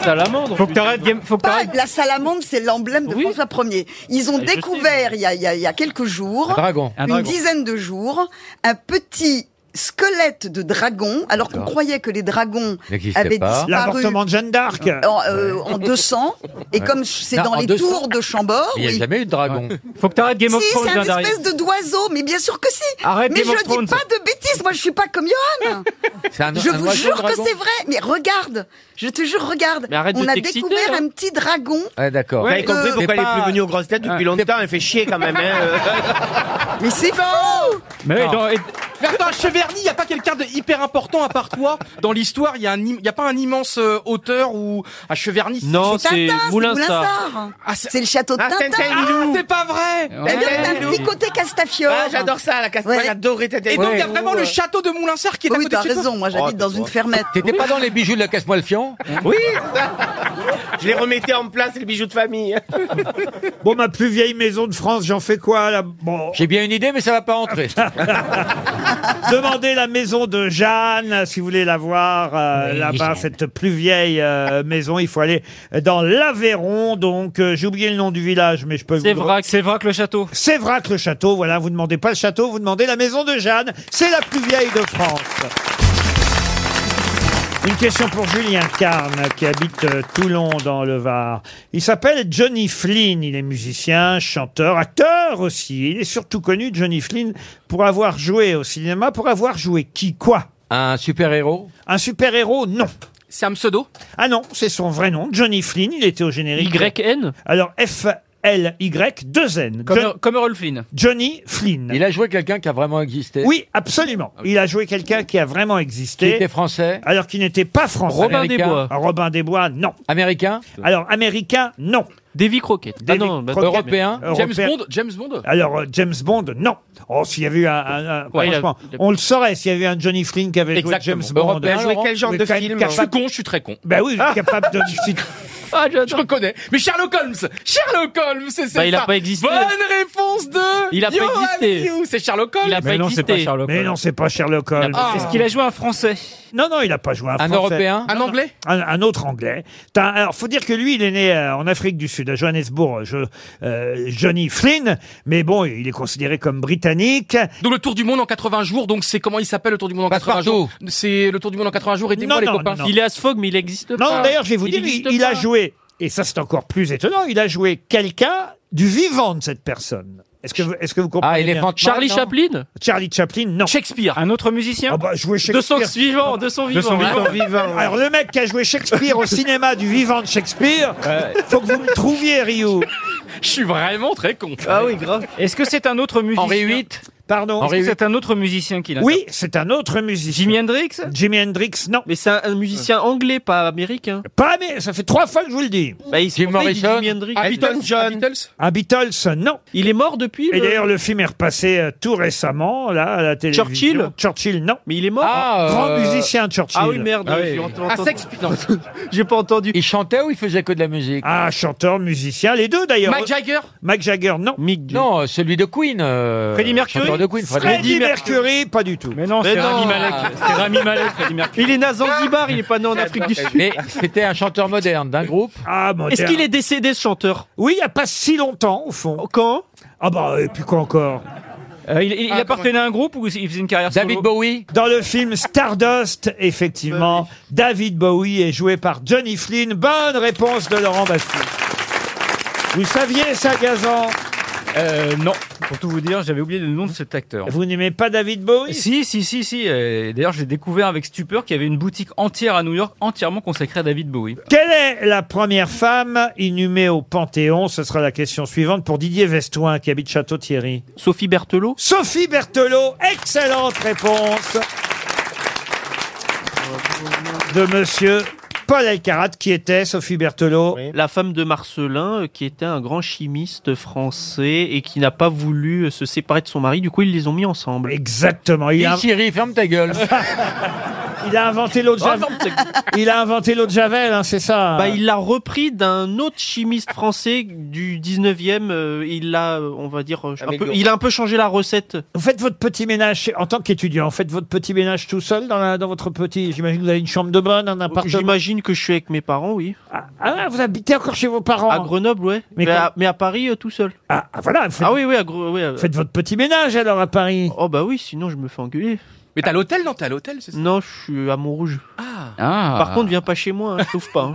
Salamandre. Faut que t'arrêtes. Faut Pas- la salamandre, c'est l'emblème de François Ier. Ils ont Ah, je sais, découvert il y, a, il y a- il y a quelques jours, Un dragon. Un une dragon. dizaine de jours, un petit squelette de dragon, alors qu'on D'accord. croyait que les dragons N'existait avaient pas. disparu L'avortement de Jeanne d'Arc. en, euh, Ouais. en 200, et Ouais. comme c'est Non, dans en les 200. tours de Chambord, Il n'y a Oh, oui. jamais eu de dragon. Faut que t'arrêtes si, c'est un espèce de d'oiseau, mais bien sûr que si. Arrête mais Game of je Thrones. dis pas de bêtises, moi je suis pas comme Johan. C'est un- je un vous oiseau jure que dragon. c'est vrai. Mais regarde, je te jure, regarde. Mais arrête On de a t'exciter, découvert hein. un petit dragon. Ouais, d'accord. Vous avez compris pourquoi elle est plus venue aux grosses têtes Ouais. depuis longtemps, elle fait chier quand même. Hein. Mais c'est faux Mais Non. Mais attends, Cheverny, il n'y a pas quelqu'un de hyper important à part toi dans l'histoire. Il y a un im- y a pas un immense euh, auteur ou à Cheverny. Non, c'est Tintin, c'est Moulinsart. Moulinsart. c'est le château de Ah, Tintin. Tintin-Milou. Ah, c'est pas vrai. Il y a un petit côté Castafiore. Ah, j'adore ça, la Castafiore, Ouais. j'adorais Tintin-Milou. Et donc, il y a vraiment le château de Moulinsart qui est à Oui, côté t'as de chez Oh, toi. raison, moi j'habite dans une fermette. T'étais pas dans les bijoux de la casse-moi le fion Oui Je les remettais en place, les bijoux de famille. Bon, ma plus vieille maison de France, j'en fais quoi là Bon. J'ai bien une idée, mais ça va pas entrer. Demandez la maison de Jeanne, si vous voulez la voir euh, Oui, là-bas, Jeanne. cette plus vieille euh, maison. Il faut aller dans l'Aveyron. Donc, euh, j'ai oublié le nom du village, mais je peux vous C'est vrai, c'est vrai que le château. C'est vrai que le château, voilà, vous demandez pas le château, vous demandez la maison de Jeanne. C'est la plus vieille de France. Une question pour Julien Carne, qui habite euh, Toulon dans le Var. Il s'appelle Johnny Flynn. Il est musicien, chanteur, acteur aussi. Il est surtout connu, Johnny Flynn, pour avoir joué au cinéma, pour avoir joué qui, quoi Un super-héros Un super-héros, non. C'est un pseudo Ah non, c'est son vrai nom, Johnny Flynn. Il était au générique. YN Alors, F-L-Y, deux N. Comme, Jo- comme Errol Flynn. Johnny Flynn. Il a joué quelqu'un qui a vraiment existé Oui, absolument. Il a joué quelqu'un qui a vraiment existé. Qui était français Alors qu'il n'était pas français. Robin Américain Desbois. Robin Desbois, non. Américain Alors, américain, non. Davy Crockett. Davy ah non, bah, Crockett. Européen. James Européen. Bond James Bond Alors, euh, James Bond, non. Oh, s'il y avait eu un. un- un- Ouais, franchement, il a- on le saurait s'il y avait eu un Johnny Flynn qui avait joué Exactement. James Bond. Européen, Alors, Laurent, oui, oui, quand même Je suis capable- con, je suis très con. Ben oui, capable de. Ah, je reconnais. Mais Sherlock Holmes Sherlock Holmes, c'est c'est Bah, il a ça. pas existé. Bonne réponse de. Il a pas Johan existé. Rioux. C'est Sherlock Holmes. Il a pas existé. Mais non, c'est pas Sherlock Holmes. Ah. Est-ce qu'il a joué un français Non, non, il n'a pas joué un, Français. Un anglais un, un autre anglais. T'as- Alors, faut dire que lui, il est né euh, en Afrique du Sud, à Johannesburg, je- euh, Johnny Flynn, mais bon, il est considéré comme britannique. Donc le tour du monde en 80 jours, donc c'est comment il s'appelle le tour du monde en 80 jours C'est le tour du monde en 80 jours, aidez-moi Non, les non, copains. non, non. Il est à Sfog, mais il existe pas. Non, d'ailleurs, je vais vous dire, il, existe il a pas. joué, et ça c'est encore plus étonnant, il a joué quelqu'un du vivant de cette personne. Est-ce que, vous- est-ce que vous comprenez Ah, Elephant bien Bah, Man, Charlie non Chaplin Charlie Chaplin, non. Shakespeare. Un autre musicien Ah bah, jouer De son Shakespeare. vivant, de son vivant. Alors le mec qui a joué Shakespeare au cinéma du vivant de Shakespeare, faut que vous me trouviez Rio. Je suis vraiment très con. Ah oui, grave. Est-ce que c'est un autre musicien Henri VIII Pardon Est-ce que c'est un autre musicien qui l'a Oui, c'est un autre musicien. Jimi Hendrix Jimi Hendrix, non. Euh. Mais c'est un, un musicien anglais, pas américain. Pas mais ça fait trois fois que je vous le dis. Bah, il- c'est pour ça qu'il dit Jimi Hendrix. Ah, Ah, Un Beatles, non. Il est mort depuis Et le- d'ailleurs, le film est repassé euh, tout récemment, là, à la télévision. Churchill Churchill, non. Mais il est mort. Ah, Grand euh, musicien, Churchill. Ah oui, merde. Ah oui. j'ai entendu- Ah, Sex- J'ai pas entendu. Il chantait ou il faisait que de la musique Ah, chanteur, musicien, les deux d'ailleurs. Mick Jagger Mick Jagger, non. Non, celui de Queen. euh, Freddie Mercury chanteur de Queen, Freddie Mercury, pas du tout. Mais non, Mais c'est non. Rami Malek. C'est Rami Malek, Il est né à Zanzibar, il est pas né en Afrique du Sud. Mais c'était un chanteur moderne d'un groupe. Ah, Est-ce qu'il est décédé ce chanteur Oui, il n'y a pas si longtemps, au fond. Quand Ah bah, et puis quoi encore Euh, il il appartenait à un groupe ou il faisait une carrière solo David Bowie Dans le film Stardust, effectivement, David Bowie est joué par Johnny Flynn. Bonne réponse de Laurent Basti. Vous saviez ça, Gazan Euh, non, pour tout vous dire, j'avais oublié le nom de cet acteur. Vous n'aimez pas David Bowie Si, si, si, si. euh, D'ailleurs, j'ai découvert avec stupeur qu'il y avait une boutique entière à New York entièrement consacrée à David Bowie. Quelle est la première femme inhumée au Panthéon Ce sera la question suivante pour Didier Vestoin qui habite Château-Thierry. Sophie Berthelot Sophie Berthelot, excellente réponse de monsieur Paul Elkarat qui était Eh, Sophie Berthelot. La femme de Marcelin, euh, qui était un grand chimiste français et qui n'a pas voulu euh, se séparer de son mari, du coup ils les ont mis ensemble. Exactement. Il a- Thierry, ferme ta gueule. Il a inventé l'eau de Javel. Il a inventé l'eau de Javel, hein, c'est ça. Oh, Ah. Bah, il l'a repris d'un autre chimiste français du 19e. euh, il l'a, euh, on va dire, euh, un peu- il a un peu changé la recette. Vous faites votre petit ménage chez- en tant qu'étudiant. Vous faites votre petit ménage tout seul dans, la- dans votre petit. J'imagine que vous avez une chambre de bonne, un appartement. J'imagine que je suis avec mes parents, oui. Ah, vous habitez encore chez vos parents À Grenoble, ouais. Mais, à, mais à Paris, euh, tout seul. Ah, voilà. Ah oui, oui, à Gre- ouais, euh, Faites votre petit ménage alors à Paris. Oh bah oui, sinon je me fais engueuler. Mais t'as l'hôtel, non T'es à l'hôtel, c'est ça Non, je suis à Montrouge. Ah. Par contre, viens pas chez moi, hein, je trouve pas. hein.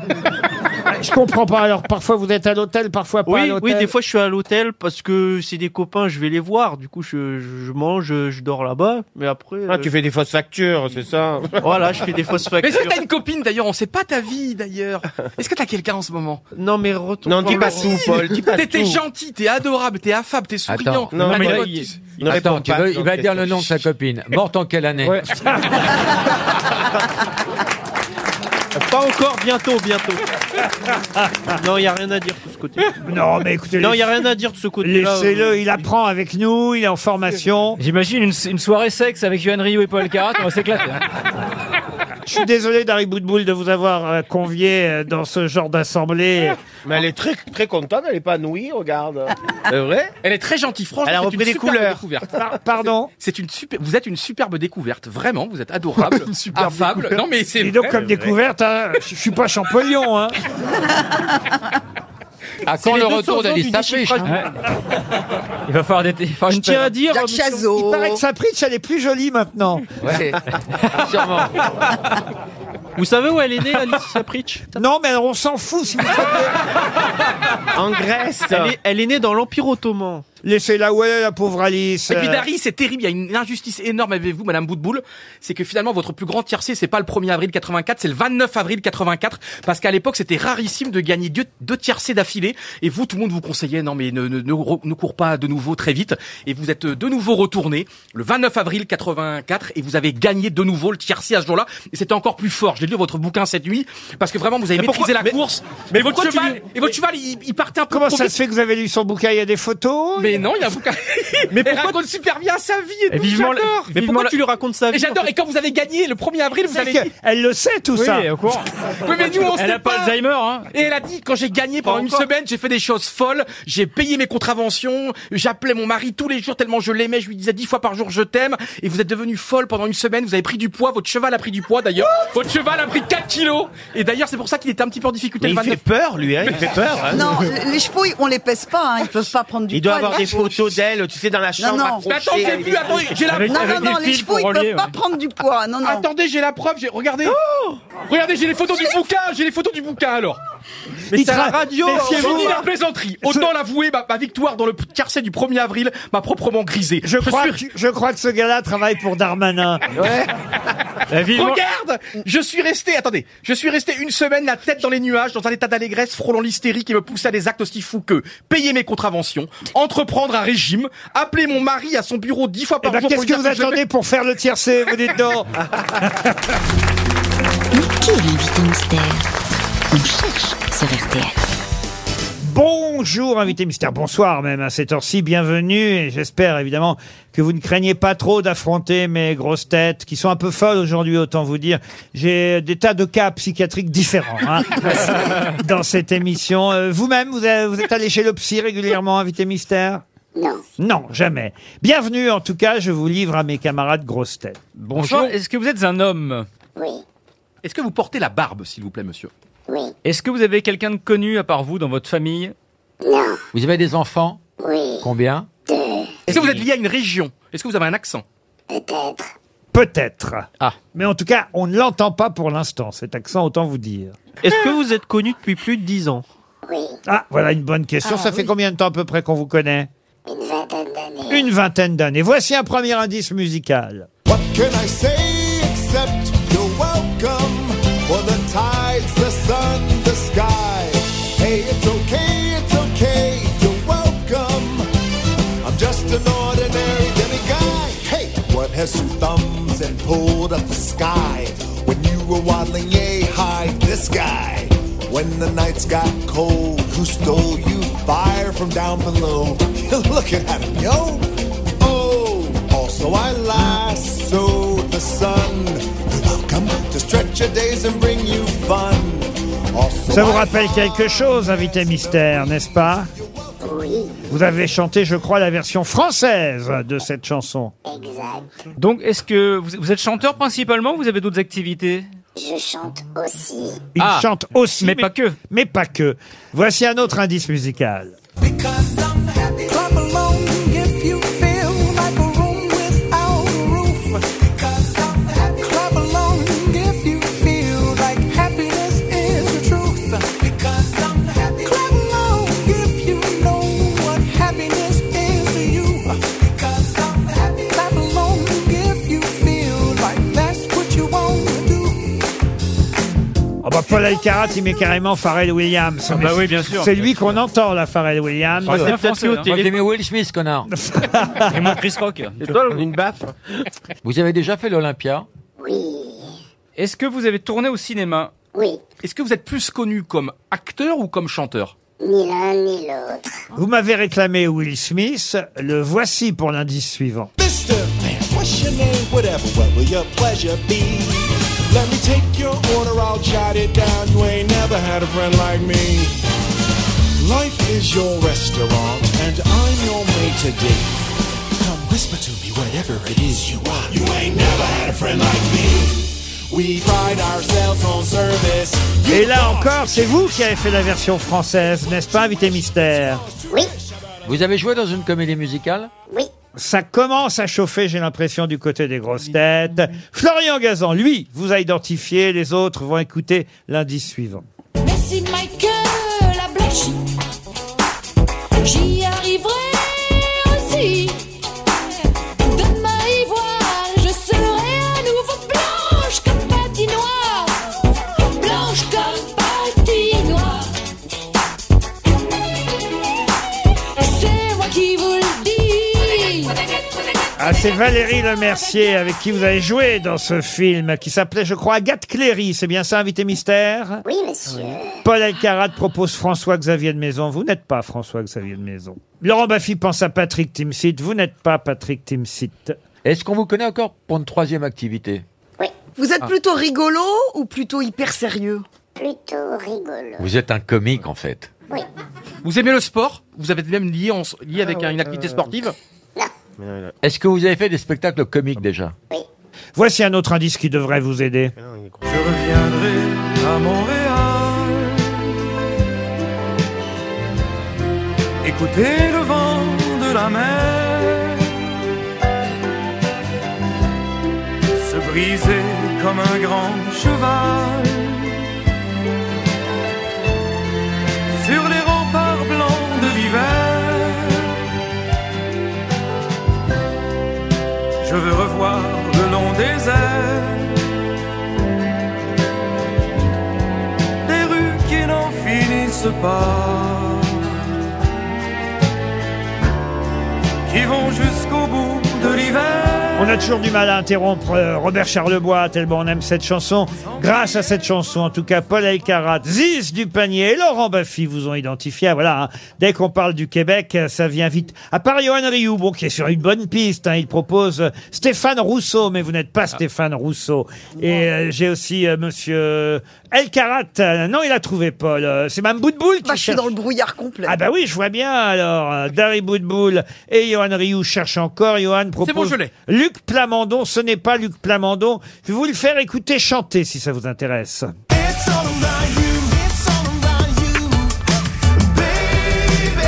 Ah, Je comprends pas. Alors parfois vous êtes à l'hôtel, parfois pas à Oui, l'hôtel. oui, des fois je suis à l'hôtel parce que c'est des copains, je vais les voir. Du coup, je, je mange, je dors là-bas. Mais après. Ah, euh, tu fais des fausses factures, c'est ça Oh Voilà, Oh je fais des fausses Mais est-ce factures. que t'as une copine d'ailleurs On sait pas ta vie d'ailleurs. Est-ce que t'as quelqu'un en ce moment Non, mais retourne. Non, dis pas Laurent. tout, Paul, dis pas T'es tout. gentil, t'es adorable, t'es affable, t'es souriant. Attends, non, T'as mais des là, potes il- qui- Attends, tu veux- il va dire le nom de sa copine. Morte en quelle année Pas encore, bientôt, bientôt. Ah, non, il y a rien à dire de ce côté. Non, mais écoutez, Non, laisse- il y a rien à dire de ce côté-là. Laissez-le. Il apprend avec nous. Il est en formation. J'imagine une, une soirée sexe avec Johan Rio et Paul Carat, on va s'éclater. Je suis désolé, Dari Boudboul, de vous avoir euh, convié euh, dans ce genre d'assemblée. Mais elle est très, très contente, elle est épanouie, regarde. C'est vrai Elle est très gentille, franchement. Elle a c'est repris une des superbe couleurs. découverte. Pardon C'est une super. Vous êtes une superbe découverte, vraiment. Vous êtes adorable, affable. Non mais c'est. Dis donc, vrai. comme découverte, hein, je je suis pas Champollion. Hein. À C'est Ah, quand les le 200 retour d'Alice ans du Tapiche déchiffrage. Il va falloir, des, il va falloir une Je tiens à dire. Jacques monsieur- Chazot. Il paraît que sa prise, elle est plus jolie maintenant. Ouais. Sûrement. Vous savez où elle est née, Alice Sapritch Non, mais alors, on s'en fout. si vous- En Grèce. elle est, elle est née dans l'Empire Ottoman. Laissez-la où elle est, la pauvre Alice. Et puis Euh, Dari, c'est terrible, il y a une injustice énorme avec vous, Madame Boutboul, c'est que finalement votre plus grand tiercé, c'est pas le 1er avril 84, c'est le 29 avril 84, parce qu'à l'époque c'était rarissime de gagner deux, deux tiercés d'affilée, et vous, tout le monde vous conseillait, non mais ne, ne, ne, re- ne cours pas de nouveau très vite, et vous êtes de nouveau retourné le 29 avril 84, et vous avez gagné de nouveau le tiercé à ce jour-là, et c'était encore plus fort, j'ai lu votre bouquin cette nuit, parce que vraiment vous avez Mais maîtrisé pourquoi- la mais- course, mais et votre pourquoi tu- cheval, et votre cheval, il, il partait un peu Comment trop ça vite. se fait que vous avez lu son bouquin Il y a des photos Mais non, il y a un bouquin. Mais Elle pourquoi- raconte super bien sa vie et, Et tout, vivement la- j'adore. vivement la- lui racontes sa Et j'adore. Et quand vous avez gagné le 1er avril, vous avez dit. C'est-à-dire qu'elle le sait, tout ça. Oui, au courant. Oui, mais nous, on Elle sait a pas pas. Alzheimer, hein Et elle a dit, quand j'ai gagné pendant Pas une encore. semaine, j'ai fait des choses folles, j'ai payé mes contraventions, j'appelais mon mari tous les jours tellement je l'aimais, je lui disais dix fois par jour je t'aime, et vous êtes devenu folle pendant une semaine, vous avez pris du poids, votre cheval a pris du poids d'ailleurs, votre cheval a pris 4 kilos, et d'ailleurs c'est pour ça qu'il était un petit peu en difficulté le Mais il 29. fait peur, lui, hein, il fait peur. hein. Non, les chevaux, ils- on les pèse pas, hein, ils peuvent pas prendre du Il doit poids, avoir les des chevaux. photos d'elle, tu sais, dans la chambre. non. Mais attends, j'ai accrochée, plus, attends, j'ai la Avec- Non, non, non, des les fils chevaux, ils pour relier, peuvent pas ouais. prendre du poids. Non, non. Oh Attendez, j'ai la preuve, j'ai regardez. regardez, j'ai les photos du bouquin, j'ai les photos du bouquin alors. Mais Il c'est à la tra- radio, Méfiez-vous. on finit la plaisanterie. Autant l'avouer, ma, ma victoire dans le p- quartier du 1er avril m'a proprement grisé. Je, crois que, je crois que ce gars-là travaille pour Darmanin. vivement- Regarde, je suis resté, attendez, je suis resté une semaine la tête dans les nuages, dans un état d'allégresse, frôlant l'hystérie qui me poussait à des actes aussi fous que payer mes contraventions, entreprendre un régime, appeler mon mari à son bureau dix fois Eh par ben, jour. qu'est-ce que vous attendez pour faire le tiercé Vous dites non. Qui est l'invité mystère On cherche sur RTL. Bonjour, invité mystère. Bonsoir, même à cette heure-ci. Bienvenue. Et j'espère évidemment que vous ne craignez pas trop d'affronter mes grosses têtes qui sont un peu folles aujourd'hui, autant vous dire. J'ai des tas de cas psychiatriques différents hein, dans cette émission. Euh, Vous-même, vous, avez- vous êtes allé chez le psy régulièrement, invité mystère Non. Non, jamais. Bienvenue, en tout cas, je vous livre à mes camarades grosses têtes. Bonjour, est-ce que vous êtes un homme Oui. Est-ce que vous portez la barbe, s'il vous plaît, monsieur Oui. Est-ce que vous avez quelqu'un de connu à part vous dans votre famille Non. Vous avez des enfants Oui. Combien Est-ce que vous êtes lié à une région Est-ce que vous avez un accent Peut-être. Peut-être. Ah. Mais en tout cas, on ne l'entend pas pour l'instant, cet accent, autant vous dire. Est-ce que vous êtes connu depuis plus de 10 ans Oui. Ah, voilà une bonne question. Ah, Ça fait oui. combien de temps à peu près qu'on vous connaît Une vingtaine d'années. Une vingtaine d'années. Voici un premier indice musical. What can I say except you're welcome for the tides, the sun, the sky? Hey, it's okay, it's okay, you're welcome. I'm just an ordinary demiguy. Hey, what has two thumbs and pulled up the sky? When you were waddling, yay, hide this guy. When the nights got cold, who stole you fire from down below? Looking at him, yo. Oh, also I lasso the sun. You're welcome to stretch your days and bring you fun. Also, Ça vous I- rappelle quelque chose, invité mystère, n'est-ce pas Oui. Vous avez chanté, je crois, la version française de cette chanson. Exact. Donc, est-ce que vous, vous êtes chanteur principalement ou vous avez d'autres activités Ah. Je chante aussi. Il Ah. chante aussi. Mais, pas que. Mais pas que. Voici un autre indice musical. Clap along if you feel like a room without a roof. Clap along if you feel like happiness is the truth. Clap along if you know what happiness is to you. Clap along if you feel like that's what you want to do. Ah bah Paul Alcarat, il met carrément Pharrell Williams. Ah bah oui, bien sûr. Ah, C'est lui qu'on entend, la Pharrell Williams. Moi, j'aimais Will Smith, connard. Et moi, Chris Rock. une baffe. Vous avez déjà fait l'Olympia Est-ce que vous avez tourné au cinéma Oui. Est-ce que vous êtes plus connu comme acteur ou comme chanteur Ni l'un ni l'autre. Vous m'avez réclamé Will Smith. Le voici pour l'indice suivant. Mr. Man, what's your name? Whatever, what will your pleasure be? Let me take your order, I'll jot it down. You ain't never had a friend like me. Life is your restaurant, and I'm your maitre d'. Come whisper to me whatever it is you want. You ain't never had a friend like me. We pride ourselves on service. Et là encore, c'est vous qui avez fait la version française, n'est-ce pas, invité mystère Oui. Vous avez joué dans une comédie musicale Oui. Ça commence à chauffer, j'ai l'impression, du côté des grosses têtes. Florian Gazan, lui, vous a identifié. Les autres vont écouter l'indice suivant. Merci de Michael, la blèche. J'y arriverai aussi. De ma ivoire, je serai à nouveau blanche comme patinoire. Blanche comme patinoire. C'est moi qui vous le dis. Ah, c'est Valérie Lemercier avec qui vous avez joué dans ce film qui s'appelait, je crois, Agathe Cléry. C'est bien ça, invité mystère Oui, monsieur. Paul Alcarat propose François-Xavier de Maison. Vous n'êtes pas François-Xavier de Maison. Laurent Baffy pense à Patrick Timsit. Vous n'êtes pas Patrick Timsit. Est-ce qu'on vous connaît encore pour une troisième activité Vous êtes Ah. plutôt rigolo ou plutôt hyper sérieux Plutôt rigolo. Vous êtes un comique, en fait. Oui. Vous aimez le sport Vous avez même lié, en- lié avec un- une activité sportive Est-ce que vous avez fait des spectacles Ah comiques déjà Voici un autre indice qui devrait vous aider. Je reviendrai à Montréal. Écoutez le vent de la mer se briser comme un grand cheval. pas, qui vont jusqu'au bout de l'hiver. On a toujours du mal à interrompre euh, Robert Charlebois, tellement on aime cette chanson. Grâce à cette chanson, en tout cas, Paul Elkarat, Ziz du panier et Laurent Baffy vous ont identifié. Voilà, hein. dès qu'on parle du Québec, euh, ça vient vite. À part Johan Rioux, bon, qui est sur une bonne piste, hein, il propose euh, Stéphane Rousseau, mais vous n'êtes Ah. pas Stéphane Rousseau. Et euh, j'ai aussi euh, Monsieur Elkarat. Euh, Non, il a trouvé Paul. Euh, C'est même Boutboul qui Bah, je suis cherche. dans le brouillard complet. Ah bah oui, je vois bien alors. euh, Dari Boudboul et Johan Rioux cherchent encore. Johan propose bon, je l'ai. Luc Plamondon. Ce n'est pas Luc Plamondon. Je vais vous le faire écouter chanter si ça vous intéresse. It's all about you. It's all about you, baby.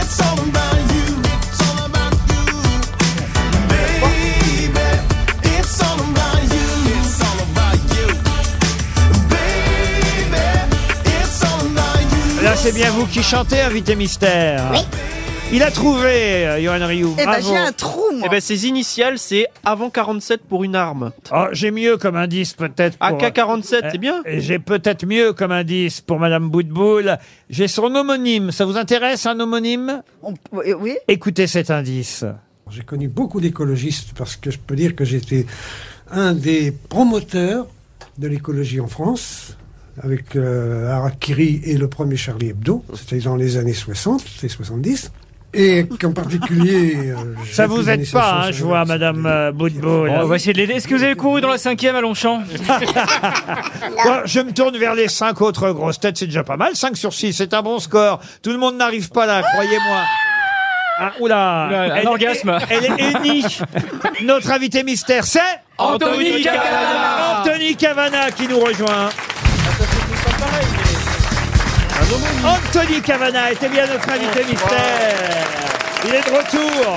It's all about you. It's all about you, baby. It's all about you. It's all about you, baby. It's all about you. Là, c'est bien vous qui chantez, invité mystère. Il a trouvé, euh, Johan Rioux. ben, Bravo. Eh ben, ses initiales, c'est avant 47 pour une arme. Ah, j'ai mieux comme indice peut-être. pour- AK-47, c'est bien. Et J'ai peut-être mieux comme indice pour Madame Boutboul. J'ai son homonyme. Ça vous intéresse un homonyme Oui. Écoutez cet indice. J'ai connu beaucoup d'écologistes parce que je peux dire que j'étais un des promoteurs de l'écologie en France avec euh, Harakiri et le premier Charlie Hebdo. C'était dans les années 60 et 70. Et qu'en particulier... euh, Ça j'ai vous fait aide pas, hein, une je vois, Madame euh, Boutboul. Bon, on va essayer de l'aider. Est-ce que vous avez couru dans la cinquième à Longchamp Bon, je me tourne vers les cinq autres grosses têtes, c'est déjà pas mal. 5 sur 6, c'est un bon score. Tout le monde n'arrive pas là, croyez-moi. Ah, oula, Oula, un orgasme. Elle, est unie. Notre invité mystère, c'est Anthony Cavana. Anthony Cavana qui nous rejoint. Anthony Cavana était bien notre invité mystère. Il est de retour.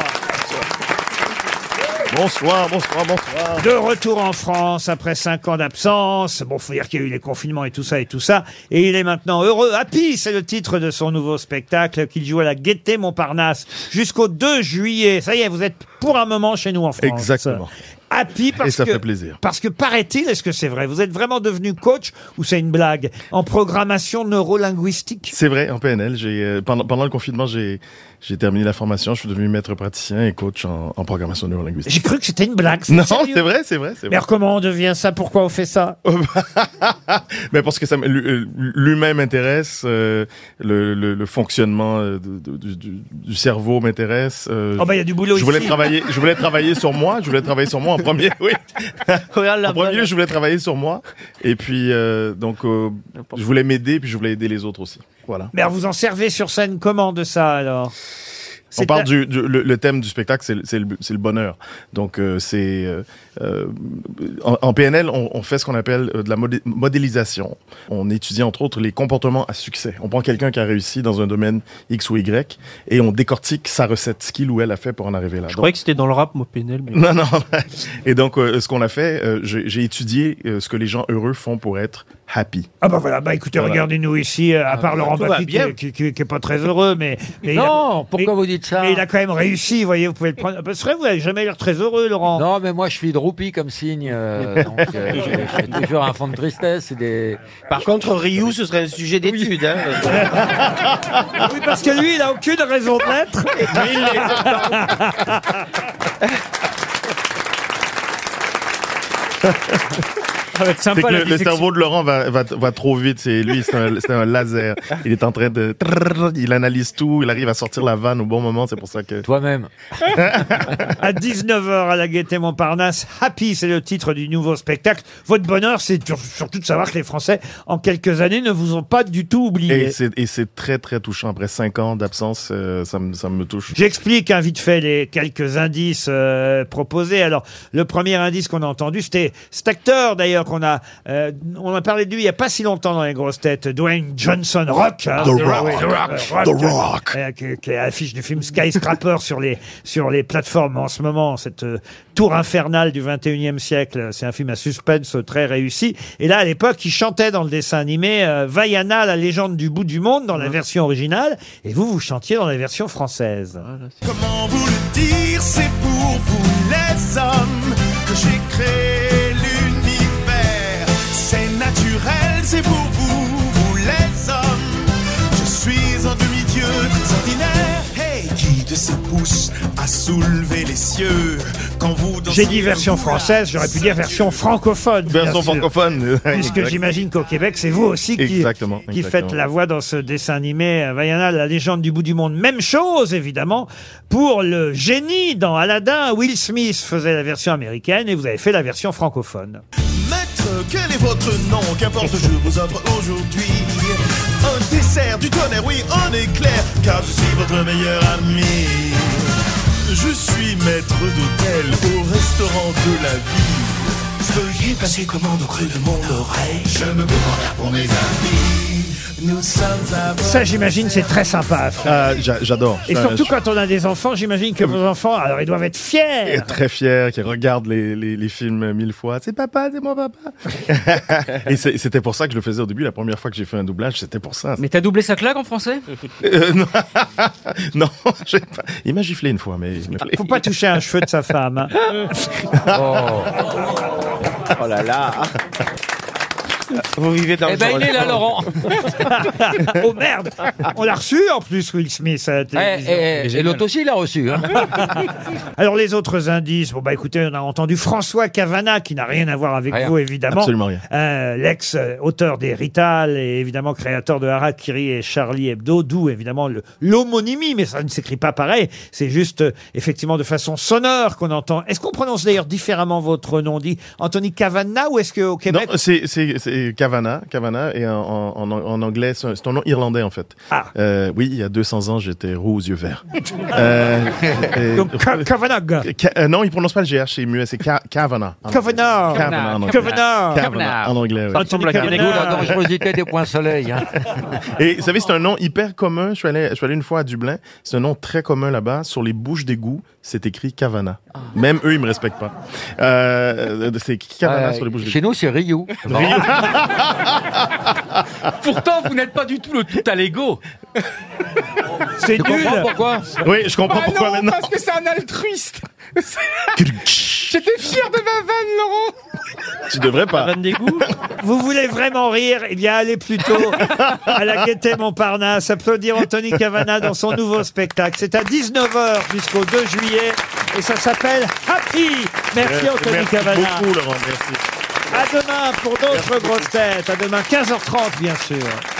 Bonsoir, bonsoir, bonsoir. De retour en France après cinq ans d'absence. Bon, faut dire qu'il y a eu les confinements et tout ça et tout ça. Et il est maintenant heureux. Happy, c'est le titre de son nouveau spectacle qu'il joue à la Gaîté Montparnasse jusqu'au 2 juillet. Ça y est, vous êtes pour un moment chez nous en France. Exactement. Happy parce Et ça que, fait plaisir. Parce que paraît-il, est-ce que c'est vrai Vous êtes vraiment devenu coach ou c'est une blague En programmation neurolinguistique C'est vrai, en PNL, j'ai euh, pendant, pendant le confinement, j'ai j'ai terminé la formation, je suis devenu maître praticien et coach en, en programmation neurolinguistique. J'ai cru que c'était une blague. Non, sérieux c'est vrai, c'est vrai, Oh, c'est Mais vrai. alors comment on devient ça Pourquoi on fait ça Mais parce que ça m- l'hu- euh, l'humain m'intéresse, euh, le, le, le fonctionnement euh, de- de- du, du cerveau m'intéresse. euh, Oh, bah, il y a du boulot je voulais ici. travailler, je voulais travailler sur moi, je voulais travailler sur moi en premier. Oui. en premier lieu, je voulais travailler sur moi et puis euh, donc euh, je voulais m'aider puis je voulais aider les autres aussi. Voilà. Mais alors vous en servez sur scène comment de ça alors On C'est parle la- du, du- le, le thème du spectacle, c'est le- c'est le, c'est le bonheur. Donc euh, c'est euh, euh, en, en PNL, on, on fait ce qu'on appelle euh, de la modé- modélisation. On étudie entre autres les comportements à succès. On prend quelqu'un qui a réussi dans un domaine X ou Y et on décortique sa recette, ce qu'il ou elle a fait pour en arriver là. Je Donc, croyais que c'était dans le rap, moi, Pénel. Mais... non, non. Et donc, euh, ce qu'on a fait, euh, j'ai j'ai étudié euh, ce que les gens heureux font pour être happy. Ah bah voilà, bah écoutez, Voilà. Ah, bah, regardez-nous ici, euh, à part Laurent tout va Baffy, bien. qui, qui, qui- qui est pas très heureux, mais... mais il a- Non, pourquoi vous dites ça mais il a quand même réussi, vous voyez, vous pouvez le prendre. Parce que vous n'avez jamais l'air très heureux, Laurent. Non, mais moi je suis droupie comme signe, euh, donc euh, j'ai- j'ai toujours un fond de tristesse et des... Par contre, Ryu, ce serait un sujet d'étude. Hein, Oui, parce que lui, il n'a aucune raison de l'être. C'est que le, le cerveau de Laurent va, va, va trop vite. C'est lui, c'est un, c'est un laser. Il est en train de, trrr, il analyse tout. Il arrive à sortir la vanne au bon moment. C'est pour ça que toi-même. à 19h à la Gaîté Montparnasse. Happy, c'est le titre du nouveau spectacle. Votre bonheur, c'est sur- surtout de savoir que les Français, en quelques années, ne vous ont pas du tout oublié. Et c'est et c'est très très touchant. Après cinq ans d'absence, euh, ça me ça me touche. J'explique hein, vite fait les quelques indices euh, proposés. Alors, le premier indice qu'on a entendu, c'était cet acteur d'ailleurs qu'on a, euh, on a parlé de lui il y a pas si longtemps dans les grosses têtes, Dwayne Johnson Rock. hein. The Rock, The Rock, The Rock. euh, qui, qui est à l'affiche du film Skyscraper sur les sur les plateformes en ce moment. Cette euh, tour infernale du 21e siècle, c'est un film à suspense très réussi. Et là, à l'époque, il chantait dans le dessin animé euh, Vaiana, la légende du bout du monde, dans Hein. la version originale. Et vous, vous chantiez dans la version française. Ah, Comment vous le dire, c'est pour vous les hommes que j'ai créé l'univers. C'est naturel, c'est pour vous, vous les hommes. pousse à soulever les cieux quand vous J'ai dit version française, j'aurais pu dire version francophone. bien Version sûr. francophone. Puisque Exact. j'imagine qu'au Québec, c'est vous aussi qui, Exactement, qui exactement. faites la voix dans ce dessin animé euh, Vaiana, la légende du bout du monde. Même chose, évidemment, pour le génie dans Aladdin. Will Smith faisait la version américaine et vous avez fait la version francophone. Maître, quel est votre nom Qu'importe, je vous offre aujourd'hui un dessert du tonnerre, oui, un éclair, car je suis votre meilleur ami. Je suis maître d'hôtel au restaurant de la ville. Veuillez passer commande au creux de mon oreille. Je me commande pour mes amis. Nous sommes à Ça, j'imagine, c'est très sympa à faire. Ah, j'a- J'adore. Et Je- surtout je- quand on a des enfants, j'imagine que vos enfants, alors ils doivent être fiers. Très fier, qui regarde les, les- les films mille fois. C'est papa, c'est mon papa. Et c'est- c'était pour ça que je le faisais au début. La première fois que j'ai fait un doublage, c'était pour ça. Mais t'as doublé sa claque en français Euh, non, non j'ai pas- il m'a giflé une fois, mais. il m'a- Ah, Faut pas toucher un cheveu de sa femme. hein. Oh là là. Vous vivez dans Eh le ben, drôle. il est là, Laurent. oh merde On l'a reçu en plus, Will Smith, à la télévision. eh, eh, et l'autre aussi, il l'a reçu. hein. Alors les autres indices, bon bah écoutez, on a entendu François Cavana qui n'a rien à voir avec Rien. vous évidemment. Absolument rien. Euh, L'ex euh, auteur des Rital et évidemment créateur de Harakiri et Charlie Hebdo, d'où évidemment le- l'homonymie, mais ça ne s'écrit pas pareil. C'est juste euh, effectivement de façon sonore qu'on entend. Est-ce qu'on prononce d'ailleurs différemment votre nom dit Anthony Cavana ou est-ce qu'au Non, Québec c'est- c'est c'est Cavana. Cavana, et en, en- en anglais, c'est un c'est un nom irlandais, en fait. Ah. Euh, oui, il y a 200 ans, j'étais roux aux yeux verts. Euh, Euh, Donc, Ca- Kavanagh. non, il prononce pas le GH, c'est muet, c'est Ca- Cavana. Kavanagh. Cavana en anglais. Kavanagh. Cavana en anglais, oui. Ça ressemble à Ah, Gagné, la dangerosité des points soleil. hein. Et vous savez, c'est un nom hyper commun. Je suis allé, je suis allé une fois à Dublin. C'est un nom très commun là-bas. Sur les bouches d'égout, c'est écrit Cavana. Ah. Même eux, ils me respectent pas. Euh, c'est Cavana Euh, sur les bouches d'égout. Chez nous, c'est Rio. Pourtant, vous n'êtes pas du tout le tout à l'ego. C'est Tu comprends nul. pourquoi Oui, je comprends Bah pourquoi non, maintenant. parce que c'est un altruiste. J'étais fier de ma vanne, Laurent. Tu devrais pas. Vous voulez vraiment rire Eh bien, allez plutôt à la Gaîté Montparnasse applaudir Anthony Cavana dans son nouveau spectacle. C'est à 19h jusqu'au 2 juillet et ça s'appelle Happy. Merci Euh, Anthony merci Cavana. beaucoup, Laurent. Merci. À demain pour d'autres grosses têtes. À demain 15h30 bien sûr.